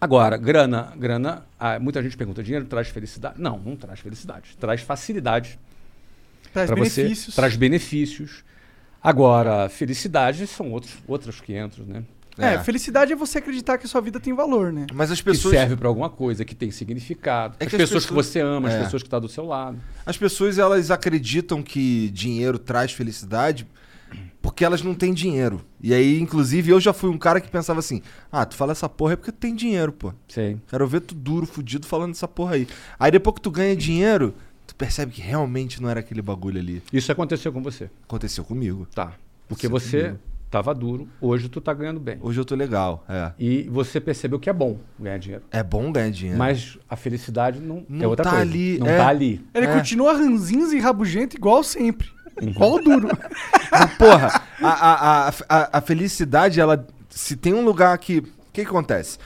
[SPEAKER 4] Agora, grana, grana, ah, muita gente pergunta, dinheiro traz felicidade? Não, não traz felicidade, traz facilidade
[SPEAKER 3] Traz
[SPEAKER 4] para você,
[SPEAKER 3] benefícios.
[SPEAKER 4] traz benefícios. Agora, felicidade são outros, outros 500, né?
[SPEAKER 3] É. felicidade é você acreditar que a sua vida tem valor, né?
[SPEAKER 2] Mas as
[SPEAKER 4] Que
[SPEAKER 2] pessoas.
[SPEAKER 4] serve pra alguma coisa, que tem significado.
[SPEAKER 2] É
[SPEAKER 4] as,
[SPEAKER 2] que as
[SPEAKER 4] pessoas que
[SPEAKER 2] pessoas-
[SPEAKER 4] você ama,
[SPEAKER 2] É.
[SPEAKER 4] as pessoas que estão do seu lado.
[SPEAKER 2] As pessoas elas acreditam que dinheiro traz felicidade porque elas não têm dinheiro. E aí, inclusive, eu já fui um cara que pensava assim: ah, tu fala essa porra é porque tu tem dinheiro, pô.
[SPEAKER 4] Sei.
[SPEAKER 2] Quero ver tu duro, fudido, falando essa porra aí. Aí depois que tu ganha dinheiro, tu percebe que realmente não era aquele bagulho ali.
[SPEAKER 4] Isso aconteceu com você.
[SPEAKER 2] Aconteceu comigo.
[SPEAKER 4] Tá. Porque
[SPEAKER 2] Aconteceu
[SPEAKER 4] você
[SPEAKER 2] comigo.
[SPEAKER 4] tava duro, hoje tu tá ganhando bem.
[SPEAKER 2] Hoje eu tô legal, é.
[SPEAKER 4] E você percebeu que é bom ganhar dinheiro.
[SPEAKER 2] É bom ganhar dinheiro.
[SPEAKER 4] Mas a felicidade não, é
[SPEAKER 2] Não
[SPEAKER 4] outra
[SPEAKER 2] tá
[SPEAKER 4] coisa.
[SPEAKER 2] ali,
[SPEAKER 4] não
[SPEAKER 2] é.
[SPEAKER 4] tá ali.
[SPEAKER 3] Ele
[SPEAKER 2] É.
[SPEAKER 3] continua ranzinza e rabugento igual sempre. Igual o duro.
[SPEAKER 2] Mas, porra, a, a, a, a, a felicidade, ela. Se tem um lugar que. O que, que acontece?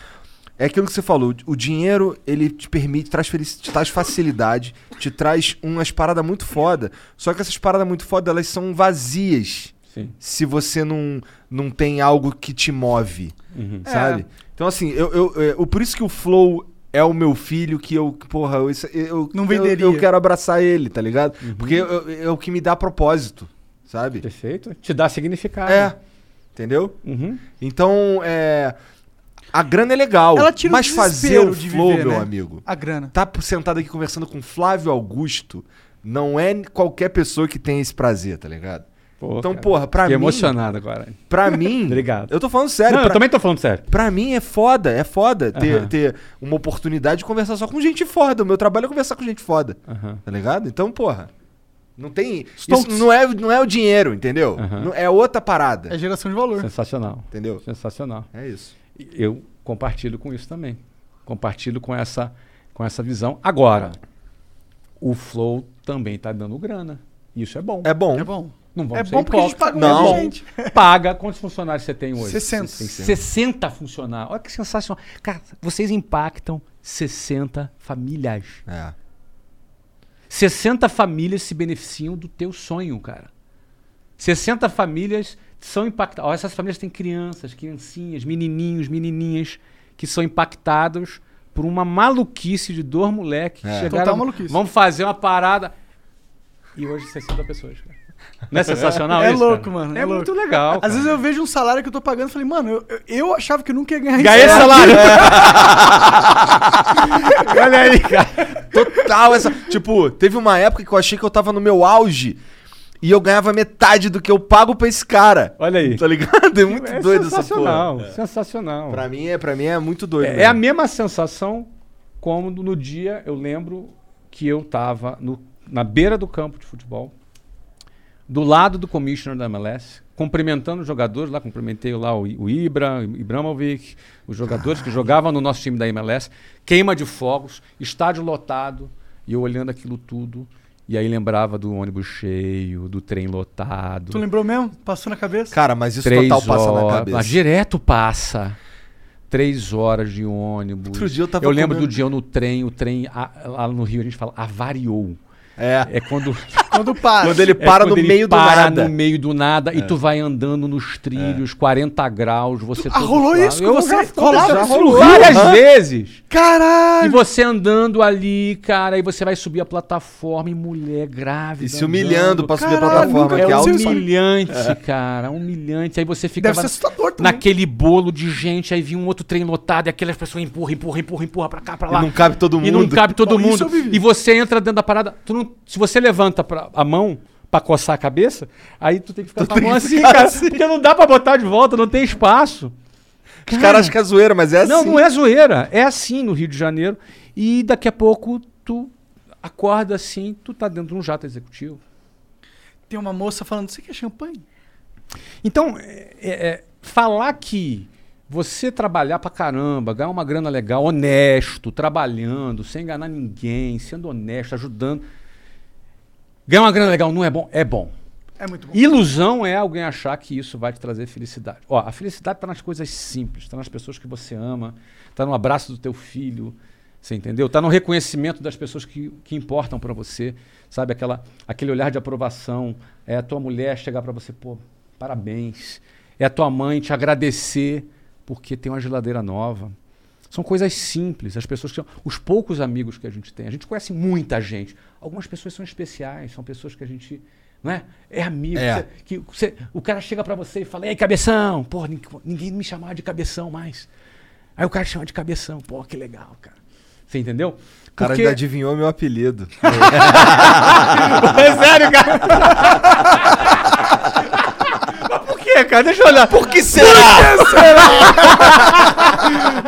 [SPEAKER 2] É aquilo que você falou, o dinheiro, ele te permite, traz felici- te traz facilidade, te traz umas paradas muito foda. Só que essas paradas muito foda, elas são vazias.
[SPEAKER 4] Sim.
[SPEAKER 2] Se você não, não tem algo que te move,
[SPEAKER 3] É.
[SPEAKER 2] sabe? Então, assim, eu, eu, eu- por isso que o Flow é o meu filho, que eu, porra, eu, isso- eu,
[SPEAKER 3] Não
[SPEAKER 2] eu-
[SPEAKER 3] venderia.
[SPEAKER 2] eu, quero abraçar ele, tá ligado? Porque eu- eu- é o que me dá propósito, sabe?
[SPEAKER 4] Perfeito. Te dá significado.
[SPEAKER 2] É. Entendeu?
[SPEAKER 4] Uhum.
[SPEAKER 2] Então, é. A grana é legal.
[SPEAKER 3] Ela tira o
[SPEAKER 2] mas fazer
[SPEAKER 3] desespero
[SPEAKER 2] o
[SPEAKER 3] de
[SPEAKER 2] flow,
[SPEAKER 3] viver,
[SPEAKER 2] meu
[SPEAKER 3] né?
[SPEAKER 2] amigo.
[SPEAKER 3] A grana.
[SPEAKER 2] Tá sentado aqui conversando com Flávio Augusto. Não é n- qualquer pessoa que tem esse prazer, tá ligado?
[SPEAKER 4] Pô,
[SPEAKER 2] então,
[SPEAKER 4] cara,
[SPEAKER 2] porra, pra
[SPEAKER 4] Fiquei
[SPEAKER 2] mim.
[SPEAKER 4] emocionado agora.
[SPEAKER 2] Pra mim.
[SPEAKER 4] Obrigado.
[SPEAKER 2] Eu tô falando sério.
[SPEAKER 4] não, eu
[SPEAKER 2] pra,
[SPEAKER 4] também tô falando sério.
[SPEAKER 2] pra mim é foda, é foda ter,
[SPEAKER 4] Aham.
[SPEAKER 2] ter uma oportunidade de conversar só com gente foda. O meu trabalho é conversar com gente foda.
[SPEAKER 4] Aham.
[SPEAKER 2] Tá ligado? Então, porra. Não tem. Isso
[SPEAKER 3] Stonks.
[SPEAKER 2] não é, não é o dinheiro, entendeu?
[SPEAKER 4] Aham.
[SPEAKER 2] Não- É outra parada.
[SPEAKER 3] É geração de valor.
[SPEAKER 4] Uhum. Sensacional.
[SPEAKER 2] Entendeu?
[SPEAKER 4] Sensacional.
[SPEAKER 2] É isso.
[SPEAKER 4] eu compartilho com isso também. Compartilho com essa, com essa visão. Agora, o Flow também está dando grana. Isso é bom.
[SPEAKER 2] É bom.
[SPEAKER 3] É bom.
[SPEAKER 4] Não vamos
[SPEAKER 3] é
[SPEAKER 4] ser
[SPEAKER 3] bom porque a gente paga
[SPEAKER 4] hipócritas.
[SPEAKER 2] Não.
[SPEAKER 3] muita gente.
[SPEAKER 4] Paga. Quantos funcionários você tem hoje?
[SPEAKER 3] 60.
[SPEAKER 4] 60 funcionários. Olha que sensacional. Cara, vocês impactam 60 famílias.
[SPEAKER 2] É.
[SPEAKER 4] 60 famílias se beneficiam do teu sonho, cara. 60 famílias são impactadas. Ó, Essas famílias têm crianças, criancinhas, menininhos, menininhas que são impactados por uma maluquice de dois moleques. que
[SPEAKER 2] É.
[SPEAKER 4] Chegaram,
[SPEAKER 3] Total maluquice.
[SPEAKER 4] Vamos fazer uma parada. E hoje 60 pessoas, cara. Não é sensacional
[SPEAKER 3] É
[SPEAKER 4] isso?
[SPEAKER 3] louco,
[SPEAKER 4] cara?
[SPEAKER 3] mano,
[SPEAKER 4] É,
[SPEAKER 3] é louco.
[SPEAKER 4] muito legal.
[SPEAKER 3] Às
[SPEAKER 4] cara.
[SPEAKER 3] vezes eu vejo um salário que eu tô pagando e falei, mano, eu, eu- eu achava que eu nunca ia ganhar
[SPEAKER 4] Ganhei
[SPEAKER 3] isso.
[SPEAKER 4] salário. Olha aí, cara.
[SPEAKER 2] Total essa. tipo, teve uma época que eu achei que eu tava no meu auge e eu ganhava metade do que eu pago pra esse cara.
[SPEAKER 4] Olha aí.
[SPEAKER 2] Tá ligado? É muito
[SPEAKER 4] É
[SPEAKER 2] doido essa porra. É.
[SPEAKER 4] sensacional, sensacional.
[SPEAKER 2] Pra mim, é, pra mim é muito doido.
[SPEAKER 4] É,
[SPEAKER 2] mesmo.
[SPEAKER 4] a mesma sensação como no dia eu lembro que eu estava na beira do campo de futebol, do lado do commissioner da MLS, cumprimentando os jogadores lá, cumprimentei lá o, I- o Ibra, o Ibramovic, os jogadores que jogavam no nosso time da MLS, queima de fogos, estádio lotado, e eu olhando aquilo tudo, e aí lembrava do ônibus cheio, do trem lotado.
[SPEAKER 3] Tu lembrou mesmo? Passou na cabeça?
[SPEAKER 2] Cara, mas isso
[SPEAKER 4] Três
[SPEAKER 2] total passa
[SPEAKER 4] horas,
[SPEAKER 2] na cabeça.
[SPEAKER 4] mas direto passa. Três horas de ônibus.
[SPEAKER 2] Outro dia eu tava
[SPEAKER 4] lembro
[SPEAKER 2] comendo-
[SPEAKER 4] do dia eu no trem, o trem a- lá no Rio a gente fala avariou.
[SPEAKER 2] É.
[SPEAKER 4] É quando
[SPEAKER 3] Quando passa.
[SPEAKER 2] Quando ele
[SPEAKER 4] é
[SPEAKER 2] para
[SPEAKER 4] quando
[SPEAKER 2] no
[SPEAKER 4] ele
[SPEAKER 2] meio do
[SPEAKER 4] para
[SPEAKER 2] nada. É.
[SPEAKER 4] no meio do nada e tu vai andando nos trilhos, 40 graus, você
[SPEAKER 3] Ah,
[SPEAKER 4] todo
[SPEAKER 3] rolou
[SPEAKER 4] suado.
[SPEAKER 3] isso com
[SPEAKER 4] Eu
[SPEAKER 3] você?
[SPEAKER 4] já-
[SPEAKER 3] Rolava
[SPEAKER 4] já
[SPEAKER 3] isso
[SPEAKER 4] rolou
[SPEAKER 3] no Rio?
[SPEAKER 4] várias
[SPEAKER 3] Aham.
[SPEAKER 4] vezes. E
[SPEAKER 3] Caralho!
[SPEAKER 4] você andando ali, cara, e você vai subir a plataforma e mulher grávida.
[SPEAKER 2] E se humilhando
[SPEAKER 4] andando.
[SPEAKER 2] pra subir a
[SPEAKER 3] Caralho,
[SPEAKER 2] plataforma
[SPEAKER 3] nunca
[SPEAKER 2] que é
[SPEAKER 4] É
[SPEAKER 3] aconteceu
[SPEAKER 2] alto.
[SPEAKER 3] isso.
[SPEAKER 4] humilhante, cara. Humilhante. Aí você fica
[SPEAKER 3] Deve ser assustador também.
[SPEAKER 4] naquele bolo de gente, aí vinha um outro trem lotado e aquelas pessoas empurra, empurra, empurra, empurra pra cá, pra lá.
[SPEAKER 2] E não cabe todo
[SPEAKER 4] E não
[SPEAKER 2] mundo.
[SPEAKER 4] cabe todo
[SPEAKER 3] Bom, isso
[SPEAKER 4] mundo.
[SPEAKER 3] eu vivi.
[SPEAKER 4] E você entra dentro da parada. tu não- se você levanta pra- a mão pra coçar a cabeça, aí tu tem que ficar com a mão assim, cara. Porque não dá pra botar de volta, não tem espaço.
[SPEAKER 2] Os caras acham que é zoeira, mas é assim.
[SPEAKER 4] Não, não é zoeira. É assim no Rio de Janeiro. E daqui a pouco tu acorda assim, tu tá dentro de um jato executivo.
[SPEAKER 3] Tem uma moça falando, você quer champanhe?
[SPEAKER 4] Então, é- é- é, falar que você trabalhar pra caramba, ganhar uma grana legal, honesto, trabalhando, sem enganar ninguém, sendo honesto, ajudando. Ganhar uma grana legal não é bom? É bom.
[SPEAKER 3] É muito bom.
[SPEAKER 4] Ilusão é alguém achar que isso vai te trazer felicidade. Ó, a felicidade tá nas coisas simples, tá nas pessoas que você ama, tá no abraço do teu filho, você entendeu? Tá no reconhecimento das pessoas que, que importam para você, sabe? Aquela, aquele olhar de aprovação, é a tua mulher chegar para você, pô, parabéns. É a tua mãe te agradecer porque tem uma geladeira nova. São coisas simples. As pessoas que são. Os poucos amigos que a gente tem. A gente conhece muita gente. Algumas pessoas são especiais, são pessoas que a gente. Não é? É amigo.
[SPEAKER 2] É.
[SPEAKER 4] você- que você- o cara chega pra você e fala: Ei, cabeção! Pô, nin- ninguém me chamava de cabeção mais. Aí o cara chama de cabeção. Pô, que legal, cara. Você entendeu?
[SPEAKER 2] O cara
[SPEAKER 4] Porque-
[SPEAKER 2] ainda adivinhou meu apelido.
[SPEAKER 4] É sério, cara? Mas por que, cara? Deixa eu olhar. Por que será?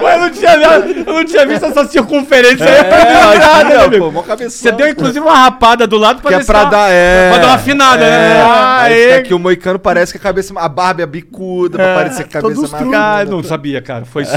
[SPEAKER 4] Ué, eu não tinha, nada- eu não tinha visto essa circunferência aí.
[SPEAKER 2] É,
[SPEAKER 4] Nada, né,
[SPEAKER 2] não,
[SPEAKER 4] amigo?
[SPEAKER 2] pô, mó cabeção.
[SPEAKER 4] Você deu inclusive uma rapada do lado pra
[SPEAKER 2] que é
[SPEAKER 4] deixar-
[SPEAKER 2] pra dar, é.
[SPEAKER 4] pra dar uma afinada, né?
[SPEAKER 2] é, Aí
[SPEAKER 4] Aê,
[SPEAKER 2] fica que o moicano parece que a cabeça. A barba é bicuda, pra parecer que a cabeça
[SPEAKER 3] todos
[SPEAKER 2] é mais.
[SPEAKER 4] Cara, Ah, não sabia, cara. Foi su-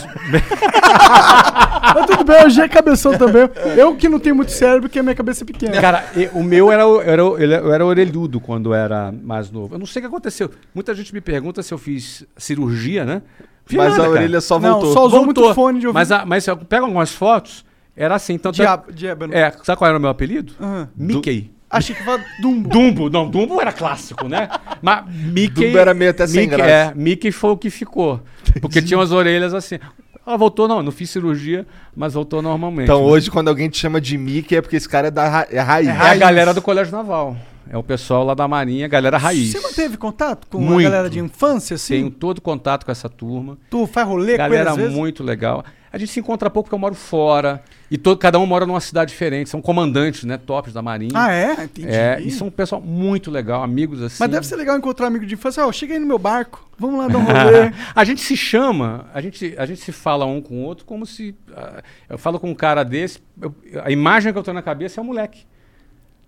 [SPEAKER 3] Mas tudo bem, o G é cabeção também. Eu que não tenho muito cérebro, porque a minha cabeça é pequena.
[SPEAKER 4] Cara, e- o meu era, o- era, o- ele- eu era orelhudo quando era mais novo. Eu não sei o que aconteceu. Muita gente me pergunta se eu fiz cirurgia, né? Fiz
[SPEAKER 2] Mas
[SPEAKER 4] nada,
[SPEAKER 2] a
[SPEAKER 4] cara.
[SPEAKER 2] orelha só
[SPEAKER 3] Não,
[SPEAKER 2] voltou.
[SPEAKER 3] só usou
[SPEAKER 4] Voltou.
[SPEAKER 3] muito fone de ouvido.
[SPEAKER 4] Mas, a, mas se eu pego algumas fotos, era assim. Tanto
[SPEAKER 3] Diabo, diabo.
[SPEAKER 4] É, sabe qual era o meu apelido?
[SPEAKER 3] Aham.
[SPEAKER 4] Mickey.
[SPEAKER 3] Achei que foi Dumbo.
[SPEAKER 4] Dumbo, não, Dumbo era clássico, né? Mas Mickey.
[SPEAKER 2] Dumbo era meio até sem
[SPEAKER 4] Mickey,
[SPEAKER 2] graça.
[SPEAKER 4] É, Mickey foi o que ficou. Porque tinha umas orelhas assim. Ela voltou, não, não fiz cirurgia, mas voltou normalmente.
[SPEAKER 2] Então
[SPEAKER 4] né?
[SPEAKER 2] hoje, quando alguém te chama de Mickey, é porque esse cara é da ra- é raiz.
[SPEAKER 4] É a galera do Colégio Naval. É o pessoal lá da Marinha, a galera raiz.
[SPEAKER 3] Você manteve contato com
[SPEAKER 4] Muito.
[SPEAKER 3] a galera de infância, assim?
[SPEAKER 4] Tenho todo contato com essa turma.
[SPEAKER 3] Tu faz rolê
[SPEAKER 4] galera
[SPEAKER 3] com ele às vezes?
[SPEAKER 4] muito legal. A gente se encontra pouco porque eu moro fora. E todo, cada um mora numa cidade diferente. São comandantes, né? Tops da Marinha.
[SPEAKER 3] Ah, é? Entendi.
[SPEAKER 4] É, e são um pessoal muito legal, amigos assim.
[SPEAKER 3] Mas deve ser legal encontrar amigo de infância. Ó, chega aí no meu barco, vamos lá dar um rolê.
[SPEAKER 4] A gente se chama, a gente, a gente se fala um com o outro como se. ah, eu falo com um cara desse, eu- a imagem que eu tenho na cabeça é um moleque.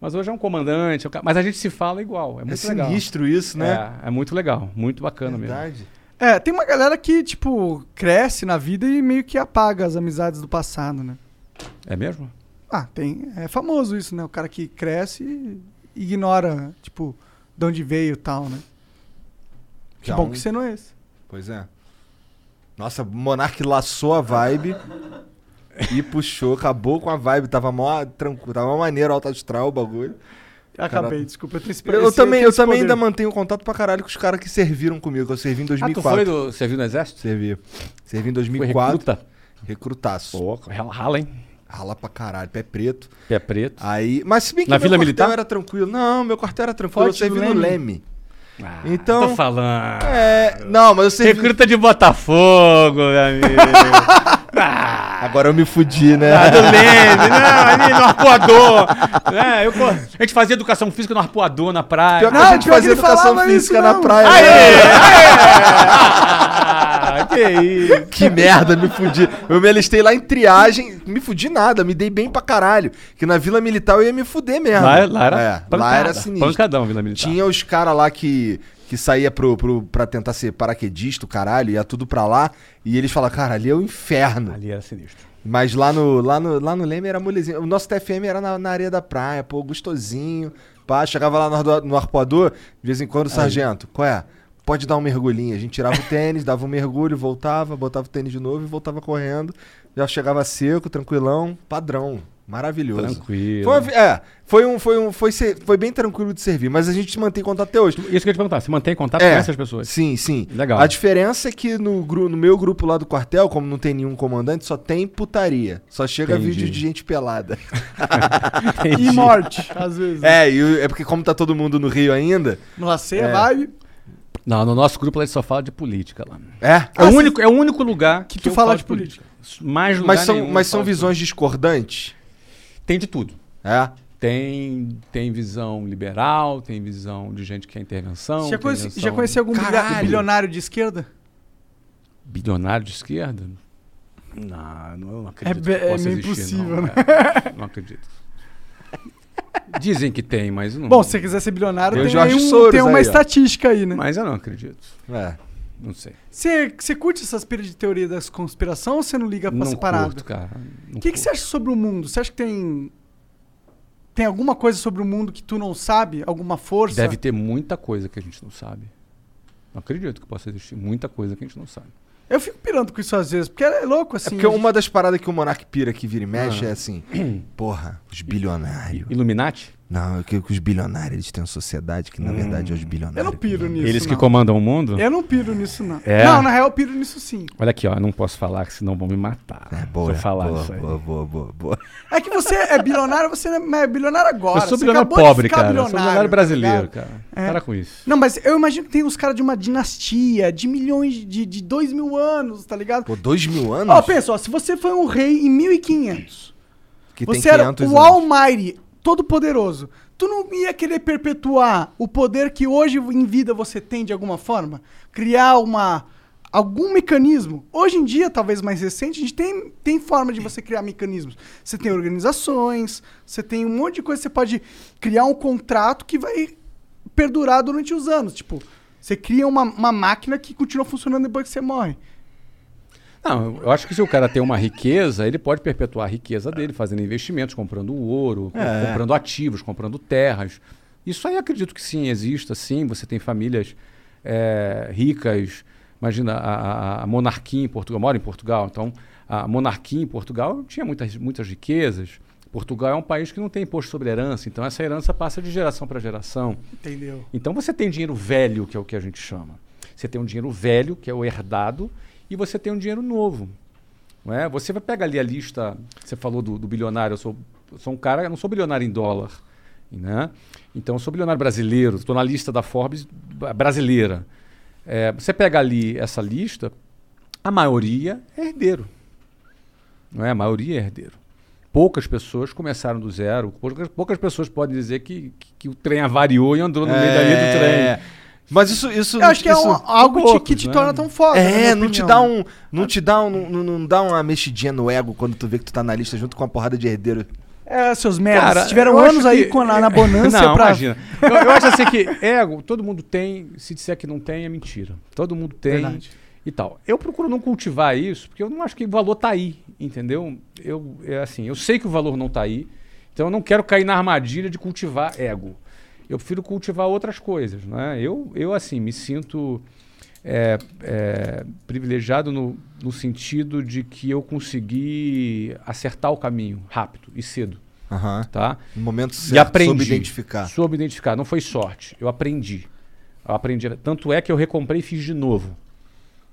[SPEAKER 4] Mas hoje é um comandante, é um ca- mas a gente se fala igual. É muito
[SPEAKER 2] É
[SPEAKER 4] legal.
[SPEAKER 2] sinistro isso, né?
[SPEAKER 4] É, é muito legal, muito bacana mesmo.
[SPEAKER 2] Verdade.
[SPEAKER 3] É, tem uma galera que, tipo, cresce na vida e meio que apaga as amizades do passado, né?
[SPEAKER 4] É mesmo?
[SPEAKER 3] Ah, tem. É famoso isso, né? O cara que cresce e ignora, tipo, de onde veio e tal, né? Que
[SPEAKER 2] é
[SPEAKER 3] bom
[SPEAKER 2] um-
[SPEAKER 3] que você não é esse.
[SPEAKER 2] Pois é. Nossa, Monark laçou a vibe e puxou, acabou com a vibe. Tava mó tranquilo, tava mó maneiro, alto astral o bagulho.
[SPEAKER 3] Acabei,
[SPEAKER 2] Cara-
[SPEAKER 3] desculpa. Eu, tenho esse-
[SPEAKER 2] Eu,
[SPEAKER 3] esse-
[SPEAKER 2] também,
[SPEAKER 3] tenho
[SPEAKER 2] eu
[SPEAKER 3] esse
[SPEAKER 2] também
[SPEAKER 3] poder.
[SPEAKER 2] ainda mantenho contato pra caralho com os caras que serviram comigo. Eu servi em
[SPEAKER 4] Ah, tu foi
[SPEAKER 2] 2004.
[SPEAKER 4] do. Serviu no Exército?
[SPEAKER 2] Servi. Servi em
[SPEAKER 4] Foi
[SPEAKER 2] 2004.
[SPEAKER 4] recruta?
[SPEAKER 2] Recrutaço.
[SPEAKER 4] Pô, rala, rala, hein?
[SPEAKER 2] Rala pra caralho, pé preto.
[SPEAKER 4] Pé É preto.
[SPEAKER 2] Aí, mas se bem que
[SPEAKER 4] Na
[SPEAKER 2] meu
[SPEAKER 4] Vila
[SPEAKER 2] quartel
[SPEAKER 4] Militar?
[SPEAKER 2] era tranquilo. Não, meu quartel era tranquilo,
[SPEAKER 3] Forte
[SPEAKER 2] eu servi
[SPEAKER 3] do
[SPEAKER 2] no
[SPEAKER 3] Leme.
[SPEAKER 2] Leme.
[SPEAKER 4] Ah,
[SPEAKER 2] então-
[SPEAKER 4] Tô falando.
[SPEAKER 2] É, não, mas eu servi...
[SPEAKER 4] Recruta de Botafogo, meu amigo.
[SPEAKER 2] Agora eu me fudi, né?
[SPEAKER 4] Ah, do Leme, não, ali no arpoador. É, eu co- a gente fazia educação física no arpoador na praia.
[SPEAKER 2] Pior que a
[SPEAKER 3] Ah,
[SPEAKER 2] gente
[SPEAKER 3] pior que
[SPEAKER 2] fazia
[SPEAKER 3] ele
[SPEAKER 2] educação
[SPEAKER 3] falava
[SPEAKER 2] física
[SPEAKER 3] isso,
[SPEAKER 2] na
[SPEAKER 3] não.
[SPEAKER 2] praia.
[SPEAKER 4] Aê,
[SPEAKER 2] né?
[SPEAKER 4] aê. Ah, que isso.
[SPEAKER 2] Que merda, me fudi. Eu me alistei lá em triagem, me fudi nada, me dei bem pra caralho. Que na Vila Militar eu ia me fuder mesmo.
[SPEAKER 4] Lá, lá era
[SPEAKER 2] É, lá era sinistro.
[SPEAKER 4] Pancadão, Vila Militar.
[SPEAKER 2] Tinha os caras lá que, que saía pro, pro, pra tentar ser paraquedista, o caralho, ia tudo pra lá. E eles falavam, cara, ali é o inferno.
[SPEAKER 4] Ali era sinistro.
[SPEAKER 2] Mas lá no, lá, no, lá no Leme era molezinho. O nosso TFM era na, na areia da praia, pô, gostosinho. Pá, chegava lá no, ardo- no arpoador, de vez em quando o sargento, qual é? Pode dar um mergulhinho. A gente tirava o tênis, dava um mergulho, voltava, botava o tênis de novo e voltava correndo. Já chegava seco, tranquilão, padrão. Maravilhoso.
[SPEAKER 4] Tranquilo.
[SPEAKER 2] Foi, uma vi- é, foi um, foi um, foi, ser- foi bem tranquilo de servir, mas a gente mantém contato até hoje.
[SPEAKER 4] Isso que eu ia te perguntar, você mantém contato
[SPEAKER 2] É,
[SPEAKER 4] com essas pessoas?
[SPEAKER 2] Sim, sim.
[SPEAKER 4] Legal.
[SPEAKER 2] A diferença é que no, gru- no meu grupo lá do quartel, como não tem nenhum comandante, só tem putaria. Só chega
[SPEAKER 4] Entendi.
[SPEAKER 2] vídeo de gente pelada.
[SPEAKER 3] E morte, às vezes.
[SPEAKER 2] É, e o- é porque como tá todo mundo no Rio ainda.
[SPEAKER 3] No laceia, vibe.
[SPEAKER 4] Não, no nosso grupo a gente só fala de política lá.
[SPEAKER 2] É.
[SPEAKER 4] É, o, único, é o único lugar
[SPEAKER 3] Que tu
[SPEAKER 4] eu
[SPEAKER 3] fala
[SPEAKER 4] falo
[SPEAKER 3] de política.
[SPEAKER 4] Mais lugar
[SPEAKER 2] Mas são,
[SPEAKER 4] nenhum
[SPEAKER 2] mas
[SPEAKER 4] eu
[SPEAKER 2] são
[SPEAKER 4] falo de
[SPEAKER 2] visões discordantes.
[SPEAKER 4] política. Tem de tudo.
[SPEAKER 2] É.
[SPEAKER 4] Tem, tem visão liberal, tem visão de gente que é intervenção.
[SPEAKER 3] Já
[SPEAKER 4] tem
[SPEAKER 3] conheci, já
[SPEAKER 4] visão-
[SPEAKER 3] conheci algum bilha-
[SPEAKER 2] Caralho.
[SPEAKER 3] bilionário de esquerda?
[SPEAKER 4] Bilionário de esquerda? Não, não, eu não acredito.
[SPEAKER 3] be-
[SPEAKER 4] que
[SPEAKER 3] é
[SPEAKER 4] possa
[SPEAKER 3] meio
[SPEAKER 4] existir,
[SPEAKER 3] impossível,
[SPEAKER 4] não,
[SPEAKER 3] né?
[SPEAKER 4] é. não acredito. Dizem que tem, mas
[SPEAKER 2] Hum.
[SPEAKER 4] eu não.
[SPEAKER 3] Bom, se você quiser ser bilionário,
[SPEAKER 2] Tem o
[SPEAKER 3] tem,
[SPEAKER 2] Jorge
[SPEAKER 3] aí um-
[SPEAKER 2] Soros
[SPEAKER 3] tem uma
[SPEAKER 2] aí, ó.
[SPEAKER 3] estatística aí, né?
[SPEAKER 4] Mas eu não acredito.
[SPEAKER 2] É.
[SPEAKER 4] Não sei.
[SPEAKER 3] Você você curte essas pira de teoria das conspiração ou você não liga pra
[SPEAKER 4] não
[SPEAKER 3] essa parada?
[SPEAKER 4] curto, cara.
[SPEAKER 3] O que, que você acha sobre o mundo? Você acha que tem. Tem alguma coisa sobre o mundo que tu não sabe? Alguma força?
[SPEAKER 4] Deve ter muita coisa que a gente não sabe. Não acredito que possa existir muita coisa que a gente não sabe.
[SPEAKER 3] Eu fico pirando com isso às vezes, porque é louco
[SPEAKER 2] É
[SPEAKER 3] assim.
[SPEAKER 2] porque uma Ah. das paradas que o Monark pira que vira e mexe é assim. Porra, os bilionários.
[SPEAKER 4] Illuminati?
[SPEAKER 2] Não, é que que os bilionários eles têm uma sociedade que, na verdade, é os bilionários.
[SPEAKER 3] Eu não piro nisso.
[SPEAKER 4] Eles que
[SPEAKER 3] não.
[SPEAKER 4] comandam o mundo?
[SPEAKER 3] Eu não piro nisso, não.
[SPEAKER 4] É?
[SPEAKER 3] Não, na real, eu piro nisso sim.
[SPEAKER 4] Olha aqui, ó. Eu não posso falar, que senão vão me matar.
[SPEAKER 2] É, boa,
[SPEAKER 4] Vou falar
[SPEAKER 2] boa,
[SPEAKER 4] isso aí.
[SPEAKER 2] boa, boa, boa, boa.
[SPEAKER 3] É que você é bilionário, você não é bilionário agora.
[SPEAKER 4] Eu sou
[SPEAKER 3] Você
[SPEAKER 4] bilionário
[SPEAKER 3] acabou de
[SPEAKER 4] pobre,
[SPEAKER 3] ficar
[SPEAKER 4] cara. Eu sou bilionário
[SPEAKER 3] tá
[SPEAKER 4] brasileiro,
[SPEAKER 3] ligado?
[SPEAKER 4] cara.
[SPEAKER 3] É.
[SPEAKER 4] Para com isso.
[SPEAKER 3] Não, mas eu imagino que tem uns caras de uma dinastia, de milhões, de, de dois mil anos, tá ligado?
[SPEAKER 2] Pô, dois mil anos?
[SPEAKER 3] Ó, pensa, ó, se você foi um rei em 1500,
[SPEAKER 2] que tem
[SPEAKER 3] você era
[SPEAKER 2] 500
[SPEAKER 3] o
[SPEAKER 2] anos.
[SPEAKER 3] Almighty, todo poderoso, tu não ia querer perpetuar o poder que hoje em vida você tem de alguma forma? Criar uma... Algum mecanismo. Hoje em dia, talvez mais recente, a gente tem, tem forma de você criar mecanismos. Você tem organizações, você tem um monte de coisa. Você pode criar um contrato que vai perdurar durante os anos. Tipo, você cria uma, uma máquina que continua funcionando depois que você morre.
[SPEAKER 4] Não, eu acho que se o cara tem uma riqueza, ele pode perpetuar a riqueza dele, fazendo investimentos, comprando ouro, co- comprando ativos, comprando terras. Isso aí eu acredito que sim, exista, sim. Você tem famílias eh, ricas. Imagina, a, a- a monarquia em Portugal, eu moro em Portugal, então a monarquia em Portugal tinha muitas, muitas riquezas. Portugal é um país que não tem imposto sobre herança, então essa herança passa de geração para geração.
[SPEAKER 3] Entendeu?
[SPEAKER 4] Então você tem dinheiro velho, que é o que a gente chama. Você tem um dinheiro velho, que é o herdado, e você tem um dinheiro novo. Não é? Você vai pegar ali a lista, você falou do, do bilionário, eu sou, eu sou um cara, eu não sou bilionário em dólar. Né? Então eu sou bilionário brasileiro, estou na lista da Forbes ba- brasileira. É, você pega ali essa lista, a maioria é herdeiro. Não é? A maioria é herdeiro. Poucas pessoas começaram do zero. Poucas, poucas pessoas podem dizer que, que, que o trem avariou e andou no meio da linha do
[SPEAKER 2] É.
[SPEAKER 4] trem.
[SPEAKER 2] Mas isso, isso.
[SPEAKER 3] Eu acho que é
[SPEAKER 2] isso-
[SPEAKER 3] um- algo
[SPEAKER 4] poucos,
[SPEAKER 3] te- que te
[SPEAKER 4] né?
[SPEAKER 3] torna tão foda. na
[SPEAKER 2] É,
[SPEAKER 3] minha
[SPEAKER 2] não te
[SPEAKER 3] opinião.
[SPEAKER 2] dá um. Não te dá um. Não, não dá uma mexidinha no ego quando tu vê que tu tá na lista junto com uma porrada de herdeiro.
[SPEAKER 3] É, seus merdas.
[SPEAKER 4] Cara,
[SPEAKER 3] tiveram
[SPEAKER 4] eu acho
[SPEAKER 3] anos aí
[SPEAKER 4] que-
[SPEAKER 3] com, na, na bonança
[SPEAKER 4] não,
[SPEAKER 3] pra.
[SPEAKER 4] imagina. Eu, eu acho assim que ego, todo mundo tem. Se disser que não tem, é mentira. Todo mundo tem
[SPEAKER 3] Verdade.
[SPEAKER 4] e tal. Eu procuro não cultivar isso, porque eu não acho que o valor tá aí, entendeu? Eu, é assim, eu sei que o valor não tá aí, então eu não quero cair na armadilha de cultivar ego. Eu prefiro cultivar outras coisas, né? Eu, eu assim, me sinto é, é, privilegiado no, no sentido de que eu consegui acertar o caminho rápido e cedo,
[SPEAKER 2] Aham.
[SPEAKER 4] tá?
[SPEAKER 2] No momento certo,
[SPEAKER 4] E aprendi.
[SPEAKER 2] soube identificar.
[SPEAKER 4] Soube identificar. Não foi sorte. Eu aprendi. Eu aprendi. Tanto é que eu recomprei e fiz de novo.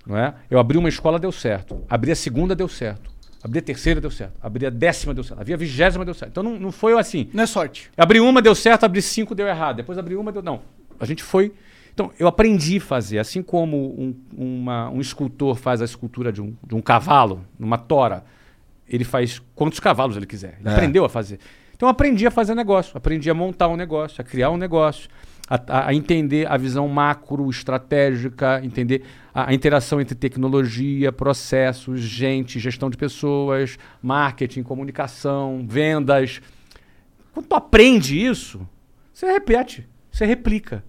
[SPEAKER 4] Não é? Eu abri uma escola, deu certo. Abri a segunda, deu certo. Abri a terceira, deu certo. Abri a décima, deu certo. Abri a vigésima, deu certo. Então não, não foi assim.
[SPEAKER 3] Não é sorte.
[SPEAKER 4] Abri uma, deu certo. Abri cinco, deu errado. Depois abri uma, deu... Não. A gente foi... Então, eu aprendi a fazer. Assim como um, uma- um escultor faz a escultura de um, de um cavalo, numa tora, ele faz quantos cavalos ele quiser. Ele
[SPEAKER 2] É.
[SPEAKER 4] aprendeu a fazer. Então, eu aprendi a fazer negócio. Aprendi a montar um negócio, a criar um negócio, a, a- a entender a visão macro, estratégica, entender a, a interação entre tecnologia, processos, gente, gestão de pessoas, marketing, comunicação, vendas. Quando tu aprende isso, você repete, você replica.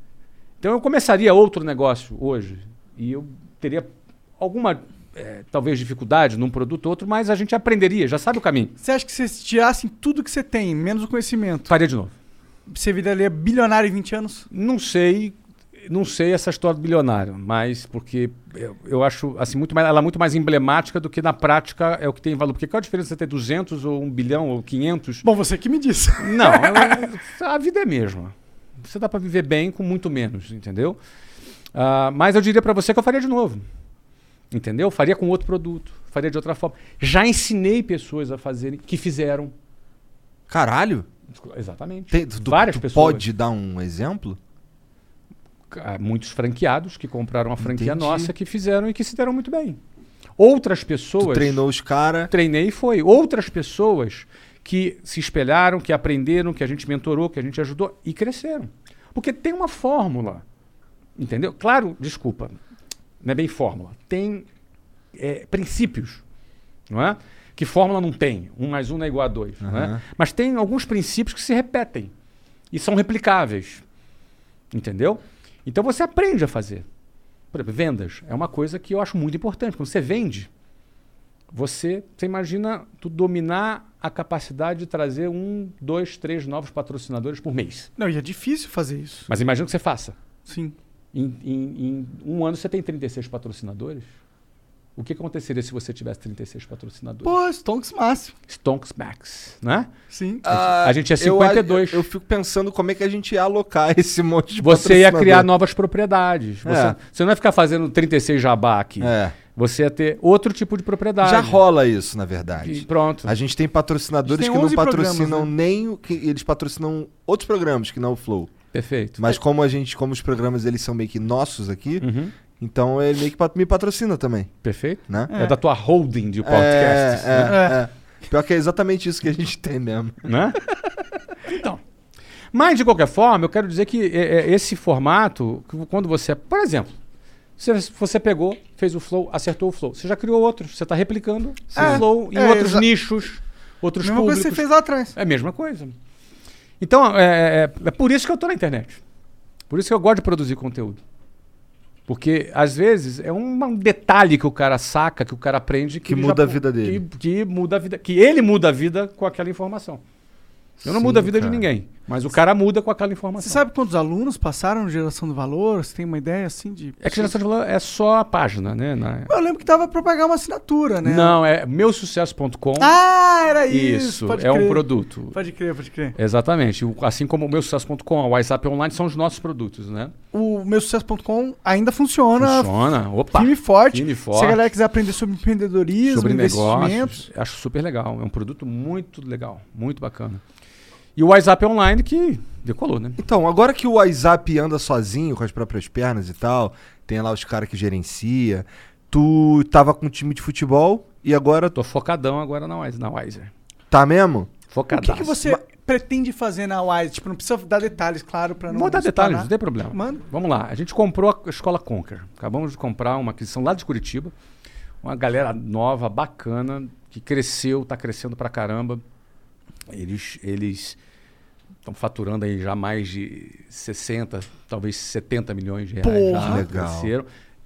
[SPEAKER 4] Então eu começaria outro negócio hoje e eu teria alguma, eh, talvez, dificuldade num produto ou outro, mas a gente aprenderia, já sabe o caminho.
[SPEAKER 3] Você acha que se vocês tirassem tudo que você tem, menos o conhecimento,
[SPEAKER 4] Faria de novo.
[SPEAKER 3] você viraria bilionário em 20 anos?
[SPEAKER 4] Não sei, não sei essa história do bilionário, mas porque eu, eu acho assim muito mais, ela é muito mais emblemática do que na prática é o que tem valor. Porque qual a diferença entre ter 200 ou 1 bilhão ou 500?
[SPEAKER 3] Bom, você que me disse.
[SPEAKER 4] Não, é- a vida é a mesma. Você dá pra viver bem com muito menos, entendeu? Ah, mas eu diria pra você que eu faria de novo. Entendeu? Faria com outro produto, faria de outra forma. Já ensinei pessoas a fazerem, que fizeram.
[SPEAKER 2] Caralho.
[SPEAKER 4] Exatamente.
[SPEAKER 2] Tem, tu,
[SPEAKER 4] Várias
[SPEAKER 2] tu
[SPEAKER 4] pessoas.
[SPEAKER 2] pode dar um exemplo?
[SPEAKER 4] Ah, Muitos franqueados que compraram a franquia
[SPEAKER 2] Entendi.
[SPEAKER 4] nossa, que fizeram e que se deram muito bem. Outras pessoas.
[SPEAKER 2] Tu treinou os caras.
[SPEAKER 4] treinei e foi. Outras pessoas que se espelharam, que aprenderam, que a gente mentorou, que a gente ajudou e cresceram. Porque tem uma fórmula. Entendeu? Claro, desculpa. Não é bem fórmula. Tem é, princípios. Não é? Que fórmula não tem. Um mais um não é igual a dois. não é? Mas tem alguns princípios que se repetem e são replicáveis. Entendeu? Então você aprende a fazer. Por exemplo, vendas é uma coisa que eu acho muito importante. Quando você vende, você, você imagina tu dominar a capacidade de trazer um, dois, três novos patrocinadores por mês.
[SPEAKER 3] Não, e é difícil fazer isso.
[SPEAKER 4] Mas imagina que você faça.
[SPEAKER 3] Sim.
[SPEAKER 4] Em, em- em um ano você tem 36 patrocinadores. O que aconteceria se você tivesse 36 patrocinadores?
[SPEAKER 3] Pô, Stonks máximo.
[SPEAKER 4] Stonks Max, né?
[SPEAKER 3] Sim.
[SPEAKER 4] A gente é
[SPEAKER 2] Ah, eu-
[SPEAKER 4] 52.
[SPEAKER 2] Eu, eu fico pensando como é que a gente ia alocar esse monte de
[SPEAKER 4] Você ia
[SPEAKER 2] patrocinador.
[SPEAKER 4] criar novas propriedades. Você,
[SPEAKER 2] É.
[SPEAKER 4] você não ia ficar fazendo 36 jabá aqui.
[SPEAKER 2] É.
[SPEAKER 4] Você ia ter outro tipo de propriedade.
[SPEAKER 2] Já rola isso, na verdade.
[SPEAKER 4] E pronto.
[SPEAKER 2] A gente tem patrocinadores
[SPEAKER 3] A
[SPEAKER 2] que
[SPEAKER 3] gente tem
[SPEAKER 2] não
[SPEAKER 3] 11 programas,
[SPEAKER 2] patrocinam
[SPEAKER 3] né?
[SPEAKER 2] nem o que eles patrocinam outros programas que não o Flow.
[SPEAKER 4] Perfeito.
[SPEAKER 2] Mas como a gente, como os programas eles são meio que nossos aqui,
[SPEAKER 4] Uhum.
[SPEAKER 2] então ele meio que pat- me patrocina também,
[SPEAKER 4] Perfeito?
[SPEAKER 2] né?
[SPEAKER 4] É. da tua holding de podcasts.
[SPEAKER 2] É, é, é. Pior que é exatamente isso que a gente tem mesmo.
[SPEAKER 4] né? Então. Mas, de qualquer forma, eu quero dizer que é, é, esse formato, que quando você. Por exemplo, você, você pegou, fez o flow, acertou o flow. Você já criou outros, você está replicando o flow em
[SPEAKER 3] é,
[SPEAKER 4] outros
[SPEAKER 3] exa-
[SPEAKER 4] nichos, outros
[SPEAKER 3] Mesma coisa
[SPEAKER 4] públicos.
[SPEAKER 3] que você fez lá atrás.
[SPEAKER 4] É a mesma coisa. Então, é, é- é por isso que eu estou na internet. Por isso que eu gosto de produzir conteúdo. Porque, às vezes, é um, um detalhe que o cara saca, que o cara aprende.
[SPEAKER 2] Que
[SPEAKER 4] ele
[SPEAKER 2] muda a
[SPEAKER 4] pô-
[SPEAKER 2] vida dele.
[SPEAKER 4] Que, que muda a vida. Que ele muda a vida com aquela informação. Eu não
[SPEAKER 2] Sim,
[SPEAKER 4] mudo a vida
[SPEAKER 2] cara.
[SPEAKER 4] de ninguém. Mas o cara muda com aquela
[SPEAKER 3] Você
[SPEAKER 4] informação.
[SPEAKER 3] sabe quantos alunos passaram no Geração do Valor? Você tem uma ideia assim de.
[SPEAKER 4] É que geração de valor é só a página, né? Na-
[SPEAKER 3] Eu lembro que dava pra pagar uma assinatura, né?
[SPEAKER 4] Não, é meusucesso.com.
[SPEAKER 3] Ah, era isso.
[SPEAKER 4] isso,
[SPEAKER 3] pode
[SPEAKER 4] é um
[SPEAKER 3] crer.
[SPEAKER 4] produto.
[SPEAKER 3] Pode crer, pode crer.
[SPEAKER 4] Exatamente. O- Assim como o meusucesso.com, o WhatsApp Online são os nossos produtos, né?
[SPEAKER 3] O meu sucesso.com ainda funciona.
[SPEAKER 4] Funciona. Opa.
[SPEAKER 3] Firme e forte.
[SPEAKER 4] Firme e
[SPEAKER 3] Se
[SPEAKER 4] forte.
[SPEAKER 3] a galera quiser aprender sobre empreendedorismo,
[SPEAKER 4] sobre
[SPEAKER 3] investimentos.
[SPEAKER 4] negócios. Acho super legal. É um produto muito legal, muito bacana. E o WhatsApp é Online que decolou, né?
[SPEAKER 2] Então, agora que o WhatsApp anda sozinho com as próprias pernas e tal, tem lá os caras que gerencia, tu tava com um time de futebol e agora tu
[SPEAKER 4] Tô focadão agora na Wiser. Na Wiser.
[SPEAKER 2] tá mesmo?
[SPEAKER 3] O que,
[SPEAKER 4] Focadão.
[SPEAKER 3] que você pretende fazer na Wise? Tipo, não precisa dar detalhes, claro, pra não.
[SPEAKER 4] Não vou dar
[SPEAKER 3] espanar.
[SPEAKER 4] detalhes, não tem problema.
[SPEAKER 3] Manda.
[SPEAKER 4] Vamos lá. A gente comprou a escola Conquer. Acabamos de comprar uma aquisição lá de Curitiba. Uma galera nova, bacana, que cresceu, tá crescendo pra caramba. Eles eles estão faturando aí já mais de 60, talvez 70 milhões de reais.
[SPEAKER 3] Porra!
[SPEAKER 4] já
[SPEAKER 2] Legal.
[SPEAKER 4] Cresceram.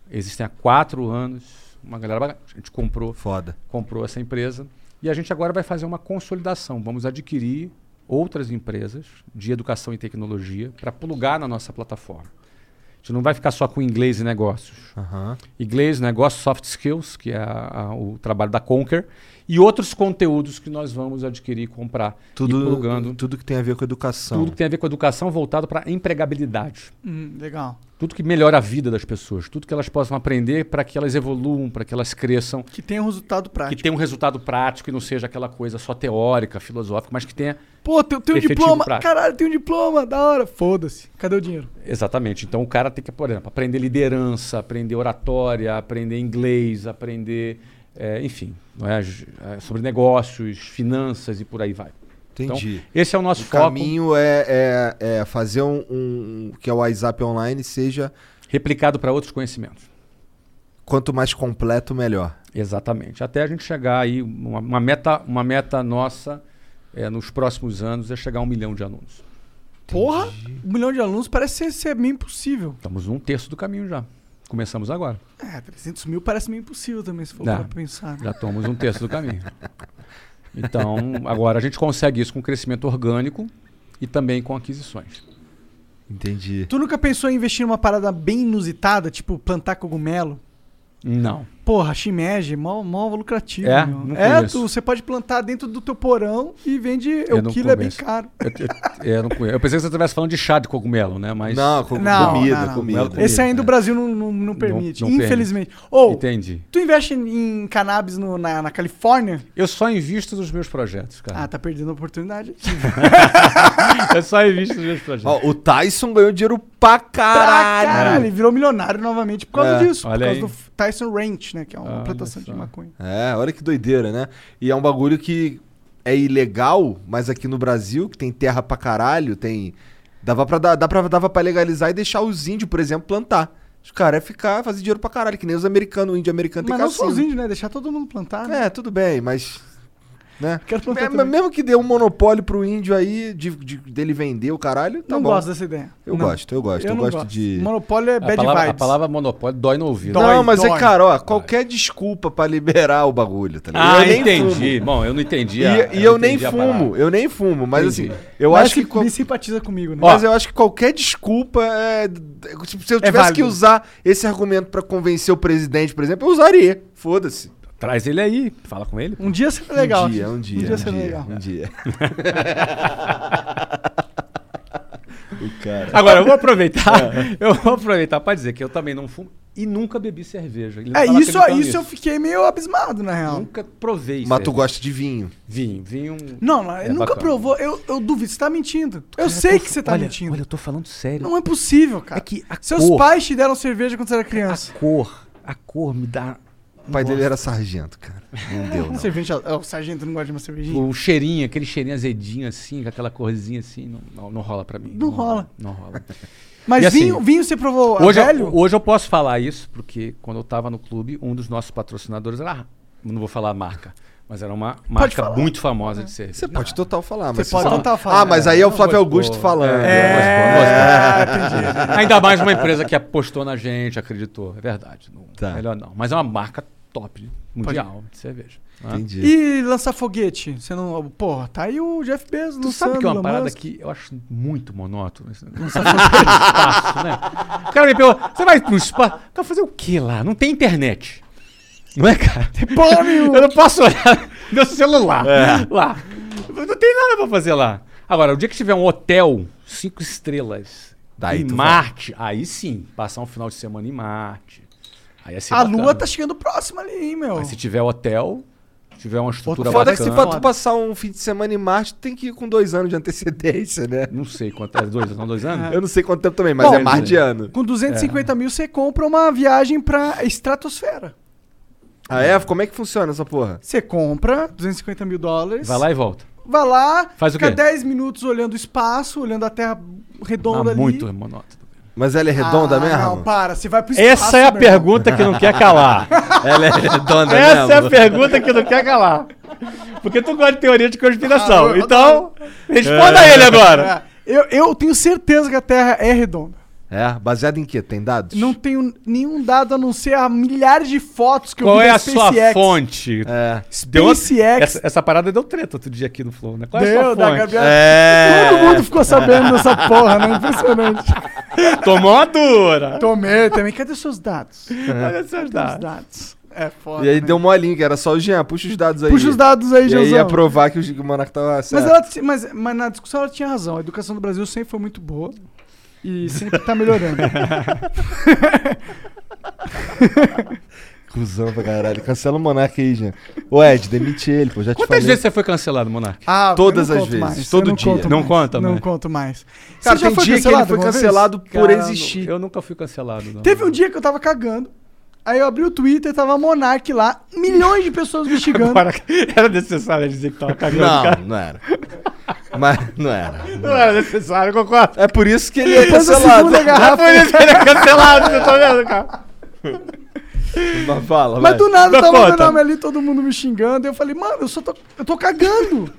[SPEAKER 4] Existem há quatro anos. Uma galera bacana. A gente comprou
[SPEAKER 2] Foda.
[SPEAKER 4] comprou essa empresa. E a gente agora vai fazer uma consolidação. Vamos adquirir outras empresas de educação e tecnologia para plugar na nossa plataforma. A gente não vai ficar só com inglês e negócios.
[SPEAKER 2] Aham.
[SPEAKER 4] Inglês, negócios, soft skills, que é a- a- o trabalho da Conquer, e outros conteúdos que nós vamos adquirir, comprar e
[SPEAKER 2] Tudo,
[SPEAKER 4] plugando.
[SPEAKER 2] tudo que tem a ver com educação.
[SPEAKER 4] Tudo que tem a ver com educação voltado para empregabilidade
[SPEAKER 3] Hum, legal.
[SPEAKER 4] tudo que melhora a vida das pessoas, tudo que elas possam aprender para que elas evoluam, para que elas cresçam,
[SPEAKER 3] Que tenha um resultado
[SPEAKER 4] que
[SPEAKER 3] prático.
[SPEAKER 4] tenha um resultado prático e não seja aquela coisa só teórica, filosófica, mas que tenha.
[SPEAKER 3] Pô, tem, tem um
[SPEAKER 4] Efetivo
[SPEAKER 3] diploma.
[SPEAKER 4] prático.
[SPEAKER 3] Caralho, tem um diploma. Da hora. Foda-se. Cadê o dinheiro?
[SPEAKER 4] Exatamente. Então o cara tem que, por exemplo, aprender liderança, aprender oratória, aprender inglês, aprender. é, enfim, não é? J- é, sobre negócios, finanças e por aí vai.
[SPEAKER 2] Entendi.
[SPEAKER 4] Então, esse é o nosso
[SPEAKER 2] O
[SPEAKER 4] foco.
[SPEAKER 2] caminho é, é- é fazer um, um- que o WhatsApp online seja
[SPEAKER 4] Replicado para outros conhecimentos.
[SPEAKER 2] quanto mais completo, melhor.
[SPEAKER 4] Exatamente. Até a gente chegar aí, uma, uma meta, uma meta nossa é, nos próximos anos é chegar a um milhão de alunos.
[SPEAKER 3] Porra, um milhão de alunos parece ser, ser meio impossível.
[SPEAKER 4] Estamos um terço do caminho já. Começamos agora.
[SPEAKER 3] É, 300 mil parece meio impossível também, se for
[SPEAKER 4] Dá.
[SPEAKER 3] pra pensar. né?
[SPEAKER 4] Já estamos um terço do caminho. Então, agora a gente consegue isso com crescimento orgânico e também com aquisições.
[SPEAKER 2] Entendi.
[SPEAKER 3] Tu nunca pensou em investir numa parada bem inusitada, tipo plantar cogumelo?
[SPEAKER 4] Não.
[SPEAKER 3] Porra, shimeji, mó, mó lucrativo.
[SPEAKER 4] É?
[SPEAKER 3] meu.
[SPEAKER 4] Não
[SPEAKER 3] é
[SPEAKER 4] conheço.
[SPEAKER 3] tu, você pode plantar dentro do teu porão e vende.
[SPEAKER 4] Eu
[SPEAKER 3] o
[SPEAKER 4] não
[SPEAKER 3] quilo é bem
[SPEAKER 4] conheço.
[SPEAKER 3] caro.
[SPEAKER 4] Eu, eu- eu não conheço. Eu pensei que você estivesse falando de chá de cogumelo, né? Mas
[SPEAKER 2] Não, com-
[SPEAKER 3] Não,
[SPEAKER 2] comida,
[SPEAKER 3] não, é não.
[SPEAKER 2] comida.
[SPEAKER 4] Comida.
[SPEAKER 3] Esse ainda o Brasil não, não, não permite,
[SPEAKER 4] é. não permite.
[SPEAKER 3] infelizmente. Ou,
[SPEAKER 4] entendi.
[SPEAKER 3] tu investe em cannabis no- na, na Califórnia?
[SPEAKER 4] Eu só invisto nos meus projetos, cara.
[SPEAKER 3] Ah, tá perdendo a oportunidade.
[SPEAKER 4] Eu só invisto nos meus projetos.
[SPEAKER 2] Ó, o Tyson ganhou dinheiro pra caralho.
[SPEAKER 3] Caralho, ele virou milionário novamente por causa
[SPEAKER 2] É,
[SPEAKER 3] disso. Por
[SPEAKER 4] olha
[SPEAKER 3] causa
[SPEAKER 4] aí.
[SPEAKER 3] do F- Tyson Ranch, né? Que é uma
[SPEAKER 4] Olha
[SPEAKER 3] plantação de
[SPEAKER 4] só.
[SPEAKER 3] maconha.
[SPEAKER 2] É, olha que doideira, né? E é um bagulho que é ilegal, mas aqui no Brasil, que tem terra pra caralho, tem. Dava pra, dar- dá pra, dava pra legalizar e deixar os índios, por exemplo, plantar. Os caras iam ficar, fazer dinheiro pra caralho, que nem os americanos, o índio americano tem
[SPEAKER 3] Mas não só
[SPEAKER 2] cassino.
[SPEAKER 3] né?
[SPEAKER 4] É, tá
[SPEAKER 3] os índios, né? Deixar todo mundo plantar. né?
[SPEAKER 2] É, tudo bem, mas. né?
[SPEAKER 3] Quero plantar
[SPEAKER 2] Me-
[SPEAKER 3] também.
[SPEAKER 2] mesmo que dê um monopólio pro índio aí, de, de- dele vender o caralho, tá
[SPEAKER 3] não
[SPEAKER 2] bom.
[SPEAKER 3] gosto dessa ideia.
[SPEAKER 2] Eu
[SPEAKER 3] Não.
[SPEAKER 2] gosto, eu gosto, eu,
[SPEAKER 3] não
[SPEAKER 2] gosto, de.
[SPEAKER 3] Monopólio é
[SPEAKER 4] A
[SPEAKER 3] bad
[SPEAKER 4] palavra, a
[SPEAKER 3] vibes.
[SPEAKER 4] palavra monopólio dói no ouvido.
[SPEAKER 3] Dói.
[SPEAKER 2] não, mas é,
[SPEAKER 3] dói.
[SPEAKER 2] cara, ó, qualquer desculpa pra liberar o bagulho, tá ligado?
[SPEAKER 4] Ah,
[SPEAKER 2] Eu nem
[SPEAKER 4] entendi. Bom, eu não entendi.
[SPEAKER 2] E,
[SPEAKER 4] a-
[SPEAKER 2] e eu, nem
[SPEAKER 4] entendi a
[SPEAKER 2] fumo,
[SPEAKER 4] parada.
[SPEAKER 2] eu nem fumo, mas
[SPEAKER 4] Entendi.
[SPEAKER 2] assim, eu
[SPEAKER 3] Mas
[SPEAKER 2] acho que.
[SPEAKER 3] se-
[SPEAKER 2] qual-
[SPEAKER 3] é me simpatiza comigo, né?
[SPEAKER 2] Mas eu acho que qualquer desculpa é. tipo, Se eu tivesse
[SPEAKER 3] válido.
[SPEAKER 2] que usar esse argumento pra convencer o presidente, por exemplo, eu usaria. Foda-se.
[SPEAKER 4] Traz ele aí, fala com ele.
[SPEAKER 3] Um dia será legal.
[SPEAKER 2] Um dia, um dia.
[SPEAKER 3] Um dia será legal.
[SPEAKER 2] Um dia. o cara.
[SPEAKER 4] Agora, eu vou aproveitar,
[SPEAKER 3] É.
[SPEAKER 4] eu vou aproveitar pra dizer que eu também não fumo e nunca bebi cerveja. Ele não
[SPEAKER 3] É,
[SPEAKER 4] tava Hum?
[SPEAKER 3] isso,
[SPEAKER 4] acreditando
[SPEAKER 3] isso eu
[SPEAKER 4] nisso.
[SPEAKER 3] fiquei meio abismado, na real.
[SPEAKER 4] Nunca provei
[SPEAKER 2] Mas tu
[SPEAKER 4] cerveja.
[SPEAKER 2] gosta de vinho.
[SPEAKER 4] Vinho, vinho...
[SPEAKER 3] Não, não,
[SPEAKER 4] É
[SPEAKER 3] nunca
[SPEAKER 4] bacana.
[SPEAKER 3] provou. Eu, eu duvido, você tá mentindo. Eu sei que você tá
[SPEAKER 4] é olha,
[SPEAKER 3] mentindo.
[SPEAKER 4] Olha, eu tô falando sério.
[SPEAKER 3] Não é possível, cara.
[SPEAKER 4] É que a
[SPEAKER 3] Seus
[SPEAKER 4] cor-
[SPEAKER 3] pais te deram cerveja quando você era criança.
[SPEAKER 4] A cor, a cor me dá...
[SPEAKER 2] O pai dele era sargento, cara. Não deu,
[SPEAKER 3] Uma
[SPEAKER 2] não.
[SPEAKER 3] cerveja. ó, O sargento não gosta de uma cervejinha.
[SPEAKER 4] O cheirinho, aquele cheirinho azedinho assim, com aquela corzinha assim, não, não, não rola pra mim.
[SPEAKER 3] Não rola.
[SPEAKER 4] Não rola.
[SPEAKER 3] Mas
[SPEAKER 4] E assim,
[SPEAKER 3] vinho, vinho você provou a
[SPEAKER 4] Hoje, é
[SPEAKER 3] velho?
[SPEAKER 4] eu, hoje eu posso falar isso, porque quando eu tava no clube, um dos nossos patrocinadores era. Não vou falar a marca, mas era uma marca
[SPEAKER 3] falar. É.
[SPEAKER 4] muito famosa de cerveja.
[SPEAKER 2] Você pode total falar, mas.
[SPEAKER 3] Você pode
[SPEAKER 2] só-
[SPEAKER 3] total falar.
[SPEAKER 2] Ah, mas aí é o Flávio
[SPEAKER 4] Não,
[SPEAKER 2] Augusto
[SPEAKER 4] gostou.
[SPEAKER 2] falando. né?
[SPEAKER 4] É, Ainda mais uma empresa que apostou na gente, acreditou. É verdade. Não,
[SPEAKER 2] Tá.
[SPEAKER 4] Melhor não. Mas é uma marca top mundial de cerveja. né?
[SPEAKER 2] Entendi.
[SPEAKER 3] E lançar foguete? Você não. Porra, tá aí o Jeff Bezos
[SPEAKER 4] Tu sabe que é uma parada
[SPEAKER 3] que
[SPEAKER 4] que eu acho muito monótono. assim, esse negócio. espaço, né? O cara me perguntou, você vai pro espaço? O cara fazer o que lá? Não tem internet. Não é, cara? eu não posso olhar meu celular
[SPEAKER 3] É.
[SPEAKER 4] lá. Não tem nada pra fazer lá. Agora, o dia que tiver um hotel, cinco estrelas,
[SPEAKER 2] Daí
[SPEAKER 4] em
[SPEAKER 2] tu
[SPEAKER 4] Marte, aí sim, passar um final de semana em Marte. Aí ia ser
[SPEAKER 3] A
[SPEAKER 4] bacana.
[SPEAKER 3] lua tá chegando próxima ali, hein, meu.
[SPEAKER 4] Mas se tiver hotel, tiver uma estrutura
[SPEAKER 2] O foda é que se
[SPEAKER 4] bacana...
[SPEAKER 2] pra tu passar um fim de semana em Marte, tem que ir com dois anos de antecedência, né?
[SPEAKER 4] Não sei quanto é, dois, são dois anos?
[SPEAKER 2] Eu não sei quanto tempo também, mas
[SPEAKER 3] Bom,
[SPEAKER 2] é
[SPEAKER 4] tipo-
[SPEAKER 2] martiano.
[SPEAKER 3] Com
[SPEAKER 4] É.
[SPEAKER 3] 250 mil você compra uma viagem pra estratosfera.
[SPEAKER 2] Ah, é? Como é que funciona essa porra?
[SPEAKER 3] Você compra 250 mil dólares.
[SPEAKER 4] Vai lá e volta.
[SPEAKER 3] Vai lá,
[SPEAKER 4] Faz o
[SPEAKER 3] fica
[SPEAKER 4] quê?
[SPEAKER 3] 10 minutos olhando o espaço, olhando a terra redonda
[SPEAKER 4] Ah,
[SPEAKER 3] ali.
[SPEAKER 4] muito monótono.
[SPEAKER 2] Mas ela é redonda
[SPEAKER 3] ah, Não,
[SPEAKER 2] mesmo?
[SPEAKER 3] para, você vai pro
[SPEAKER 4] Essa é a
[SPEAKER 3] meu irmão.
[SPEAKER 4] pergunta que não quer calar.
[SPEAKER 2] Ela é redonda
[SPEAKER 4] Essa é a pergunta que não quer calar. Porque tu gosta de teoria de
[SPEAKER 3] Ah,
[SPEAKER 4] conspiração.
[SPEAKER 3] eu-
[SPEAKER 4] Então, responda
[SPEAKER 3] É.
[SPEAKER 4] ele agora.
[SPEAKER 3] Eu, eu tenho certeza que a terra é redonda.
[SPEAKER 2] É, baseada em quê? Tem dados?
[SPEAKER 3] Não tenho nenhum dado a não ser a milhares de fotos que eu
[SPEAKER 4] Qual
[SPEAKER 3] vi
[SPEAKER 4] é
[SPEAKER 3] da
[SPEAKER 4] a sua
[SPEAKER 3] SpaceX.
[SPEAKER 4] fonte?
[SPEAKER 2] É.
[SPEAKER 4] Deu uma-
[SPEAKER 3] SpaceX.
[SPEAKER 4] Essa, essa parada deu treta outro dia aqui no Flow, né? Qual é a
[SPEAKER 3] Deu,
[SPEAKER 4] sua
[SPEAKER 3] da
[SPEAKER 4] fonte?
[SPEAKER 3] Gabriela.
[SPEAKER 2] É.
[SPEAKER 3] Todo mundo ficou sabendo dessa porra, né? Impressionante.
[SPEAKER 4] Tomou uma dura.
[SPEAKER 3] Tomei também. Cadê seus dados?
[SPEAKER 4] Olha seus
[SPEAKER 3] Cadê os
[SPEAKER 4] dados.
[SPEAKER 3] dados? É foda.
[SPEAKER 2] Ah. E aí
[SPEAKER 3] né?
[SPEAKER 2] deu um molinho, que era só o Jean. Puxa os dados aí.
[SPEAKER 3] Puxa os dados aí,
[SPEAKER 2] E aí ia
[SPEAKER 3] Josão.
[SPEAKER 2] provar que o Gig Monark tava certo.
[SPEAKER 3] Mas, ela, ti- mas, mas na discussão ela tinha razão. A educação do Brasil sempre foi muito boa. E sempre tá melhorando.
[SPEAKER 2] Cusão pra caralho. Cancela o Monark aí, Jean. Ô, Ed, demite ele, pô. Já te
[SPEAKER 4] Quantas
[SPEAKER 2] falei.
[SPEAKER 4] vezes você foi cancelado, Monark?
[SPEAKER 3] Ah,
[SPEAKER 2] Todas
[SPEAKER 3] eu não
[SPEAKER 2] as
[SPEAKER 3] conto
[SPEAKER 2] vezes,
[SPEAKER 3] mais,
[SPEAKER 2] todo
[SPEAKER 3] eu não
[SPEAKER 2] dia.
[SPEAKER 3] Conto
[SPEAKER 4] Não
[SPEAKER 3] mais,
[SPEAKER 4] conta
[SPEAKER 3] Não
[SPEAKER 4] mais.
[SPEAKER 3] conto mais.
[SPEAKER 2] Cara,
[SPEAKER 3] Você já
[SPEAKER 2] tem dia que ele
[SPEAKER 3] cancelado
[SPEAKER 2] foi
[SPEAKER 3] alguma vez?
[SPEAKER 2] cancelado por
[SPEAKER 3] Cara,
[SPEAKER 2] existir.
[SPEAKER 4] Eu nunca fui cancelado, não.
[SPEAKER 3] Teve um dia que eu tava cagando. Aí eu abri o Twitter, tava Monark lá, milhões de pessoas me xingando.
[SPEAKER 4] Agora, era necessário dizer que tava cagando.
[SPEAKER 2] Não,
[SPEAKER 4] cara.
[SPEAKER 2] não era. Mas não era.
[SPEAKER 4] não era necessário, concordo.
[SPEAKER 2] É por isso que ele é
[SPEAKER 3] Depois da
[SPEAKER 2] cancelado.
[SPEAKER 3] segunda garrafa.
[SPEAKER 4] Por isso que ele é cancelado, você tá vendo, cara?
[SPEAKER 2] Mas fala,
[SPEAKER 3] Mas
[SPEAKER 2] vai.
[SPEAKER 3] do nada
[SPEAKER 4] Mas
[SPEAKER 3] tava meu
[SPEAKER 4] conta.
[SPEAKER 3] nome ali, todo mundo me xingando. Eu falei, mano, eu só tô. Eu tô cagando.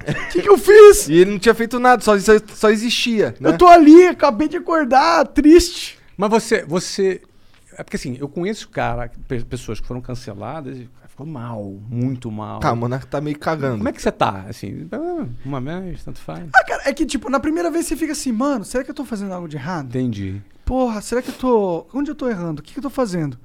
[SPEAKER 3] O que, que eu fiz?
[SPEAKER 2] E ele não tinha feito nada, só, só- só existia, né?
[SPEAKER 3] Eu tô ali, acabei de acordar, triste.
[SPEAKER 4] Mas você, você. É porque assim, eu conheço cara, pe- pessoas que foram canceladas e o cara ficou mal, muito mal.
[SPEAKER 2] Tá, o Monark tá meio cagando.
[SPEAKER 4] Como é que você tá? Assim, ah, uma vez, tanto faz.
[SPEAKER 3] Ah, cara, é que, tipo, na primeira vez você fica assim, mano, será que eu tô fazendo algo de errado?
[SPEAKER 4] Entendi.
[SPEAKER 3] Porra, será que eu tô. Onde eu tô errando? O que, que eu tô fazendo?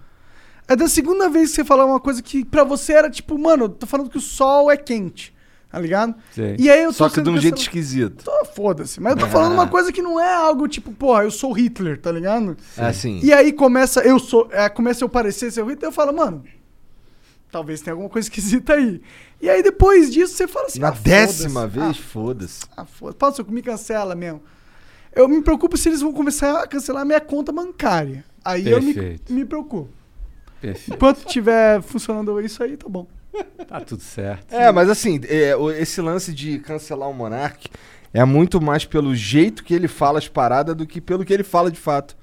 [SPEAKER 3] É da segunda vez que você falar uma coisa que pra você era tipo, mano, eu tô falando que o sol é quente, tá ligado?
[SPEAKER 4] Sei.
[SPEAKER 3] E aí eu tô
[SPEAKER 2] Só que de
[SPEAKER 3] sendo
[SPEAKER 2] um jeito
[SPEAKER 3] cancelado.
[SPEAKER 2] esquisito.
[SPEAKER 3] Tô, foda-se. Mas eu tô falando uma coisa que não é algo tipo, porra, eu sou Hitler, tá ligado?
[SPEAKER 2] É assim.
[SPEAKER 3] E aí começa, eu sou. é, começa eu parecer ser o Hitler, eu falo, mano. Talvez tenha alguma coisa esquisita aí. E aí depois disso você fala assim.
[SPEAKER 2] Na
[SPEAKER 3] ah,
[SPEAKER 2] décima
[SPEAKER 3] foda-se.
[SPEAKER 2] vez, foda-se.
[SPEAKER 3] Ah, foda Passa, me cancela mesmo. Eu me preocupo se eles vão começar a cancelar minha conta bancária. Aí
[SPEAKER 4] Perfeito.
[SPEAKER 3] eu me, me preocupo.
[SPEAKER 4] Perfeito.
[SPEAKER 3] Enquanto tiver funcionando isso aí, tá bom.
[SPEAKER 4] Tá tudo certo.
[SPEAKER 2] É, mas assim, é, o- esse lance de cancelar o Monark é muito mais pelo jeito que ele fala as paradas do que pelo que ele fala de fato.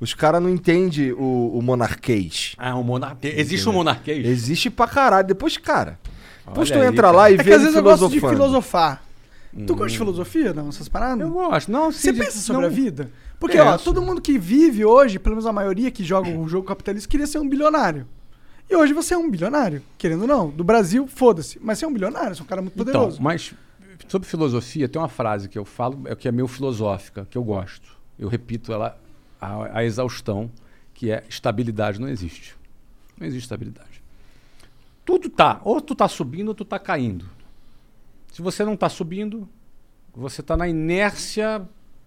[SPEAKER 2] Os caras não entendem o, o monarquês.
[SPEAKER 4] Ah, um monarquês. Existe um monarquês?
[SPEAKER 2] Existe pra caralho. Depois, cara, Depois tu
[SPEAKER 4] Olha aí,
[SPEAKER 2] entra
[SPEAKER 4] cara.
[SPEAKER 2] lá e
[SPEAKER 3] É
[SPEAKER 2] vê
[SPEAKER 3] que às
[SPEAKER 2] ele
[SPEAKER 3] vezes eu gosto de
[SPEAKER 2] filosofando.
[SPEAKER 3] filosofar. Tu
[SPEAKER 4] Hum.
[SPEAKER 3] gosta de filosofia, não? Essas paradas?
[SPEAKER 4] Eu gosto. Não,
[SPEAKER 3] Você
[SPEAKER 4] sim, de-
[SPEAKER 3] pensa sobre
[SPEAKER 4] não-
[SPEAKER 3] a vida? Porque, ó,
[SPEAKER 4] Penso.
[SPEAKER 3] todo mundo que vive hoje, pelo menos a maioria que joga o jogo capitalista, queria ser um bilionário. E hoje você é um bilionário, querendo ou não. Do Brasil, foda-se. Mas você é um bilionário, você é um cara muito poderoso.
[SPEAKER 4] Então, mas sobre filosofia, tem uma frase que eu falo, é que é meio filosófica, que eu gosto. Eu repito ela a, a exaustão, que é estabilidade não existe. Não existe estabilidade. Tudo tá, ou tu tá subindo ou tu tá caindo. Se você não tá subindo, você tá na inércia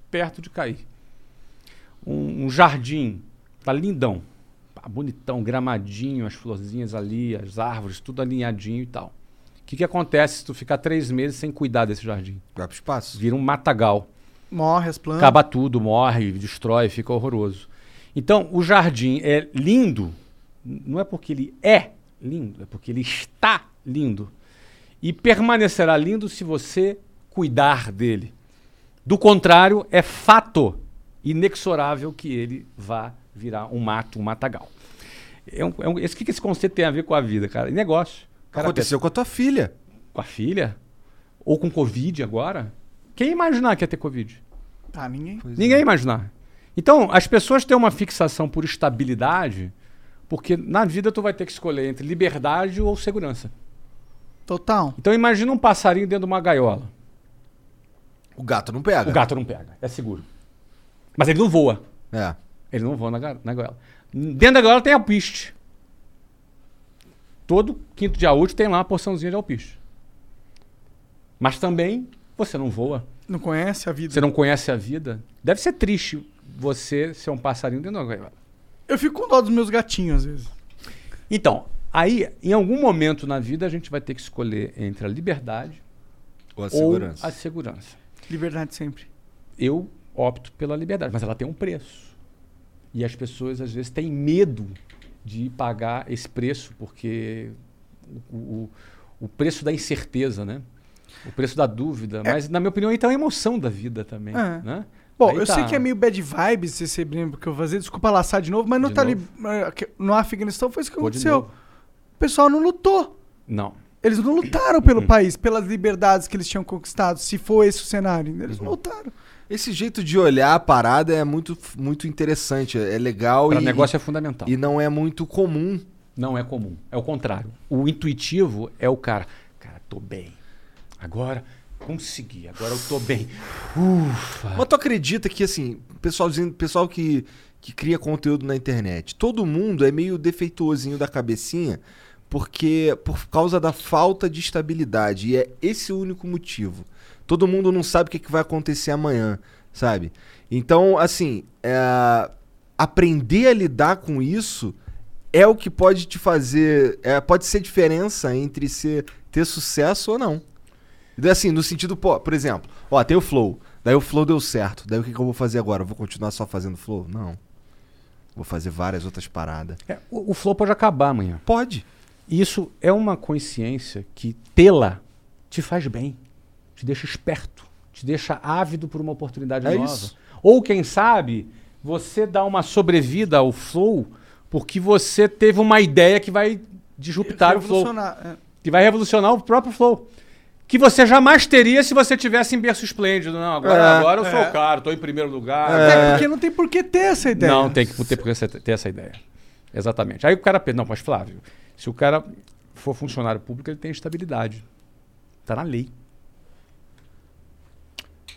[SPEAKER 4] perto de cair. Um, um jardim, tá lindão, pá, bonitão, gramadinho, as florzinhas ali, as árvores, tudo alinhadinho e tal. O que, que acontece se tu ficar três meses sem cuidar desse jardim?
[SPEAKER 2] Vai pro espaço.
[SPEAKER 4] Vira um matagal.
[SPEAKER 3] Morre as plantas.
[SPEAKER 4] Acaba tudo, morre, destrói, fica horroroso. Então, o jardim é lindo, n- não é porque ele é lindo, é porque ele está lindo. E permanecerá lindo se você cuidar dele. Do contrário, é fato inexorável que ele vá virar um mato, um matagal. É um, é um- esse, o que que esse conceito tem a ver com a vida, cara? Negócio. O cara
[SPEAKER 2] Aconteceu com a tua filha.
[SPEAKER 4] com a filha? Ou com Covid agora? Quem ia imaginar que ia ter Covid?
[SPEAKER 3] Tá, ninguém.
[SPEAKER 4] Ninguém ia imaginar. Então, as pessoas têm uma fixação por estabilidade, porque na vida tu vai ter que escolher entre liberdade ou segurança.
[SPEAKER 3] Total.
[SPEAKER 4] Então imagina um passarinho dentro de uma gaiola.
[SPEAKER 2] O gato não pega.
[SPEAKER 4] O gato não pega, é seguro. Mas ele não voa.
[SPEAKER 2] É.
[SPEAKER 4] Ele não voa na, ga- na gaiola. Dentro da gaiola tem alpiste. Todo quinto dia útil tem lá uma porçãozinha de alpiste. Mas também você não voa.
[SPEAKER 3] Não conhece a vida.
[SPEAKER 4] Você não conhece a vida? Deve ser triste você ser um passarinho dentro de uma gaiola.
[SPEAKER 3] Eu fico com dó dos meus gatinhos, às vezes.
[SPEAKER 4] Então, aí, em algum momento na vida, a gente vai ter que escolher entre a liberdade
[SPEAKER 2] Ou a
[SPEAKER 4] ou
[SPEAKER 2] segurança.
[SPEAKER 4] a segurança.
[SPEAKER 3] Liberdade sempre.
[SPEAKER 4] Eu opto pela liberdade, mas ela tem um preço. E as pessoas, às vezes, têm medo de pagar esse preço, porque o, o, o preço da incerteza, né? O preço da dúvida. Mas, na minha opinião, então é a emoção da vida também,
[SPEAKER 3] É.
[SPEAKER 4] né?
[SPEAKER 3] Bom,
[SPEAKER 4] Aí
[SPEAKER 3] eu
[SPEAKER 4] tá.
[SPEAKER 3] sei que é meio bad vibes esse brinco que eu vou fazer. Desculpa laçar de novo, mas no,
[SPEAKER 4] De
[SPEAKER 3] Talib...
[SPEAKER 4] novo.
[SPEAKER 3] eh, que- no Afeganistão foi isso que
[SPEAKER 4] Vou de
[SPEAKER 3] aconteceu.
[SPEAKER 4] novo.
[SPEAKER 3] O pessoal não lutou.
[SPEAKER 4] Não.
[SPEAKER 3] Eles não lutaram pelo
[SPEAKER 4] Hum.
[SPEAKER 3] país, pelas liberdades que eles tinham conquistado, se for esse o cenário.
[SPEAKER 4] Uhum.
[SPEAKER 3] Eles não lutaram.
[SPEAKER 2] Esse jeito de olhar a parada é muito, muito interessante. É legal
[SPEAKER 4] Para
[SPEAKER 2] e,
[SPEAKER 4] negócio é fundamental.
[SPEAKER 2] e não é muito comum.
[SPEAKER 4] Não é comum. É o contrário. O intuitivo é o cara. Cara, tô bem. Agora consegui. Agora eu tô bem. Ufa.
[SPEAKER 2] Mas tu acredita que, assim, pessoalzinho, pessoal que, que cria conteúdo na internet, todo mundo é meio defeituosinho da cabecinha porque por causa da falta de estabilidade. E é esse o único motivo. Todo mundo não sabe o que, é que vai acontecer amanhã, sabe? Então, assim, é, aprender a lidar com isso é o que pode te fazer. é, pode ser diferença entre ser, ter sucesso ou não. Então, Assim, no sentido, pô, por exemplo, ó, tem o flow. Daí o flow deu certo. Daí o que, que eu vou fazer agora? Eu vou continuar só fazendo flow? Não. Vou fazer várias outras paradas.
[SPEAKER 4] É, o, o flow pode acabar amanhã.
[SPEAKER 2] Pode.
[SPEAKER 4] Isso é uma consciência que tê-la te faz bem, te deixa esperto, te deixa ávido por uma oportunidade
[SPEAKER 2] É
[SPEAKER 4] nova.
[SPEAKER 2] isso.
[SPEAKER 4] Ou quem sabe você dá uma sobrevida ao flow porque você teve uma ideia que vai disruptar o flow.
[SPEAKER 3] Revolucionar, é.
[SPEAKER 4] que vai revolucionar o próprio flow. Que você jamais teria se você tivesse em berço esplêndido. Não, agora,
[SPEAKER 2] É.
[SPEAKER 4] agora eu sou o cara, estou em primeiro lugar.
[SPEAKER 3] Até porque não É. tem por que ter essa ideia.
[SPEAKER 4] É. Não, tem que ter, porque você ter essa ideia. Exatamente. Aí o cara pensa, não, mas Flávio, se o cara for funcionário público, ele tem estabilidade. Está na lei.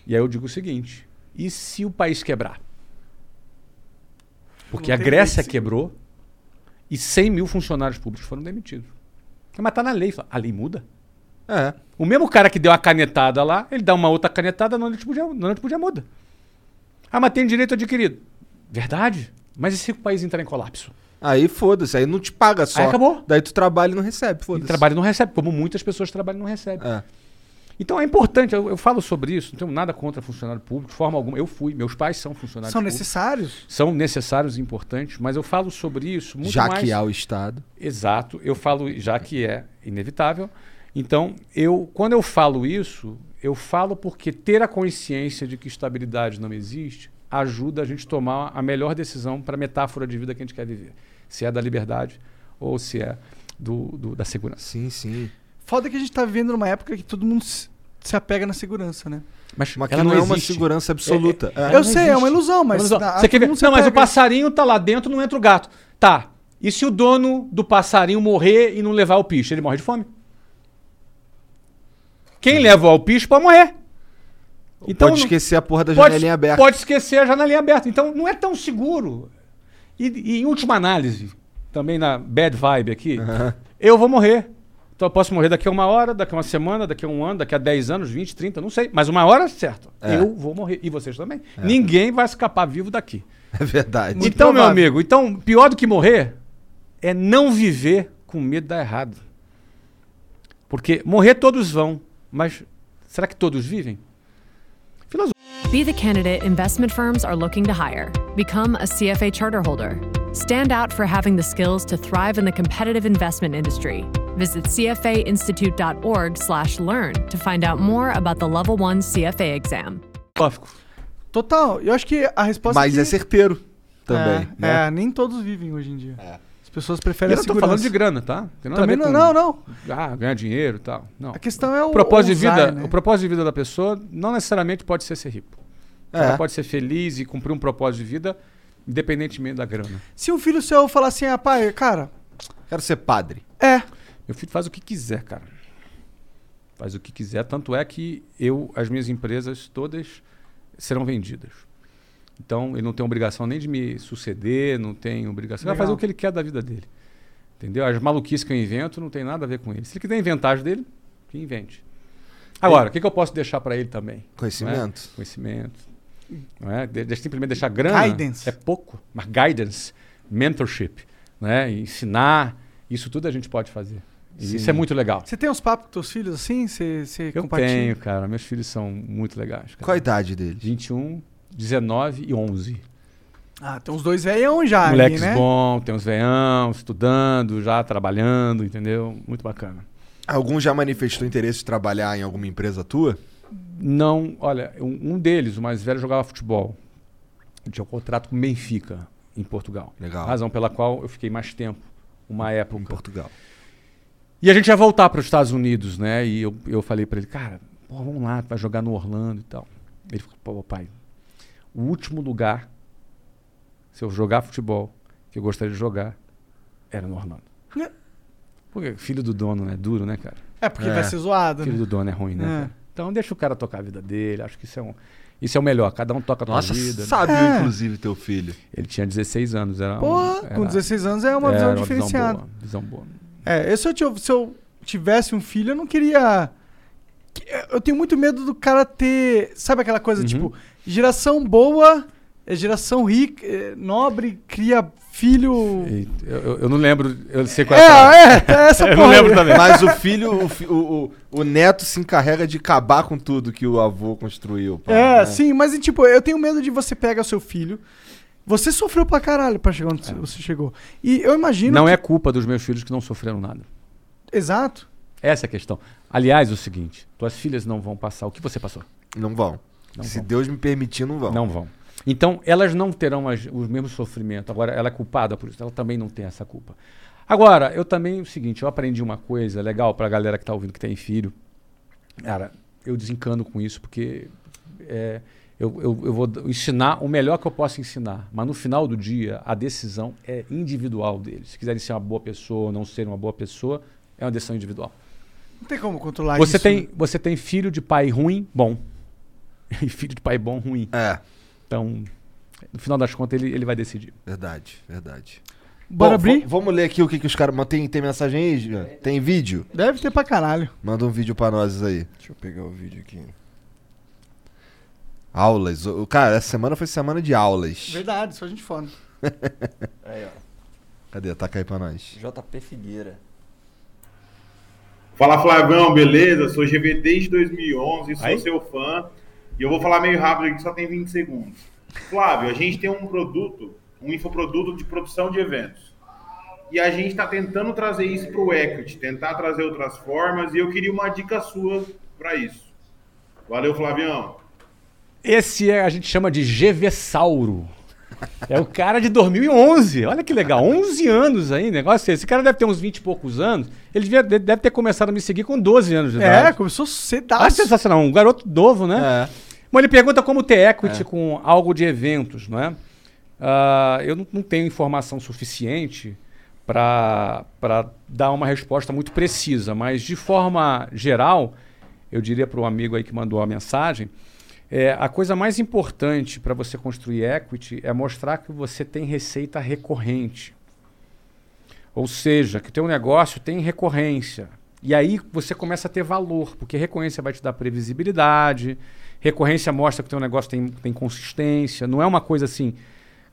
[SPEAKER 4] E aí eu digo o seguinte, e se o país quebrar? Porque
[SPEAKER 3] Não
[SPEAKER 4] a
[SPEAKER 3] tem
[SPEAKER 4] Grécia
[SPEAKER 3] lei, sim.
[SPEAKER 4] quebrou e 100 mil funcionários públicos foram demitidos. Mas tá na lei. Flávio. A lei muda?
[SPEAKER 2] É.
[SPEAKER 4] O mesmo cara que deu a canetada lá, ele dá uma outra canetada no ônibus podia, no ônibus podia muda. Ah, mas tem direito adquirido. Verdade. Mas e se o país entrar em colapso?
[SPEAKER 2] Aí foda-se, aí não te paga só.
[SPEAKER 4] Aí acabou.
[SPEAKER 2] Daí tu trabalha e não recebe,
[SPEAKER 4] E
[SPEAKER 2] foda-se.
[SPEAKER 4] trabalho não recebe, como muitas pessoas trabalham e não recebem.
[SPEAKER 2] É.
[SPEAKER 4] Então é importante, eu, eu falo sobre isso, não tenho nada contra funcionário público, de forma alguma. Eu fui, meus pais são funcionários
[SPEAKER 3] São
[SPEAKER 4] públicos.
[SPEAKER 3] necessários?
[SPEAKER 4] São necessários e importantes, mas eu falo sobre isso muito
[SPEAKER 2] Já
[SPEAKER 4] mais...
[SPEAKER 2] que há o Estado.
[SPEAKER 4] Exato, eu falo já que é inevitável. Então, eu quando eu falo isso, eu falo porque ter a consciência de que estabilidade não existe ajuda a gente a tomar a melhor decisão para a metáfora de vida que a gente quer viver. Se é da liberdade ou se é do, do- da segurança.
[SPEAKER 2] Sim, sim.
[SPEAKER 3] Foda que a gente tá vivendo numa época que todo mundo se se apega na segurança, né?
[SPEAKER 9] Mas,
[SPEAKER 2] Mas que
[SPEAKER 9] ela
[SPEAKER 2] não, é uma
[SPEAKER 9] existe.
[SPEAKER 2] segurança absoluta. É,
[SPEAKER 3] eu sei, é uma ilusão, mas.
[SPEAKER 4] Mas, assim, ó,
[SPEAKER 3] na-
[SPEAKER 4] você quer ver?
[SPEAKER 3] todo mundo se
[SPEAKER 4] Não, mas o
[SPEAKER 3] apega.
[SPEAKER 4] passarinho tá lá dentro, não entra o gato. Tá. E se o dono do passarinho morrer e não levar o picho? Ele morre de fome. Quem leva o picho pode morrer. Então,
[SPEAKER 2] pode
[SPEAKER 4] não-
[SPEAKER 2] esquecer a porra da
[SPEAKER 4] pode-
[SPEAKER 2] janelinha aberta.
[SPEAKER 4] Pode esquecer a janelinha aberta. Então não é tão seguro. E, e em última análise, também na bad vibe aqui, eu vou morrer. Então eu posso morrer daqui a uma hora, daqui a uma semana, daqui a um ano, daqui a 10 anos, 20, 30, não sei. Mas uma hora, é certo.
[SPEAKER 2] É.
[SPEAKER 4] Eu vou morrer. E vocês também. Ninguém vai escapar vivo daqui.
[SPEAKER 2] É verdade.
[SPEAKER 4] então,
[SPEAKER 3] provável.
[SPEAKER 4] meu amigo, então, pior do que morrer é não viver com medo de dar errado. Porque morrer todos vão, mas será que todos vivem?
[SPEAKER 10] Be the candidate investment firms are looking to hire. Become a CFA charter holder. Stand out for having the skills to thrive in the competitive investment industry. Visit cfainstitute.org/learn to find out more about the Level 1 CFA exam.
[SPEAKER 4] Tópico.
[SPEAKER 3] Total, eu acho que a resposta.
[SPEAKER 2] Mas
[SPEAKER 3] que-
[SPEAKER 2] é certeiro também,
[SPEAKER 3] É,
[SPEAKER 2] né?
[SPEAKER 3] é, nem todos vivem hoje em dia. As pessoas
[SPEAKER 4] Eu
[SPEAKER 3] preferem
[SPEAKER 4] não
[SPEAKER 3] a
[SPEAKER 4] tô
[SPEAKER 3] segurança.
[SPEAKER 4] falando de grana, tá? Tem nada a
[SPEAKER 3] Também
[SPEAKER 4] ver
[SPEAKER 3] não, não,
[SPEAKER 4] com-
[SPEAKER 3] não.
[SPEAKER 4] Ah, ganhar dinheiro e tal. Não.
[SPEAKER 3] A questão é o.
[SPEAKER 4] O propósito de
[SPEAKER 3] ousar,
[SPEAKER 4] vida,
[SPEAKER 3] né?
[SPEAKER 4] o propósito de vida da pessoa não necessariamente pode ser ser rico.
[SPEAKER 3] É.
[SPEAKER 4] Ela pode ser feliz e cumprir um propósito de vida independentemente da grana.
[SPEAKER 3] Se um filho seu falar assim, ah, pai, cara,
[SPEAKER 2] Quero ser padre.
[SPEAKER 3] é.
[SPEAKER 4] Meu filho faz o que quiser, cara. Faz o que quiser, tanto é que eu, as minhas empresas todas serão vendidas. Então, ele não tem obrigação nem de me suceder, não tem obrigação. Ele vai fazer
[SPEAKER 3] Legal.
[SPEAKER 4] o que ele quer da vida dele. Entendeu? As maluquices que eu invento não tem nada a ver com ele. Se ele quiser inventar as dele, que invente. Agora, o que, que eu posso deixar para ele também?
[SPEAKER 2] Conhecimento.
[SPEAKER 4] Não é? Conhecimento. Não é? De, de- simplesmente deixar grana
[SPEAKER 3] Guidance.
[SPEAKER 4] é pouco, mas guidance, mentorship, né? E ensinar, isso tudo a gente pode fazer. E isso é muito legal.
[SPEAKER 3] Você tem uns papos com teus filhos assim? Você, você
[SPEAKER 4] Eu
[SPEAKER 3] compartilha?
[SPEAKER 4] tenho, cara. Meus filhos são muito legais. Cara.
[SPEAKER 2] Qual a idade dele?
[SPEAKER 4] 21, 19 e 11.
[SPEAKER 3] Ah, tem uns dois velhão já
[SPEAKER 4] Moleques
[SPEAKER 3] ali, né?
[SPEAKER 4] bom, tem uns veião, estudando, já trabalhando, entendeu? Muito bacana.
[SPEAKER 2] Algum já manifestou interesse de trabalhar em alguma empresa tua?
[SPEAKER 4] Não, olha, um, um deles, o mais velho, jogava futebol. Eu tinha um contrato com o Benfica, em Portugal.
[SPEAKER 2] Legal.
[SPEAKER 4] Razão pela qual eu fiquei mais tempo, uma época.
[SPEAKER 2] Em Portugal.
[SPEAKER 4] E a gente ia voltar para os Estados Unidos, né? E eu, eu falei para ele, cara, pô, vamos lá, tu vai jogar no Orlando e tal. Ele falou, pô, pai, o último lugar, se eu jogar futebol, que eu gostaria de jogar, era no Orlando.
[SPEAKER 3] Né?
[SPEAKER 4] Porque filho do dono, né? Duro, né, cara?
[SPEAKER 3] É, porque vai ser zoado.
[SPEAKER 4] Filho
[SPEAKER 3] Né?
[SPEAKER 4] do dono é ruim, né?
[SPEAKER 3] É.
[SPEAKER 4] cara? Então deixa o cara tocar a vida dele, acho que isso é um. Isso é o melhor, cada um toca a sua
[SPEAKER 2] Nossa,
[SPEAKER 4] vida. né?
[SPEAKER 2] sábio,
[SPEAKER 3] É.
[SPEAKER 2] inclusive, teu filho.
[SPEAKER 4] Ele tinha 16 anos, era um-
[SPEAKER 3] Pô,
[SPEAKER 4] era-
[SPEAKER 3] com 16 anos é uma
[SPEAKER 4] era
[SPEAKER 3] visão diferenciada.
[SPEAKER 4] Visão boa, visão boa.
[SPEAKER 3] É, eu, se, eu, tiv- se eu tivesse um filho, eu não queria. que- Eu tenho muito medo do cara ter. Sabe aquela
[SPEAKER 4] Uhum.
[SPEAKER 3] coisa, tipo, geração boa, é geração rica, é, nobre, cria filho.
[SPEAKER 4] E eu, eu- eu não lembro, eu sei
[SPEAKER 3] É,
[SPEAKER 4] qual é. a frase.
[SPEAKER 3] é, é essa
[SPEAKER 4] Eu
[SPEAKER 3] porra.
[SPEAKER 4] não lembro
[SPEAKER 3] aí.
[SPEAKER 4] também.
[SPEAKER 2] Mas o filho, o, fi- o, o- o neto se encarrega de acabar com tudo que o avô construiu. pá,
[SPEAKER 3] É,
[SPEAKER 2] né?
[SPEAKER 3] sim, mas e, tipo, eu tenho medo de você pegar o seu filho. Você sofreu pra caralho pra chegar onde você chegou. E eu imagino.
[SPEAKER 4] É. Não
[SPEAKER 3] que-
[SPEAKER 4] é culpa dos meus filhos que não sofreram nada.
[SPEAKER 3] Exato.
[SPEAKER 4] Essa é a questão. Aliás, o seguinte: tuas filhas não vão passar o que você passou.
[SPEAKER 2] Não vão. Se Deus me permitir, não vão.
[SPEAKER 4] Não vão. Então, elas não terão as, os mesmos sofrimentos. Agora, ela é culpada por isso. Ela também não tem essa culpa. Agora, eu também, o seguinte, eu aprendi uma coisa legal pra galera que tá ouvindo que tem filho. Cara, eu desencano com isso porque é, eu, eu- eu vou d- ensinar o melhor que eu posso ensinar. Mas no final do dia, a decisão é individual deles. Se quiserem ser uma boa pessoa ou não serem uma boa pessoa, é uma decisão individual.
[SPEAKER 3] Não tem como controlar
[SPEAKER 4] Você
[SPEAKER 3] isso. né?
[SPEAKER 4] tem, você tem filho de pai ruim, bom. E filho de pai bom, ruim.
[SPEAKER 2] É,
[SPEAKER 4] Então, no final das contas, ele, ele vai decidir.
[SPEAKER 2] verdade, verdade.
[SPEAKER 3] Bora
[SPEAKER 2] Bom,
[SPEAKER 3] abrir?
[SPEAKER 2] va- Vamos ler aqui o que, que os caras. mas Tem, tem mensagem aí, Jean? Tem vídeo?
[SPEAKER 3] Deve ter pra caralho.
[SPEAKER 2] Manda um vídeo pra nós aí.
[SPEAKER 6] Deixa eu pegar o vídeo aqui.
[SPEAKER 2] Aulas. O, o- cara, essa semana foi semana de aulas.
[SPEAKER 3] Verdade, só a gente fala.
[SPEAKER 6] Aí, ó.
[SPEAKER 2] Cadê? Taca aí pra nós.
[SPEAKER 6] JP Figueira.
[SPEAKER 10] Fala Flavão, beleza? Sou GV desde 2011, sou seu fã e eu vou falar meio rápido aqui, só tem 20 segundos. Flávio, a gente tem um produto, um infoproduto de produção de eventos. E a gente está tentando trazer isso para o equity, tentar trazer outras formas e eu queria uma dica sua para isso. Valeu, Flavião.
[SPEAKER 4] Esse é, a gente chama de GV Sauro. É o cara de 2011. Olha que legal. 11 anos aí, negócio. Esse cara deve ter uns 20 e poucos anos. Ele devia- de- deve ter começado a me seguir com 12 anos de
[SPEAKER 3] É,
[SPEAKER 4] idade.
[SPEAKER 3] começou cedaço.
[SPEAKER 4] Ah, sensacional. Um garoto novo, né? Mas ele pergunta como ter equity
[SPEAKER 3] É.
[SPEAKER 4] com algo de eventos, né? Ah, eu não, não tenho informação suficiente para dar uma resposta muito precisa, mas de forma geral, eu diria para o amigo aí que mandou a mensagem, é, a coisa mais importante para você construir equity é mostrar que você tem receita recorrente. Ou seja, que teu negócio tem recorrência. E aí você começa a ter valor, porque recorrência vai te dar previsibilidade, recorrência mostra que teu negócio tem, tem consistência, não é uma coisa assim,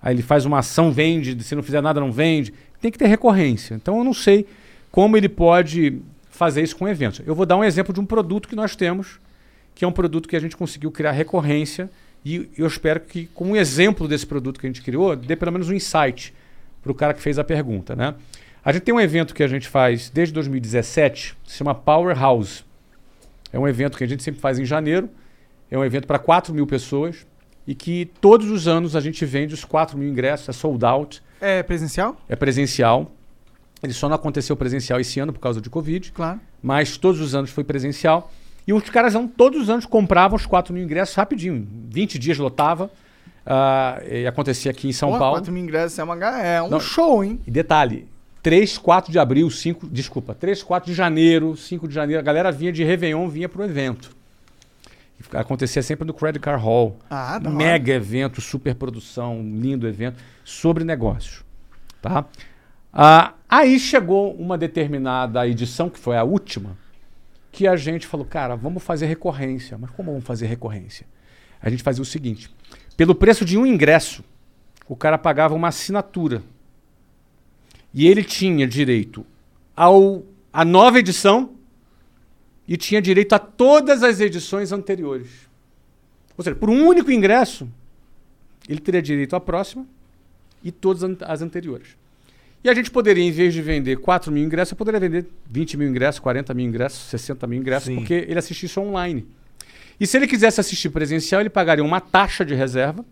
[SPEAKER 4] aí ele faz uma ação, vende, se não fizer nada não vende. Tem que ter recorrência. Então eu não sei como ele pode fazer isso com eventos. Eu vou dar um exemplo de um produto que nós temos, que é um produto que a gente conseguiu criar recorrência e eu espero que com o exemplo desse produto que a gente criou, dê pelo menos um insight para o cara que fez a pergunta, né? A gente tem um evento que a gente faz desde 2017, se chama Powerhouse. É um evento que a gente sempre faz em janeiro, é um evento para 4 mil pessoas e que todos os anos a gente vende os 4 mil ingressos, é sold out,
[SPEAKER 3] É presencial?
[SPEAKER 4] é presencial. Ele só não aconteceu presencial esse ano por causa de Covid.
[SPEAKER 3] Claro.
[SPEAKER 4] Mas todos os anos foi presencial. E os caras não, todos os anos compravam os 4 mil ingressos rapidinho. Em 20 dias lotava. Ah, e acontecia aqui em São
[SPEAKER 3] Porra,
[SPEAKER 4] Paulo.
[SPEAKER 3] 4 mil ingressos é, uma, ga- é um
[SPEAKER 4] Não.
[SPEAKER 3] show, hein?
[SPEAKER 4] E detalhe, 3, 4 de abril, 5, desculpa, 3, 4 de janeiro, 5 de janeiro, a galera vinha de Réveillon, vinha pro evento. E fica- Acontecia sempre no Credit Card Hall.
[SPEAKER 3] Ah, da hora.
[SPEAKER 4] Mega evento, super produção, lindo evento, sobre negócios. Tá? Ah, aí chegou uma determinada edição, que foi a última, que a gente falou, cara, vamos fazer recorrência. Mas como vamos fazer recorrência? A gente fazia o seguinte: pelo preço de um ingresso, o cara pagava uma assinatura. E ele tinha direito ao, à nova edição e tinha direito a todas as edições anteriores. Ou seja, por um único ingresso, ele teria direito à próxima e todas an- as anteriores. E a gente poderia, em vez de vender 4 mil ingressos, eu poderia vender 20 mil ingressos, 40 mil ingressos, 60 mil ingressos, porque ele assistisse online. E se ele quisesse assistir presencial, ele pagaria uma taxa de reserva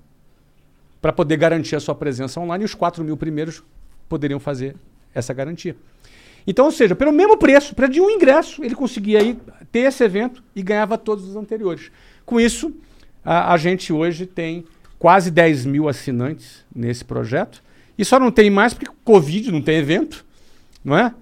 [SPEAKER 4] para poder garantir a sua presença online e os 4 mil primeiros poderiam fazer essa garantia. Então, ou seja, pelo mesmo preço, para de um ingresso, ele conseguia aí ter esse evento e ganhava todos os anteriores. Com isso, a, a gente hoje tem quase 10 mil assinantes nesse projeto. E só não tem mais porque Covid não tem evento, não é?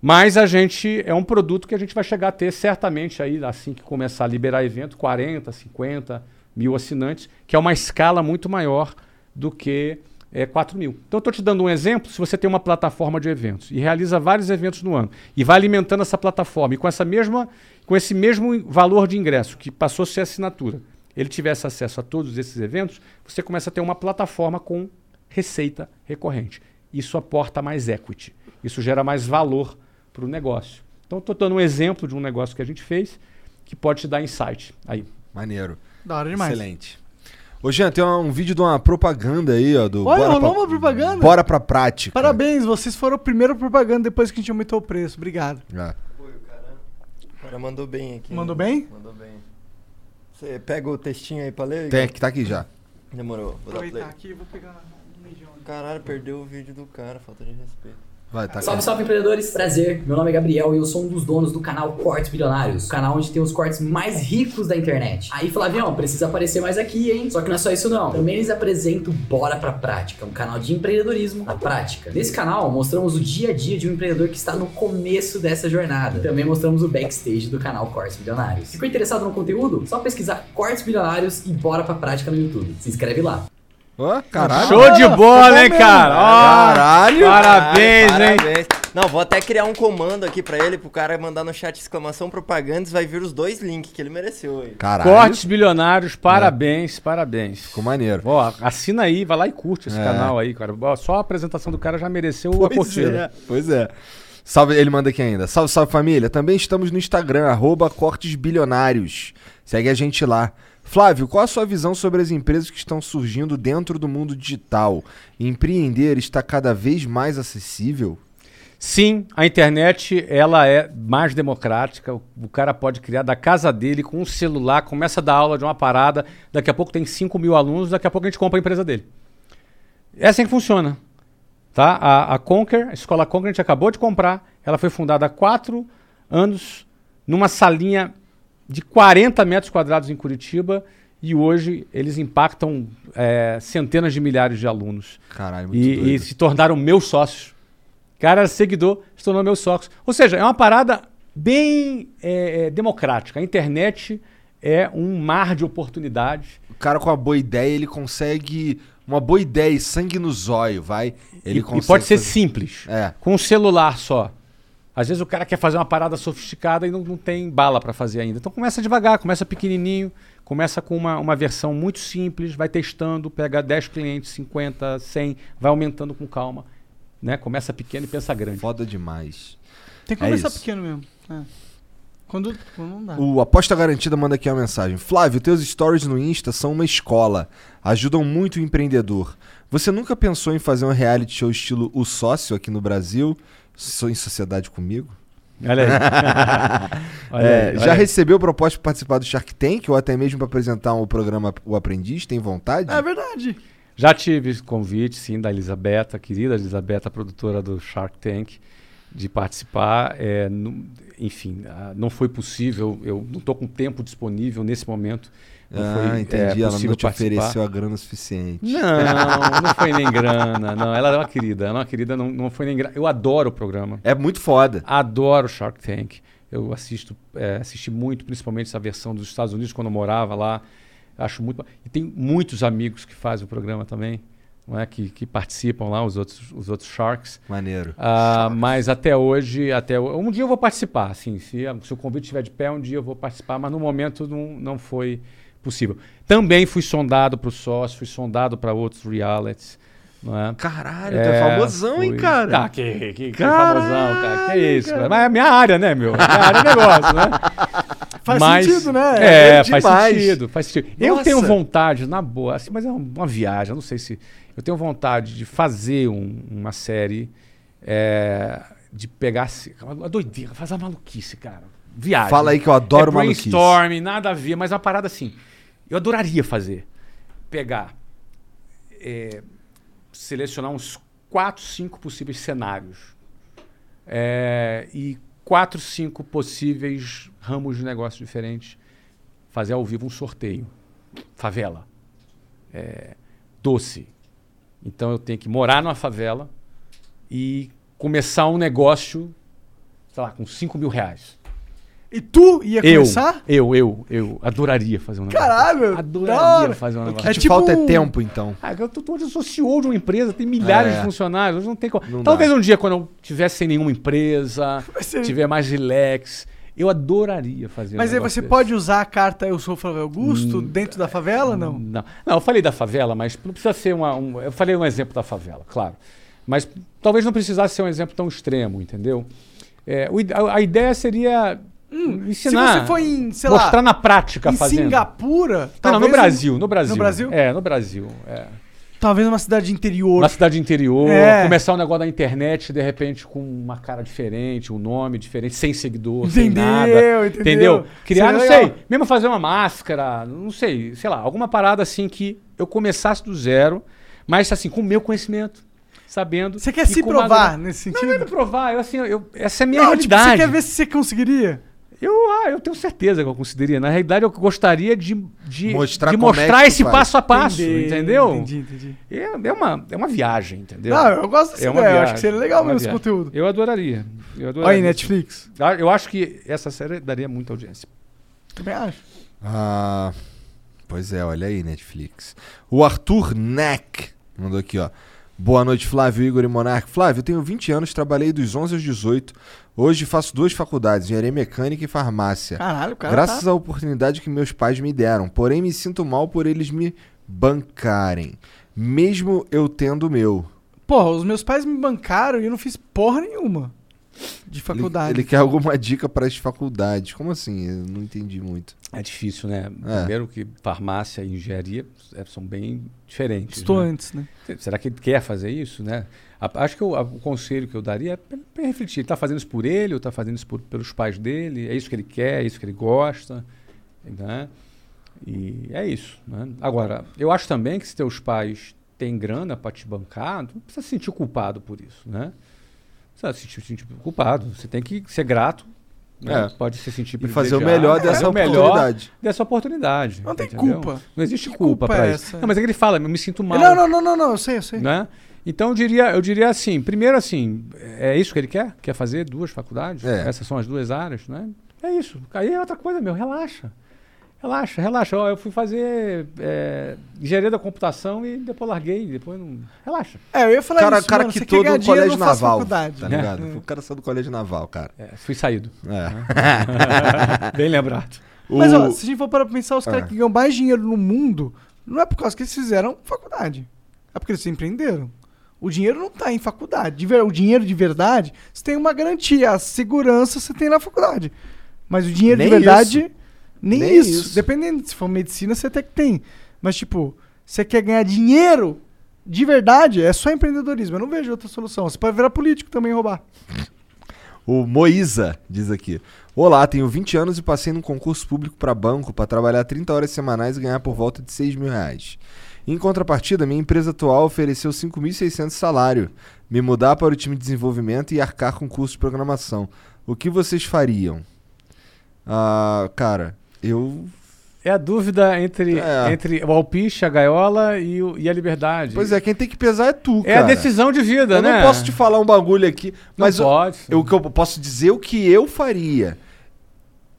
[SPEAKER 4] Mas a gente é um produto que a gente vai chegar a ter certamente aí, assim que começar a liberar evento, 40, 50 mil assinantes, que é uma escala muito maior do que é, 4 mil. Então, eu estou te dando um exemplo. Se você tem uma plataforma de eventos e realiza vários eventos no ano e vai alimentando essa plataforma e com, essa mesma, com esse mesmo valor de ingresso que passou a ser assinatura, ele tivesse acesso a todos esses eventos, você começa a ter uma plataforma com receita recorrente. Isso aporta mais equity. Isso gera mais valor para o negócio. Então, estou dando um exemplo de um negócio que a gente fez que pode te dar insight. Aí.
[SPEAKER 2] Maneiro.
[SPEAKER 3] Da hora demais.
[SPEAKER 2] Excelente. Ô, Jean, tem um vídeo de uma propaganda aí, ó, do
[SPEAKER 3] Olha,
[SPEAKER 2] Bora
[SPEAKER 3] rolou
[SPEAKER 2] pra-
[SPEAKER 3] uma propaganda.
[SPEAKER 2] Bora pra prática.
[SPEAKER 3] Parabéns, vocês foram a primeira propaganda depois que a gente aumentou o preço. Obrigado.
[SPEAKER 2] Já.
[SPEAKER 5] O cara mandou bem aqui.
[SPEAKER 3] Mandou
[SPEAKER 5] né?
[SPEAKER 3] bem?
[SPEAKER 5] Mandou bem. Você pega o textinho aí pra ler?
[SPEAKER 2] Tem
[SPEAKER 5] Igor?
[SPEAKER 2] aqui, tá aqui já.
[SPEAKER 5] Demorou. Vou dar play.
[SPEAKER 3] Aproveitar aqui, vou pegar um mijão.
[SPEAKER 5] Caralho, perdeu o vídeo do cara, falta de respeito.
[SPEAKER 2] Vai, tá
[SPEAKER 10] Salve, salve empreendedores! Prazer, meu nome é Gabriel e eu sou um dos donos do canal Cortes Bilionários, o canal onde tem os cortes mais ricos da internet. Aí, Flavião, precisa aparecer mais aqui, hein? Só que não é só isso não. Também eles apresentam Bora Pra Prática, um canal de empreendedorismo na prática. Nesse canal, mostramos o dia a dia de um empreendedor que está no começo dessa jornada. E também mostramos o backstage do canal Cortes Bilionários. Ficou interessado no conteúdo? Só pesquisar Cortes Bilionários e Bora Pra Prática no YouTube. Se inscreve lá.
[SPEAKER 2] Ó, caralho. tá
[SPEAKER 4] Show de bola, hein, cara? Ó,
[SPEAKER 2] Caralho.
[SPEAKER 4] Parabéns, hein?
[SPEAKER 5] Parabéns. Não, vou até criar um comando aqui pra ele, pro cara mandar no chat exclamação propagandas, vai vir os dois links que ele mereceu aí.
[SPEAKER 2] Caralho.
[SPEAKER 4] Cortes bilionários, parabéns, parabéns.
[SPEAKER 2] É. Ficou maneiro.
[SPEAKER 4] Ó, assina aí, vai lá e curte esse
[SPEAKER 2] É.
[SPEAKER 4] canal aí, cara. Ó, Só a apresentação do cara já mereceu a
[SPEAKER 2] Pois
[SPEAKER 4] curtida.
[SPEAKER 2] é, pois é. Salve, ele manda aqui ainda. Salve, salve família. Também estamos no Instagram, arroba Cortes Bilionários. Segue a gente lá. Flávio, qual a sua visão sobre as empresas que estão surgindo dentro do mundo digital? Empreender está cada vez mais acessível?
[SPEAKER 4] Sim, a internet ela é mais democrática. O, o cara pode criar da casa dele com um celular, começa a dar aula de uma parada. Daqui a pouco tem 5 mil alunos, daqui a pouco a gente compra a empresa dele. É assim que funciona. Tá? A, a Conquer, a escola Conquer, a gente acabou de comprar. Ela foi fundada há quatro anos numa salinha de 40 metros quadrados em Curitiba. E hoje eles impactam é, centenas de milhares de alunos.
[SPEAKER 2] Caralho,
[SPEAKER 4] muito e, e se tornaram meus sócios. Cara, era seguidor, se tornou meu sócio. Ou seja, é uma parada bem é, é, democrática. A internet é um mar de oportunidades.
[SPEAKER 2] O cara com uma boa ideia, ele consegue. Uma boa ideia e sangue no zóio, vai. Ele
[SPEAKER 4] E- e
[SPEAKER 2] consegue
[SPEAKER 4] pode ser
[SPEAKER 2] fazer-
[SPEAKER 4] simples.
[SPEAKER 2] É.
[SPEAKER 4] Com um celular só. Às vezes o cara quer fazer uma parada sofisticada e não, não tem bala para fazer ainda. Então começa devagar, começa pequenininho, começa com uma, uma versão muito simples, vai testando, pega 10 clientes, 50, 100, vai aumentando com calma. Né? Começa pequeno e pensa grande.
[SPEAKER 2] Foda demais.
[SPEAKER 3] Tem que
[SPEAKER 2] É
[SPEAKER 3] começar
[SPEAKER 2] isso.
[SPEAKER 3] pequeno mesmo. É. Quando, quando não dá.
[SPEAKER 4] Um.
[SPEAKER 2] O Aposta Garantida manda aqui uma mensagem. Flávio, teus stories no Insta são uma escola. Ajudam muito o empreendedor. Você nunca pensou em fazer um reality show estilo O Sócio aqui no Brasil? Sou em sociedade comigo?
[SPEAKER 4] Olha aí. Olha
[SPEAKER 2] É,
[SPEAKER 4] aí,
[SPEAKER 2] já
[SPEAKER 4] olha aí.
[SPEAKER 2] recebeu proposta de participar do Shark Tank ou até mesmo para apresentar o programa O Aprendiz? Tem vontade?
[SPEAKER 3] É verdade.
[SPEAKER 4] Já tive convite, sim, da Elisabetta, querida Elisabetta, produtora do Shark Tank, de participar. É, nu- enfim, ah, não foi possível, eu não estou com tempo disponível nesse momento. Não
[SPEAKER 2] ah,
[SPEAKER 4] foi, é,
[SPEAKER 2] entendi. Ela
[SPEAKER 4] possível
[SPEAKER 2] não te
[SPEAKER 4] participar.
[SPEAKER 2] ofereceu a grana suficiente.
[SPEAKER 4] Não, não foi nem grana. Não, ela é uma querida. Ela é uma querida, não, não foi nem grana. Eu adoro o programa.
[SPEAKER 2] É muito foda.
[SPEAKER 4] Adoro Shark Tank. Eu assisto, é, assisti muito, principalmente essa versão dos Estados Unidos, quando eu morava lá. Acho muito. E tem muitos amigos que fazem o programa também, não é? que, que participam lá, os outros, os outros Sharks.
[SPEAKER 2] Maneiro.
[SPEAKER 4] Ah, mas até hoje, até ho- um dia eu vou participar, assim, se, a- se o convite estiver de pé, um dia eu vou participar, mas no momento não, não foi possível. Também fui sondado para o sócio, fui sondado para outros realities. Não é?
[SPEAKER 2] Caralho, tu é famosão, hein, cara?
[SPEAKER 4] Tá, que, que, que
[SPEAKER 2] Caralho,
[SPEAKER 4] famosão, cara. Que isso,
[SPEAKER 2] cara.
[SPEAKER 4] cara. Mas é a minha área, né, meu? É a minha área de negócio, né?
[SPEAKER 2] Faz
[SPEAKER 4] Mas-
[SPEAKER 2] sentido, né?
[SPEAKER 4] É,
[SPEAKER 2] É
[SPEAKER 4] faz
[SPEAKER 2] demais.
[SPEAKER 4] sentido, faz sentido. Eu
[SPEAKER 2] Nossa.
[SPEAKER 4] tenho vontade, na boa, assim, mas é um- uma viagem, eu não sei se. Eu tenho vontade de fazer um- uma série é, de pegar. assim, Uma doideira, fazer uma maluquice, cara. Viagem.
[SPEAKER 2] Fala aí que eu adoro
[SPEAKER 4] é
[SPEAKER 2] maluquice.
[SPEAKER 4] brainstorming, nada a ver, mas uma parada assim. Eu adoraria fazer. Pegar. é, selecionar uns 4, 5 possíveis cenários. É, e 4, 5 possíveis ramos de negócio diferentes. Fazer ao vivo um sorteio. Favela. É, doce. Então eu tenho que morar numa favela e começar um negócio, sei lá, com 5 mil reais.
[SPEAKER 3] E tu ia
[SPEAKER 4] eu,
[SPEAKER 3] começar?
[SPEAKER 4] Eu, eu, eu adoraria fazer um negócio.
[SPEAKER 3] Caralho! da hora.
[SPEAKER 4] Adoraria fazer um
[SPEAKER 2] O
[SPEAKER 4] negócio.
[SPEAKER 2] que te falta é tempo, então.
[SPEAKER 4] Ah, eu tô, tô hoje eu sou CEO de uma empresa, tem milhares
[SPEAKER 2] É.
[SPEAKER 4] de funcionários, hoje não tem como.
[SPEAKER 2] Não
[SPEAKER 4] Talvez
[SPEAKER 2] dá.
[SPEAKER 4] um dia, quando eu tiver sem nenhuma empresa,
[SPEAKER 3] ser-
[SPEAKER 4] tiver mais relax, eu adoraria fazer um
[SPEAKER 3] Mas aí
[SPEAKER 4] negócio
[SPEAKER 3] você
[SPEAKER 4] desse. Hum.
[SPEAKER 3] pode usar a carta Eu Sou Flávio Augusto dentro da favela, não?
[SPEAKER 4] Não. Não, eu falei da favela, mas não precisa ser uma. um- eu falei um exemplo da favela, claro. Mas talvez não precisasse ser um exemplo tão extremo, entendeu? É, o ide- a, a ideia seria ensinar.
[SPEAKER 3] se você for em, sei lá,
[SPEAKER 4] mostrar na prática
[SPEAKER 3] em
[SPEAKER 4] fazendo.
[SPEAKER 3] Singapura,
[SPEAKER 4] Não, não, no
[SPEAKER 3] talvez
[SPEAKER 4] Brasil,
[SPEAKER 3] um-
[SPEAKER 4] no Brasil.
[SPEAKER 3] No Brasil?
[SPEAKER 4] É, no Brasil. É.
[SPEAKER 3] Talvez uma cidade interior.
[SPEAKER 4] Uma cidade interior,
[SPEAKER 3] É.
[SPEAKER 4] começar um negócio na internet, de repente, com uma cara diferente, um nome diferente, sem seguidor, sem
[SPEAKER 3] Entendeu,
[SPEAKER 4] nada.
[SPEAKER 3] entendeu?
[SPEAKER 4] Entendeu? Criar,
[SPEAKER 3] Seria
[SPEAKER 4] não
[SPEAKER 3] legal.
[SPEAKER 4] sei, mesmo fazer uma máscara, não sei, sei lá, alguma parada assim que eu começasse do zero, mas assim, com o meu conhecimento, sabendo.
[SPEAKER 3] Você quer
[SPEAKER 4] e
[SPEAKER 3] se
[SPEAKER 4] com
[SPEAKER 3] provar né?
[SPEAKER 4] madura-
[SPEAKER 3] nesse
[SPEAKER 4] Não,
[SPEAKER 3] sentido?
[SPEAKER 4] Não, é me provar, eu, assim, eu, essa é a minha
[SPEAKER 3] Não, tipo,
[SPEAKER 4] realidade.
[SPEAKER 3] você quer ver se você conseguiria?
[SPEAKER 4] Eu, ah, eu tenho certeza que eu conseguiria. Na realidade, eu gostaria de, de
[SPEAKER 2] Mostrar
[SPEAKER 4] de
[SPEAKER 2] como é que
[SPEAKER 4] mostrar
[SPEAKER 2] tu
[SPEAKER 4] esse
[SPEAKER 2] faz.
[SPEAKER 4] passo a passo,
[SPEAKER 2] Entendi,
[SPEAKER 4] entendeu?
[SPEAKER 2] entendi,
[SPEAKER 3] entendi.
[SPEAKER 4] É, é uma, é uma viagem, entendeu?
[SPEAKER 3] Não, eu gosto dessa
[SPEAKER 4] é uma
[SPEAKER 3] ideia, eu acho
[SPEAKER 4] viagem,
[SPEAKER 3] que seria legal
[SPEAKER 4] é uma
[SPEAKER 3] mesmo esse
[SPEAKER 4] viagem.
[SPEAKER 3] conteúdo.
[SPEAKER 4] Eu adoraria. Eu adoraria.
[SPEAKER 3] Olha aí, Netflix.
[SPEAKER 4] Ah, Eu acho que essa série daria muita audiência.
[SPEAKER 3] Também acho.
[SPEAKER 2] Ah, pois é, olha aí, Netflix. O Arthur Neck mandou aqui, ó. Boa noite, Flávio, Igor e Monarque. Flávio, eu tenho 20 anos, trabalhei dos 11 aos 18. Hoje faço duas faculdades, engenharia mecânica e farmácia.
[SPEAKER 3] Caralho, o cara
[SPEAKER 2] Graças
[SPEAKER 3] tá-
[SPEAKER 2] à oportunidade que meus pais me deram, porém me sinto mal por eles me bancarem, mesmo eu tendo o meu.
[SPEAKER 3] Porra, os meus pais me bancaram e eu não fiz porra nenhuma de
[SPEAKER 2] Ele-
[SPEAKER 3] faculdade.
[SPEAKER 2] Ele, quer alguma dica para as faculdades. Como assim? Eu não entendi muito.
[SPEAKER 4] É difícil, né?
[SPEAKER 2] É.
[SPEAKER 4] Primeiro que farmácia e engenharia é, são bem diferentes.
[SPEAKER 3] Estou antes, né?
[SPEAKER 4] Será que ele quer fazer isso, né? A- acho que eu- a- o conselho que eu daria é para refletir. Ele está fazendo isso por ele ou está fazendo isso por- pelos pais dele? É isso que ele quer? É isso que ele gosta? Né? E é isso. Né? Agora, eu acho também que se teus pais tem grana para te bancar, tu não precisa se sentir culpado por isso, né? Não precisa se sentir, se sentir culpado. Você tem que ser grato. né?
[SPEAKER 2] É.
[SPEAKER 4] Pode se sentir
[SPEAKER 2] E fazer o
[SPEAKER 4] privilegiado,
[SPEAKER 2] melhor dessa
[SPEAKER 4] fazer o melhor
[SPEAKER 2] oportunidade.
[SPEAKER 4] Dessa oportunidade.
[SPEAKER 3] Não tem
[SPEAKER 4] entendeu?
[SPEAKER 3] culpa.
[SPEAKER 4] Não existe
[SPEAKER 3] Que culpa
[SPEAKER 4] culpa, pra
[SPEAKER 3] é
[SPEAKER 4] isso.
[SPEAKER 3] essa?
[SPEAKER 4] Não, mas é que ele fala, eu me sinto mal.
[SPEAKER 3] Não, não, não, não, não, eu sei, eu sei.
[SPEAKER 4] né? Então eu diria, eu diria assim, primeiro assim, é isso que ele quer? Quer fazer duas faculdades?
[SPEAKER 2] É.
[SPEAKER 4] Essas são as duas áreas, né? É isso. Aí é outra coisa, meu, relaxa. Relaxa, relaxa. Ó, eu fui fazer é, engenharia da computação e depois larguei, depois não. Relaxa.
[SPEAKER 3] É, eu ia falar
[SPEAKER 2] cara,
[SPEAKER 3] isso,
[SPEAKER 2] cara
[SPEAKER 3] mano,
[SPEAKER 2] que
[SPEAKER 3] você
[SPEAKER 2] todo
[SPEAKER 3] quer ganhar
[SPEAKER 2] o
[SPEAKER 3] dinheiro,
[SPEAKER 2] colégio
[SPEAKER 3] não faz
[SPEAKER 2] naval,
[SPEAKER 3] faculdade.
[SPEAKER 2] tá
[SPEAKER 3] É.
[SPEAKER 2] ligado? O cara saiu do colégio naval, cara.
[SPEAKER 4] fui saído.
[SPEAKER 2] É.
[SPEAKER 4] Bem lembrado.
[SPEAKER 3] Mas ó,
[SPEAKER 2] O-
[SPEAKER 3] se a gente for para pensar, os caras
[SPEAKER 2] É.
[SPEAKER 3] que ganham mais dinheiro no mundo, não é por causa que eles fizeram faculdade. É porque eles se empreenderam. O dinheiro não tá em faculdade. De ver- O dinheiro de verdade, você tem uma garantia. A segurança você tem na faculdade. Mas o dinheiro de
[SPEAKER 2] Nem
[SPEAKER 3] verdade,
[SPEAKER 2] isso.
[SPEAKER 3] nem,
[SPEAKER 2] Nem
[SPEAKER 3] isso.
[SPEAKER 2] isso.
[SPEAKER 3] Dependendo, se for medicina, você até que tem. Mas, tipo, você quer ganhar dinheiro de verdade, é só empreendedorismo. Eu não vejo outra solução. Você pode virar político também e roubar.
[SPEAKER 2] O Moisa diz aqui: Olá, tenho 20 anos e passei num concurso público para banco para trabalhar 30 horas semanais e ganhar por volta de 6 mil reais. Em contrapartida, minha empresa atual ofereceu 5.600 salário, me mudar para o time de desenvolvimento e arcar com curso de programação. O que vocês fariam? Ah, cara, eu.
[SPEAKER 4] É a dúvida entre,
[SPEAKER 2] É.
[SPEAKER 4] entre o alpiche, a gaiola e, o- e a liberdade.
[SPEAKER 2] Pois é, quem tem que pesar é tu,
[SPEAKER 4] É
[SPEAKER 2] cara.
[SPEAKER 4] a decisão de vida,
[SPEAKER 2] eu
[SPEAKER 4] né?
[SPEAKER 2] não posso te falar um bagulho aqui, mas eu-
[SPEAKER 4] pode.
[SPEAKER 2] eu- o que eu posso dizer é o que eu faria.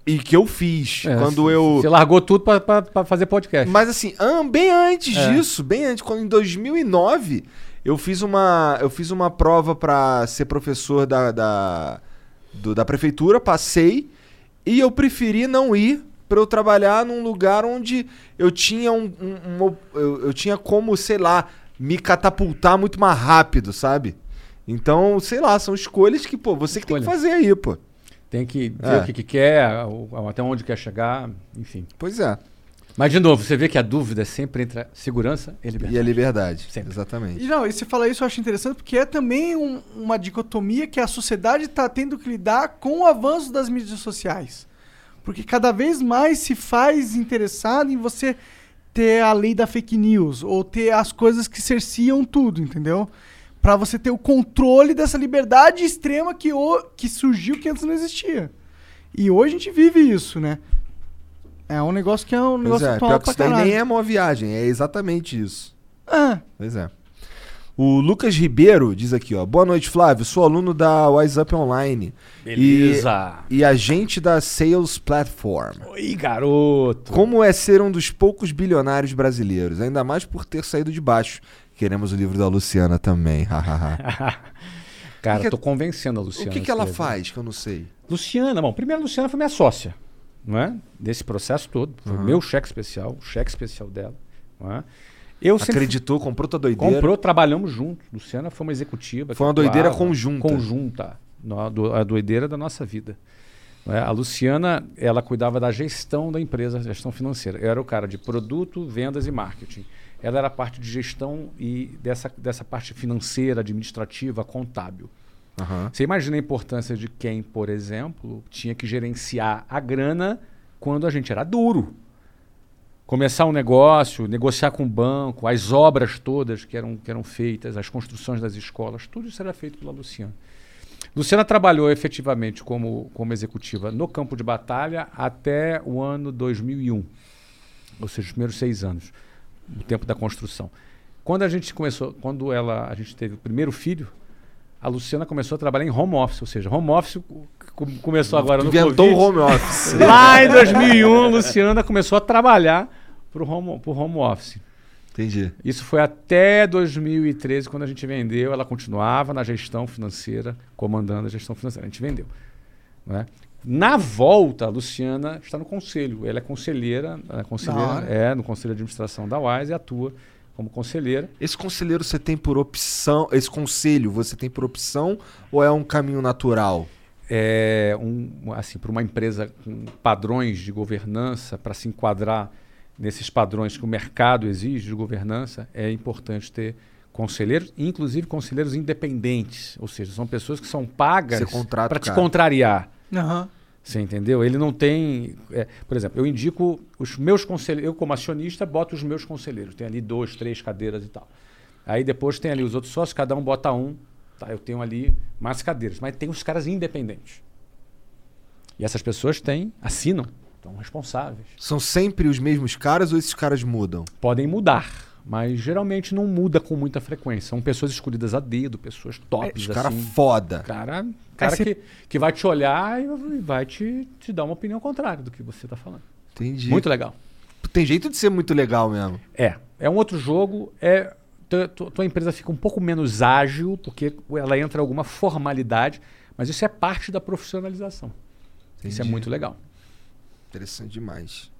[SPEAKER 2] E que eu fiz
[SPEAKER 4] É,
[SPEAKER 2] quando
[SPEAKER 4] você-
[SPEAKER 2] eu.
[SPEAKER 4] Você largou tudo pra, pra- pra fazer podcast.
[SPEAKER 2] Mas assim, an- bem antes
[SPEAKER 4] É.
[SPEAKER 2] disso, bem antes, quando em 2009 eu fiz uma, eu fiz uma prova pra ser professor da, da, do- da prefeitura, passei e eu preferi não ir pra eu trabalhar num lugar onde eu tinha um, um- uma- eu, eu tinha como, sei lá, me catapultar muito mais rápido, sabe? Então, sei lá, são escolhas que, pô, você que tem que
[SPEAKER 4] Escolha.
[SPEAKER 2] fazer aí, pô.
[SPEAKER 4] Tem que ver
[SPEAKER 2] É.
[SPEAKER 4] o que, que quer, o- até onde quer chegar, enfim.
[SPEAKER 2] Pois é.
[SPEAKER 4] Mas, de novo, você vê que a dúvida é sempre entre a segurança e a liberdade.
[SPEAKER 2] E a liberdade.
[SPEAKER 4] Sempre.
[SPEAKER 2] Exatamente.
[SPEAKER 3] E não, e você fala isso, eu acho interessante, porque é também um- uma dicotomia que a sociedade está tendo que lidar com o avanço das mídias sociais. Porque cada vez mais se faz interessado em você ter a lei da fake news, ou ter as coisas que cerciam tudo, entendeu? Para você ter o controle dessa liberdade extrema que, o, que surgiu que antes não existia. E hoje a gente vive isso, né? É um negócio que é um
[SPEAKER 2] Pois
[SPEAKER 3] negócio
[SPEAKER 2] é,
[SPEAKER 3] atual
[SPEAKER 2] pior que
[SPEAKER 3] pra
[SPEAKER 2] isso daí
[SPEAKER 3] caralho.
[SPEAKER 2] nem é uma viagem, é exatamente isso.
[SPEAKER 3] Ah,
[SPEAKER 2] Pois é. O Lucas Ribeiro diz aqui, ó. Boa noite, Flávio. Sou aluno da Wise Up Online.
[SPEAKER 4] Beleza.
[SPEAKER 2] E, e agente da Sales Platform.
[SPEAKER 4] Oi, garoto.
[SPEAKER 2] Como é ser um dos poucos bilionários brasileiros? Ainda mais por ter saído de baixo. Queremos o livro da Luciana também. hahaha.
[SPEAKER 4] Cara,
[SPEAKER 2] Que que-
[SPEAKER 4] tô convencendo a Luciana.
[SPEAKER 2] o que, que ela
[SPEAKER 4] escrever.
[SPEAKER 2] faz que eu não sei?
[SPEAKER 4] Luciana, bom, primeiro a Luciana foi minha sócia, não é? Nesse processo todo. Foi
[SPEAKER 2] Uhum.
[SPEAKER 4] meu cheque especial, o cheque especial dela. Não é? Eu sempre-
[SPEAKER 2] Acreditou, comprou tua doideira.
[SPEAKER 4] Comprou, trabalhamos juntos. Luciana foi uma executiva. que
[SPEAKER 2] Foi uma doideira
[SPEAKER 4] atuava,
[SPEAKER 2] conjunta.
[SPEAKER 4] Conjunta. no- a do- A doideira da nossa vida. Não é? A Luciana, ela cuidava da gestão da empresa, gestão financeira. Eu era o cara de produto, vendas e marketing. Ela era a parte de gestão e dessa, dessa parte financeira, administrativa, contábil.
[SPEAKER 2] Aham.
[SPEAKER 4] Você imagina a importância de quem, por exemplo, tinha que gerenciar a grana quando a gente era duro. Começar um negócio, negociar com o banco, as obras todas que eram, que eram feitas, as construções das escolas, tudo isso era feito pela Luciana. Luciana trabalhou efetivamente como, como executiva no campo de batalha até o ano 2001, ou seja, os primeiros seis anos, o tempo da construção. Quando a gente começou, quando ela, a gente teve o primeiro filho, a Luciana começou a trabalhar em home office, ou seja, home office co- começou agora no
[SPEAKER 2] Inventou um
[SPEAKER 4] Covid.
[SPEAKER 2] o home office.
[SPEAKER 4] Lá em 2001, Luciana começou a trabalhar para o home, pro home office.
[SPEAKER 2] Entendi.
[SPEAKER 4] Isso foi até 2013, quando a gente vendeu. Ela continuava na gestão financeira, comandando a gestão financeira. A gente vendeu. né? Na volta, a Luciana está no conselho. Ela é conselheira, ela
[SPEAKER 3] Da
[SPEAKER 4] é, conselheira
[SPEAKER 3] hora.
[SPEAKER 4] é no conselho de administração da Wise e atua como conselheira.
[SPEAKER 2] Esse conselheiro você tem por opção, esse conselho você tem por opção ou é um caminho natural?
[SPEAKER 4] é, um, assim, para uma empresa com padrões de governança, para se enquadrar nesses padrões que o mercado exige de governança, é importante ter conselheiros, inclusive conselheiros independentes, ou seja, são pessoas que são pagas
[SPEAKER 2] Você contrata o
[SPEAKER 4] para te
[SPEAKER 2] cara.
[SPEAKER 4] contrariar.
[SPEAKER 3] aham.
[SPEAKER 4] Você entendeu? Ele não tem. é, por exemplo, eu indico os meus conselheiros. Eu, como acionista, boto os meus conselheiros. Tem ali dois, três cadeiras e tal. Aí depois tem ali os outros sócios, cada um bota um. Tá, eu tenho ali mais cadeiras. Mas tem os caras independentes. E essas pessoas têm, assinam, são responsáveis.
[SPEAKER 2] São sempre os mesmos caras ou esses caras mudam?
[SPEAKER 4] Podem mudar, mas geralmente não muda com muita frequência. São pessoas escolhidas a dedo, pessoas tops.
[SPEAKER 2] Os cara
[SPEAKER 4] assim.
[SPEAKER 2] foda.
[SPEAKER 4] Cara, cara
[SPEAKER 2] você-
[SPEAKER 4] que, que vai te olhar e vai te, te dar uma opinião contrária do que você está falando.
[SPEAKER 2] Entendi.
[SPEAKER 4] Muito legal.
[SPEAKER 2] Tem jeito de ser muito legal mesmo.
[SPEAKER 4] É. É um outro jogo, é tu- tu- tua empresa fica um pouco menos ágil, porque ela entra em alguma formalidade, mas isso é parte da profissionalização. Isso é
[SPEAKER 2] Entendi.
[SPEAKER 4] muito legal.
[SPEAKER 2] Interessante demais.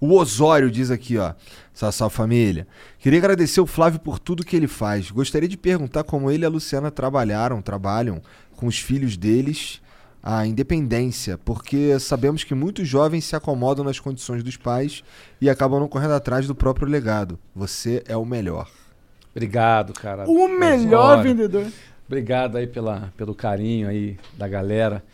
[SPEAKER 2] O Osório diz aqui, ó. Sassá Família. Queria agradecer o Flávio por tudo que ele faz. Gostaria de perguntar como ele e a Luciana trabalharam, trabalham com os filhos deles a independência, porque sabemos que muitos jovens se acomodam nas condições dos pais e acabam não correndo atrás do próprio legado. Você é o melhor.
[SPEAKER 4] Obrigado, cara.
[SPEAKER 3] O
[SPEAKER 4] Osório.
[SPEAKER 3] melhor vendedor.
[SPEAKER 4] Obrigado aí pela, pelo carinho aí da galera.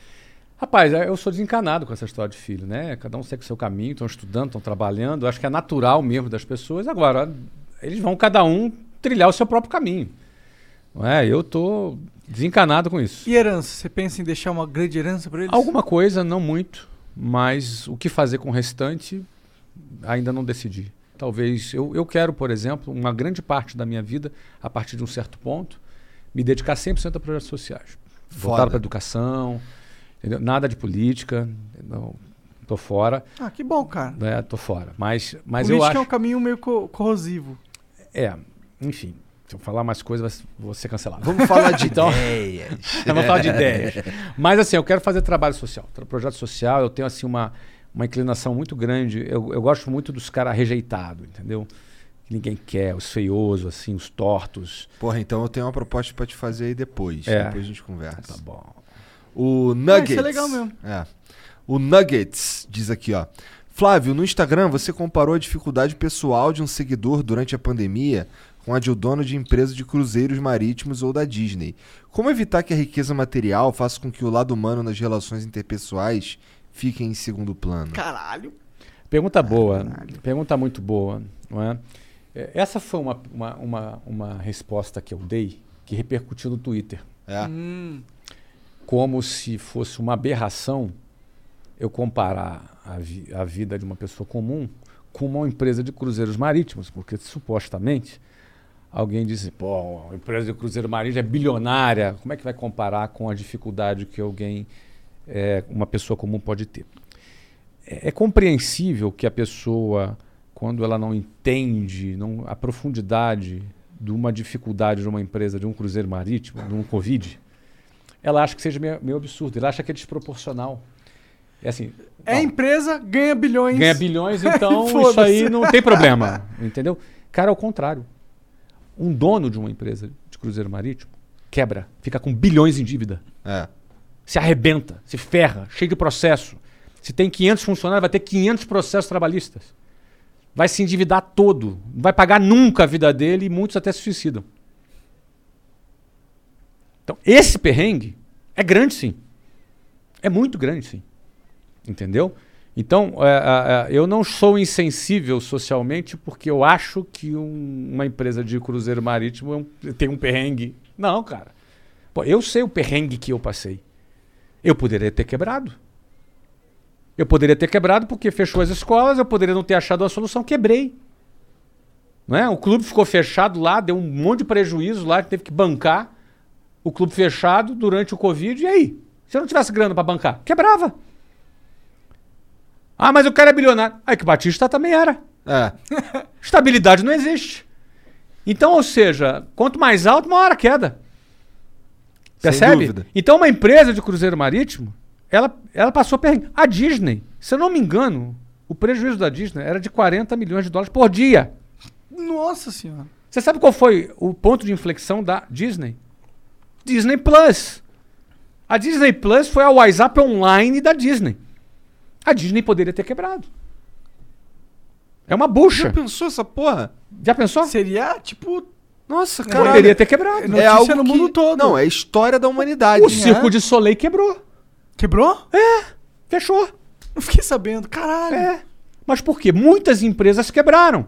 [SPEAKER 4] Rapaz, é, eu sou desencanado com essa história de filho, né? Cada um segue o seu caminho, estão estudando, estão trabalhando. Acho que é natural mesmo das pessoas. Agora, eles vão cada um trilhar o seu próprio caminho. Não é? Eu tô desencanado com isso.
[SPEAKER 3] E herança? Você pensa em deixar uma grande herança pra eles?
[SPEAKER 4] Alguma coisa, não muito, mas o que fazer com o restante ainda não decidi. Talvez eu, eu quero, por exemplo, uma grande parte da minha vida, a partir de um certo ponto, me dedicar 100% a projetos sociais. Voltar
[SPEAKER 2] Foda.
[SPEAKER 4] para educação, entendeu? nada de política, não, tô fora,
[SPEAKER 3] Ah, que bom, cara.
[SPEAKER 4] né? tô fora. Mas, mas eu
[SPEAKER 3] Política
[SPEAKER 4] acho.
[SPEAKER 3] é um caminho meio co- corrosivo.
[SPEAKER 4] É, enfim. Se eu falar mais coisas, vai ser- vou ser cancelado. Então,
[SPEAKER 2] Vamos falar de ideias.
[SPEAKER 4] Vamos falar de ideias. Mas assim, eu quero fazer trabalho social, tra- projeto social. Eu tenho assim uma, uma inclinação muito grande. Eu, eu gosto muito dos caras rejeitados, entendeu? Que ninguém quer, os feiosos, assim, os tortos.
[SPEAKER 2] Porra, então eu tenho uma proposta pra te fazer aí depois.
[SPEAKER 4] É.
[SPEAKER 2] Depois a gente conversa. Tá
[SPEAKER 4] bom.
[SPEAKER 2] O Nuggets.
[SPEAKER 3] isso é legal mesmo.
[SPEAKER 2] É. O Nuggets diz aqui, ó. Flávio, no Instagram você comparou a dificuldade pessoal de um seguidor durante a pandemia com a de um dono de empresa de cruzeiros marítimos ou da Disney. Como evitar que a riqueza material faça com que o lado humano nas relações interpessoais fique em segundo plano?
[SPEAKER 3] Caralho.
[SPEAKER 4] Pergunta boa. Pergunta muito boa, não é? É, Essa foi uma, uma, uma, uma resposta que eu dei que repercutiu no Twitter.
[SPEAKER 2] É.
[SPEAKER 4] Como se fosse uma aberração eu comparar a, vi- a vida de uma pessoa comum com uma empresa de cruzeiros marítimos, porque supostamente alguém disse, pô, a empresa de cruzeiro marítimo é bilionária, como é que vai comparar com a dificuldade que alguém, é, uma pessoa comum pode ter? é é compreensível que a pessoa, quando ela não entende não- a profundidade de uma dificuldade de uma empresa, de um cruzeiro marítimo, de um Covid, ela acha que seja meio, meio absurdo, ela acha que é desproporcional. É assim,
[SPEAKER 3] É empresa, ganha bilhões.
[SPEAKER 4] ganha bilhões, então isso
[SPEAKER 3] Foda-se.
[SPEAKER 4] aí não tem problema, entendeu? Cara, ao contrário. Um dono de uma empresa de cruzeiro marítimo quebra, fica com bilhões em dívida.
[SPEAKER 2] É.
[SPEAKER 4] Se arrebenta, se ferra, cheio de processo. Se tem 500 funcionários, vai ter 500 processos trabalhistas. Vai se endividar todo. Não vai pagar nunca a vida dele e muitos até se suicidam. Então, esse perrengue é grande, sim. É muito grande, sim. Entendeu? Então, é, é, é, eu não sou insensível socialmente porque eu acho que um- uma empresa de cruzeiro marítimo é um- tem um perrengue. Não, cara. Pô, eu sei o perrengue que eu passei. Eu poderia ter quebrado. Eu poderia ter quebrado porque fechou as escolas, eu poderia não ter achado uma solução, quebrei. Não é? O clube ficou fechado lá, deu um monte de prejuízo lá, teve que bancar o clube fechado durante o Covid. E aí? Se eu não tivesse grana para bancar, quebrava. Ah, mas o cara é bilionário. Ah, é que o Batista também era.
[SPEAKER 2] É.
[SPEAKER 4] Estabilidade não existe. Então, ou seja, quanto mais alto, maior a queda.
[SPEAKER 2] Sem
[SPEAKER 4] Percebe?
[SPEAKER 2] dúvida.
[SPEAKER 4] Então, uma empresa de cruzeiro marítimo, ela, ela passou perrengue. A Disney, se eu não me engano, o prejuízo da Disney era de 40 milhões de dólares por dia.
[SPEAKER 3] Nossa senhora.
[SPEAKER 4] Você sabe qual foi o ponto de inflexão da Disney? Disney Plus. A Disney Plus foi a WhatsApp online da Disney. A Disney poderia ter quebrado. É uma bucha.
[SPEAKER 2] Já pensou essa porra?
[SPEAKER 4] Já pensou?
[SPEAKER 3] Seria tipo.
[SPEAKER 2] Nossa,
[SPEAKER 4] Caralho. Poderia ter quebrado.
[SPEAKER 2] É algo no mundo todo. Não, é a história da humanidade.
[SPEAKER 4] O
[SPEAKER 3] É.
[SPEAKER 4] Circo de Soleil quebrou.
[SPEAKER 3] Quebrou?
[SPEAKER 4] É. Fechou.
[SPEAKER 3] Não fiquei sabendo. Caralho.
[SPEAKER 4] É. Mas por quê? Muitas empresas quebraram.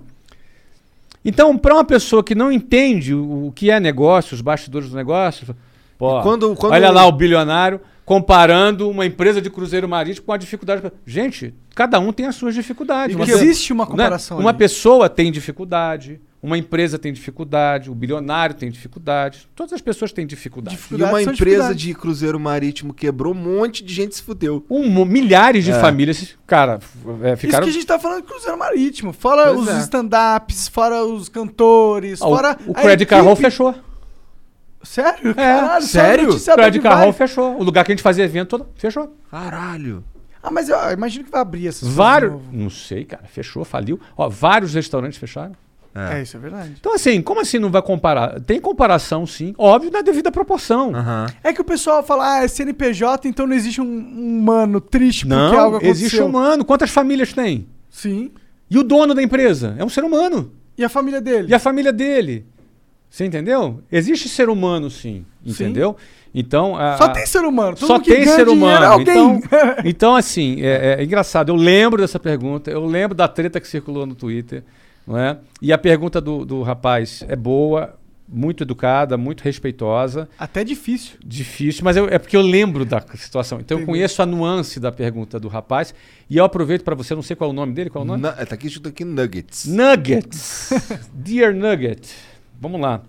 [SPEAKER 4] Então, para uma pessoa que não entende o, o que é negócio, os bastidores do negócio, pô,
[SPEAKER 2] E quando- quando-
[SPEAKER 4] olha lá o bilionário comparando uma empresa de cruzeiro marítimo com a dificuldade. Gente, cada um tem as suas dificuldades. é
[SPEAKER 3] E É que existe uma comparação
[SPEAKER 4] né? Uma
[SPEAKER 3] ali.
[SPEAKER 4] pessoa tem dificuldade, uma empresa tem dificuldade, o bilionário tem dificuldade, todas as pessoas têm dificuldade.
[SPEAKER 2] E uma empresa de cruzeiro marítimo quebrou, um monte de gente se fudeu.
[SPEAKER 4] Um, milhares de
[SPEAKER 2] É.
[SPEAKER 4] famílias, cara, f- é,
[SPEAKER 3] Isso
[SPEAKER 4] ficaram.
[SPEAKER 3] que a gente tá falando de Cruzeiro Marítimo. Fora
[SPEAKER 2] Pois
[SPEAKER 3] os
[SPEAKER 2] é.
[SPEAKER 3] stand-ups, fora os cantores,
[SPEAKER 4] Ah, o-
[SPEAKER 3] fora.
[SPEAKER 4] o
[SPEAKER 3] a
[SPEAKER 4] Credit
[SPEAKER 3] equipe.
[SPEAKER 4] Carroll fechou.
[SPEAKER 3] Sério?
[SPEAKER 4] É,
[SPEAKER 3] Caralho, só notícia
[SPEAKER 4] O
[SPEAKER 3] bad
[SPEAKER 4] Credit Carroll
[SPEAKER 3] vibe.
[SPEAKER 4] fechou. O lugar que a gente fazia evento todo, fechou.
[SPEAKER 2] Caralho.
[SPEAKER 3] Ah, mas eu imagino que vai abrir essas coisas de
[SPEAKER 4] Vários.
[SPEAKER 3] novo.
[SPEAKER 4] Não sei, cara. Fechou, faliu. Ó, vários restaurantes fecharam.
[SPEAKER 3] É. isso é verdade.
[SPEAKER 4] Então, assim, como assim não vai comparar? Tem comparação, sim. Óbvio, na devida proporção.
[SPEAKER 3] É que o pessoal fala, ah, é CNPJ, então não existe um, um humano triste
[SPEAKER 4] Não,
[SPEAKER 3] porque é algo aconteceu.
[SPEAKER 4] existe humano. Quantas famílias tem?
[SPEAKER 3] Sim.
[SPEAKER 4] E o dono da empresa? É um ser humano.
[SPEAKER 3] E a família dele?
[SPEAKER 4] E a família dele. Você entendeu? Existe ser humano, sim. Entendeu? Então. a-
[SPEAKER 3] Só tem ser humano. Todo
[SPEAKER 4] Só
[SPEAKER 3] mundo que
[SPEAKER 4] tem
[SPEAKER 3] ganha
[SPEAKER 4] ser
[SPEAKER 3] dinheiro
[SPEAKER 4] humano.
[SPEAKER 3] é alguém.
[SPEAKER 4] Então, então, assim, é, é engraçado. Eu lembro dessa pergunta, eu lembro da treta que circulou no Twitter, não é? E a pergunta do, do rapaz é boa, muito educada, muito respeitosa.
[SPEAKER 3] Até é difícil.
[SPEAKER 4] Difícil, mas eu- é porque eu lembro da situação. Então eu
[SPEAKER 2] Entendi.
[SPEAKER 4] conheço a nuance da pergunta do rapaz e eu aproveito para você, eu não sei qual é o nome dele, qual é o nome?
[SPEAKER 2] Na- tá aqui escrito aqui Nuggets.
[SPEAKER 4] Nuggets. Dear Nugget. Vamos lá.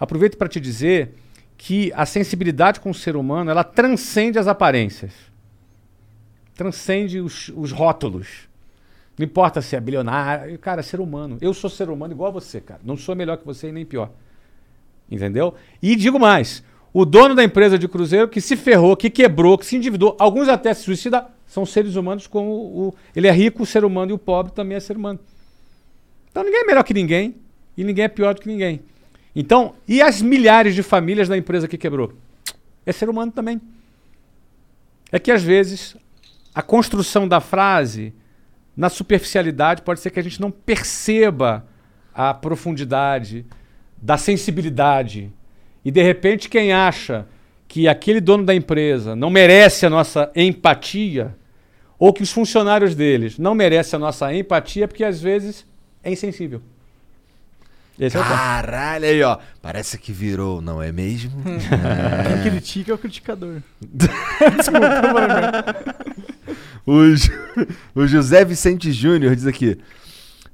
[SPEAKER 4] Aproveito para te dizer que a sensibilidade com o ser humano, ela transcende as aparências. Transcende os, os rótulos. Não importa se é bilionário, cara, é ser humano. Eu sou ser humano igual a você, cara. Não sou melhor que você e nem pior. Entendeu? E digo mais, o dono da empresa de cruzeiro que se ferrou, que quebrou, que se endividou, alguns até se suicida, são seres humanos como o, ele é rico, o ser humano e o pobre também é ser humano. Então ninguém é melhor que ninguém e ninguém é pior do que ninguém. Então, e as milhares de famílias da empresa que quebrou? É ser humano também. É que às vezes a construção da frase, na superficialidade, pode ser que a gente não perceba a profundidade da sensibilidade. E de repente, quem acha que aquele dono da empresa não merece a nossa empatia, ou que os funcionários deles não merecem a nossa empatia, é porque às vezes é insensível. Esse é o
[SPEAKER 2] Ah,
[SPEAKER 4] ponto.
[SPEAKER 2] Caralho, aí ó. Parece que virou, não é mesmo?
[SPEAKER 3] Quem
[SPEAKER 2] É.
[SPEAKER 3] critica é o criticador. Desculpa, mano.
[SPEAKER 2] O, Ju- o José Vicente Júnior diz aqui.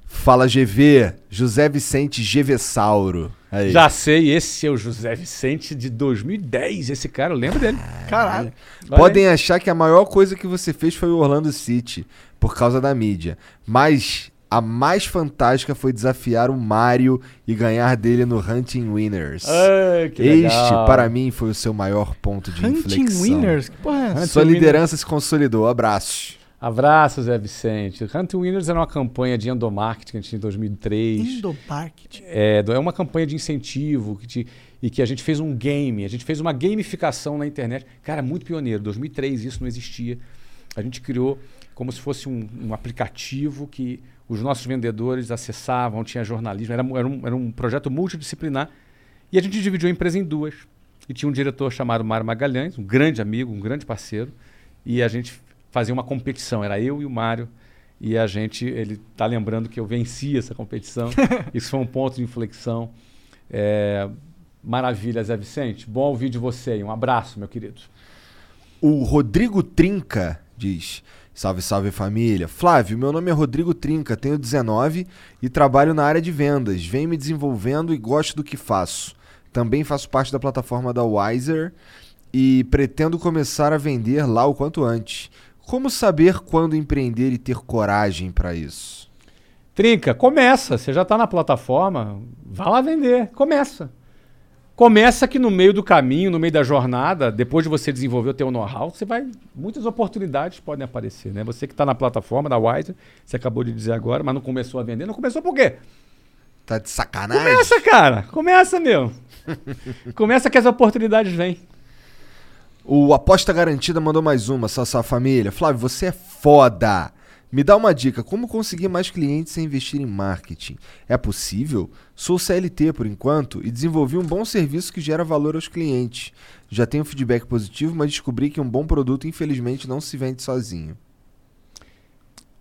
[SPEAKER 2] Fala GV, José Vicente GVsauro. Aí.
[SPEAKER 4] Já sei, esse é o José Vicente de 2010. Esse cara, eu lembro dele.
[SPEAKER 3] Caralho.
[SPEAKER 4] Olha
[SPEAKER 2] Podem
[SPEAKER 4] aí.
[SPEAKER 2] achar que a maior coisa que você fez foi o Orlando City, por causa da mídia. Mas a mais fantástica foi desafiar o Mario e ganhar dele no Hunting Winners.
[SPEAKER 4] Ai, Ah, que
[SPEAKER 2] este,
[SPEAKER 4] legal.
[SPEAKER 2] para mim, foi o seu maior ponto de
[SPEAKER 3] Hunting
[SPEAKER 2] inflexão.
[SPEAKER 3] Winners? Que porra é essa?
[SPEAKER 2] Sua
[SPEAKER 4] Hunting
[SPEAKER 2] liderança se consolidou. Abraços.
[SPEAKER 4] Abraços, Zé Vicente. Hunting Winners era uma campanha de endomarketing que a gente tinha em 2003.
[SPEAKER 3] Endomarketing.
[SPEAKER 4] É, do- é uma campanha de incentivo que te- e que a gente fez um game, a gente fez uma gamificação na internet. Cara, muito pioneiro. 2003 isso não existia. A gente criou como se fosse um, um aplicativo que os nossos vendedores acessavam, tinha jornalismo, era, mu- era um, era um projeto multidisciplinar. E a gente dividiu a empresa em duas. E tinha um diretor chamado Mário Magalhães, um grande amigo, um grande parceiro. E a gente fazia uma competição, era eu e o Mário. E a gente, ele tá lembrando que eu venci essa competição. Isso foi um ponto de inflexão. É, maravilha, Zé Vicente. Bom ouvir de você aí. Um abraço, meu querido.
[SPEAKER 2] O Rodrigo Trinca diz: Salve, salve família. Flávio, meu nome é Rodrigo Trinca, tenho 19 e trabalho na área de vendas. Venho me desenvolvendo e gosto do que faço. Também faço parte da plataforma da Wiser e pretendo começar a vender lá o quanto antes. Como saber quando empreender e ter coragem para isso?
[SPEAKER 4] Trinca, começa. Você já está na plataforma, vá lá vender. Começa. Começa que no meio do caminho, no meio da jornada, depois de você desenvolver o teu know-how, você vai muitas oportunidades podem aparecer, né? Você que está na plataforma da Wise, você acabou de dizer agora, mas não começou a vender, não começou por quê?
[SPEAKER 2] Tá de sacanagem.
[SPEAKER 4] Começa, cara. Começa, meu. começa que as oportunidades vêm.
[SPEAKER 2] O Aposta Garantida mandou mais uma, Sassá Família. Flávio, você é foda. Me dá uma dica, como conseguir mais clientes sem investir em marketing? É possível? Sou CLT por enquanto e desenvolvi um bom serviço que gera valor aos clientes. Já tenho feedback positivo, mas descobri que um bom produto infelizmente não se vende sozinho.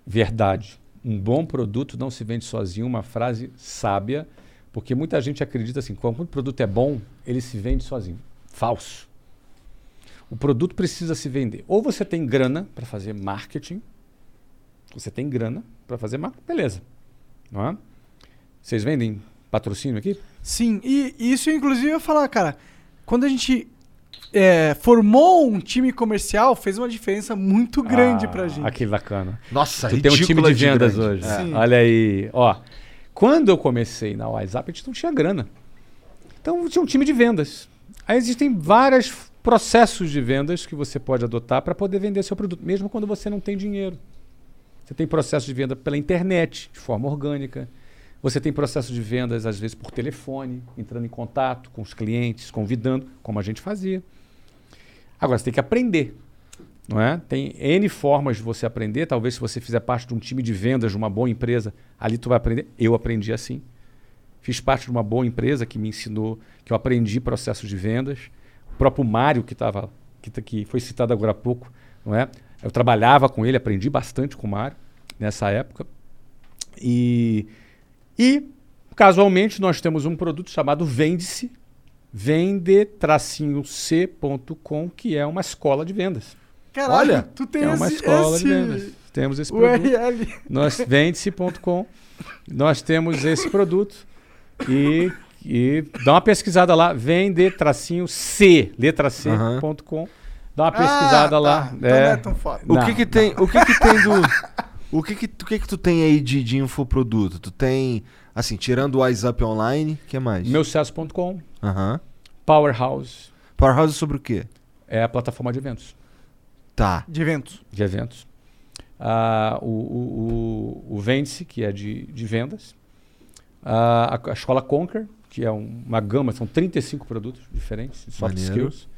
[SPEAKER 4] Verdade. Um bom produto não se vende sozinho, uma frase sábia Porque muita gente acredita assim, quando o produto é bom, ele se vende sozinho. Falso. O produto precisa se vender. Ou você tem grana para fazer marketing, você tem grana para fazer marketing, beleza. Não é? Vocês vendem patrocínio aqui?
[SPEAKER 3] Sim, e isso inclusive eu ia falar, cara, quando a gente é, formou um time comercial, fez uma diferença muito grande
[SPEAKER 4] Ah,
[SPEAKER 3] pra gente.
[SPEAKER 4] Ah, que bacana.
[SPEAKER 2] Nossa,
[SPEAKER 4] tu tem um time
[SPEAKER 2] ridícula
[SPEAKER 4] de
[SPEAKER 2] de
[SPEAKER 4] vendas
[SPEAKER 2] grande.
[SPEAKER 4] hoje.
[SPEAKER 2] É. Sim.
[SPEAKER 4] Olha aí, ó. Quando eu comecei na WhatsApp, a gente não tinha grana. Então tinha um time de vendas. Aí existem vários processos de vendas que você pode adotar para poder vender seu produto, mesmo quando você não tem dinheiro. Você tem processo de venda pela internet, de forma orgânica. Você tem processo de vendas, às vezes, por telefone, entrando em contato com os clientes, convidando, como a gente fazia. Agora, você tem que aprender. Não é? Tem N formas de você aprender. Talvez se você fizer parte de um time de vendas de uma boa empresa, ali tu vai aprender. Eu aprendi assim. Fiz parte de uma boa empresa que me ensinou, que eu aprendi processos de vendas. O próprio Mário, que, tava, que, tá- que foi citado agora há pouco, não é? eu trabalhava com ele, aprendi bastante com o Mário nessa época. E, e casualmente nós temos um produto chamado Vende-se, vende-c.com, que é uma escola de vendas.
[SPEAKER 3] Caralho,
[SPEAKER 4] Olha,
[SPEAKER 3] tu tem
[SPEAKER 4] é uma
[SPEAKER 3] esse-
[SPEAKER 4] escola de
[SPEAKER 3] esse
[SPEAKER 4] vendas. Temos esse produto.
[SPEAKER 3] URL.
[SPEAKER 4] Nós vende-se.com. Nós temos esse produto e, e dá uma pesquisada lá, vende-c, letra
[SPEAKER 2] Aham.
[SPEAKER 4] c.com. Dá uma pesquisada
[SPEAKER 3] Ah, tá.
[SPEAKER 4] lá.
[SPEAKER 3] Então
[SPEAKER 4] É.
[SPEAKER 2] O que
[SPEAKER 4] Ah, Não,
[SPEAKER 2] que tem, o que que tem do o que que, o que que tu tem aí de, de infoproduto? Tu tem assim, tirando o WhatsApp online, que mais?
[SPEAKER 4] Meucesso.com,
[SPEAKER 2] Aham.
[SPEAKER 4] Powerhouse.
[SPEAKER 2] Powerhouse sobre o quê?
[SPEAKER 4] É a plataforma de eventos.
[SPEAKER 2] Tá.
[SPEAKER 3] De eventos.
[SPEAKER 4] De eventos. Ah, o o, o, o Vende-se, que é de, de vendas. Ah, a, a escola Conquer, que é um- uma gama, são 35 produtos diferentes, de soft
[SPEAKER 2] Maneiro.
[SPEAKER 4] skills.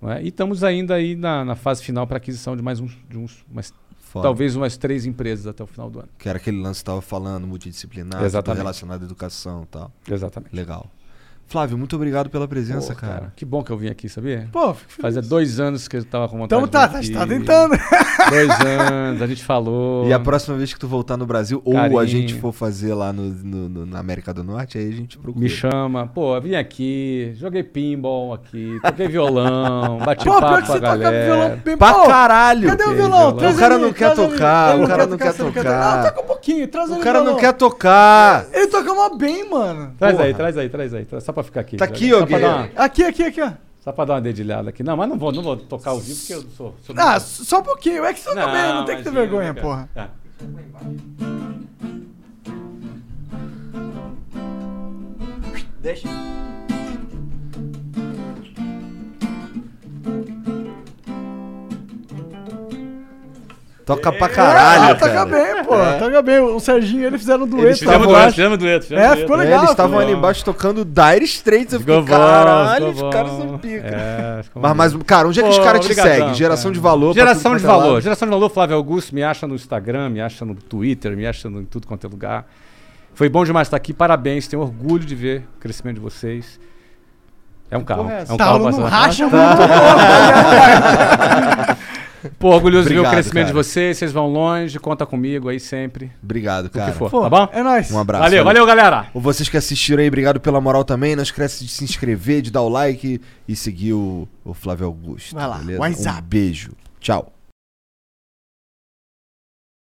[SPEAKER 4] não é? E estamos ainda aí na, na fase final para aquisição de mais uns, de uns umas-
[SPEAKER 2] Foda.
[SPEAKER 4] talvez umas três empresas até o final do ano.
[SPEAKER 2] Que era aquele lance que tava falando, multidisciplinar, tudo
[SPEAKER 4] Exatamente.
[SPEAKER 2] relacionado à educação e tal.
[SPEAKER 4] Exatamente.
[SPEAKER 2] Legal. Flávio, muito obrigado pela presença,
[SPEAKER 4] Pô,
[SPEAKER 2] cara.
[SPEAKER 4] Que bom que eu vim aqui, sabia?
[SPEAKER 3] Pô, fico
[SPEAKER 4] Fazia dois anos que eu estava com
[SPEAKER 3] Então
[SPEAKER 4] vontade de
[SPEAKER 3] tá,
[SPEAKER 4] vir
[SPEAKER 3] tá- tá
[SPEAKER 4] aqui.
[SPEAKER 3] tentando.
[SPEAKER 4] Dois anos, a gente falou.
[SPEAKER 2] E a próxima vez que tu voltar no Brasil, ou a
[SPEAKER 4] Carinho.
[SPEAKER 2] gente for fazer lá no, no- no- na América do Norte, aí a gente procura.
[SPEAKER 4] Me chama, pô, vim aqui, joguei pinball aqui, toquei violão, bati
[SPEAKER 2] Pô, pior
[SPEAKER 4] papo
[SPEAKER 2] que
[SPEAKER 4] com
[SPEAKER 2] você
[SPEAKER 4] a
[SPEAKER 2] toca
[SPEAKER 4] galera.
[SPEAKER 2] violão bem- Pra Pô, caralho! cadê o
[SPEAKER 4] Toquei
[SPEAKER 2] violão? Traz O cara ele, não quer traz ele. tocar,
[SPEAKER 3] Ele
[SPEAKER 2] o cara
[SPEAKER 3] quer
[SPEAKER 2] não
[SPEAKER 3] tocar,
[SPEAKER 2] quer
[SPEAKER 3] você não quer
[SPEAKER 2] tocar.
[SPEAKER 3] Ah, toca um pouquinho, traz
[SPEAKER 2] O
[SPEAKER 3] ele
[SPEAKER 2] cara não
[SPEAKER 3] violão.
[SPEAKER 2] quer tocar!
[SPEAKER 3] Ele toca uma bem, mano.
[SPEAKER 4] Traz aí,
[SPEAKER 3] Porra.
[SPEAKER 4] traz aí, traz aí, traz- só pra ficar aqui.
[SPEAKER 2] Tá
[SPEAKER 4] já,
[SPEAKER 2] aqui,
[SPEAKER 4] só
[SPEAKER 2] ô
[SPEAKER 4] pra
[SPEAKER 2] guerreiro.
[SPEAKER 4] dar uma-
[SPEAKER 3] Aqui, aqui, aqui, ó.
[SPEAKER 4] Só pra dar uma dedilhada aqui. Não, mas não vou, não vou tocar ao vivo porque eu sou. sou
[SPEAKER 3] Ah, só um pouquinho. É que você
[SPEAKER 4] Não,
[SPEAKER 3] também não tem que ter
[SPEAKER 4] imagina,
[SPEAKER 3] vergonha,
[SPEAKER 4] cara.
[SPEAKER 3] porra.
[SPEAKER 4] Tá.
[SPEAKER 11] Deixa.
[SPEAKER 2] Toca pra
[SPEAKER 4] É,
[SPEAKER 2] caralho,
[SPEAKER 3] Ah, toca
[SPEAKER 2] É, cara.
[SPEAKER 3] bem, pô.
[SPEAKER 2] É.
[SPEAKER 3] Toca bem. O Serginho e ele fizeram um dueto.
[SPEAKER 2] Eles fizeram
[SPEAKER 3] lá,
[SPEAKER 2] dueto,
[SPEAKER 3] eu acho.
[SPEAKER 2] fizemos
[SPEAKER 4] dueto,
[SPEAKER 2] É, ficou legal. eles estavam
[SPEAKER 3] ficou
[SPEAKER 2] ali
[SPEAKER 3] legal.
[SPEAKER 2] embaixo tocando Dire Straits. Eu fiquei,
[SPEAKER 4] Ficou bom,
[SPEAKER 2] caralho,
[SPEAKER 4] ficou
[SPEAKER 2] os caras
[SPEAKER 4] bom.
[SPEAKER 2] são pica.
[SPEAKER 4] É, ficou
[SPEAKER 2] mas, mas,
[SPEAKER 4] maneiro.
[SPEAKER 2] cara, onde é que os
[SPEAKER 4] Pô,
[SPEAKER 2] caras te
[SPEAKER 4] obrigadão,
[SPEAKER 2] seguem? Geração
[SPEAKER 4] cara.
[SPEAKER 2] de valor. pra
[SPEAKER 4] Geração
[SPEAKER 2] tudo
[SPEAKER 4] de
[SPEAKER 2] quanto é
[SPEAKER 4] valor.
[SPEAKER 2] lado.
[SPEAKER 4] Geração de valor, Flávio Augusto, me acha no Instagram, me acha no Twitter, me acha no- em tudo quanto é lugar. Foi bom demais estar aqui, parabéns, tenho orgulho de ver o crescimento de vocês. É um carro.
[SPEAKER 3] porra é
[SPEAKER 4] É
[SPEAKER 3] essa?
[SPEAKER 4] um
[SPEAKER 3] Tá,
[SPEAKER 4] carro
[SPEAKER 3] não
[SPEAKER 4] passando.
[SPEAKER 3] racha
[SPEAKER 4] Tá.
[SPEAKER 3] muito, não.
[SPEAKER 4] Pô, orgulhoso de ver o
[SPEAKER 2] Obrigado,
[SPEAKER 4] crescimento de
[SPEAKER 2] cara.
[SPEAKER 4] vocês, vocês vão longe, conta comigo aí sempre.
[SPEAKER 2] Obrigado,
[SPEAKER 4] que
[SPEAKER 2] cara.
[SPEAKER 4] for, tá bom? É nóis.
[SPEAKER 2] Um abraço.
[SPEAKER 4] Valeu, valeu, galera.
[SPEAKER 2] Ou Vocês que assistiram aí, obrigado pela moral também. Não esquece de se inscrever, de dar o like e seguir o, o Flávio Augusto.
[SPEAKER 3] Vai lá,
[SPEAKER 2] beleza?
[SPEAKER 3] WhatsApp.
[SPEAKER 2] Um beijo. Tchau.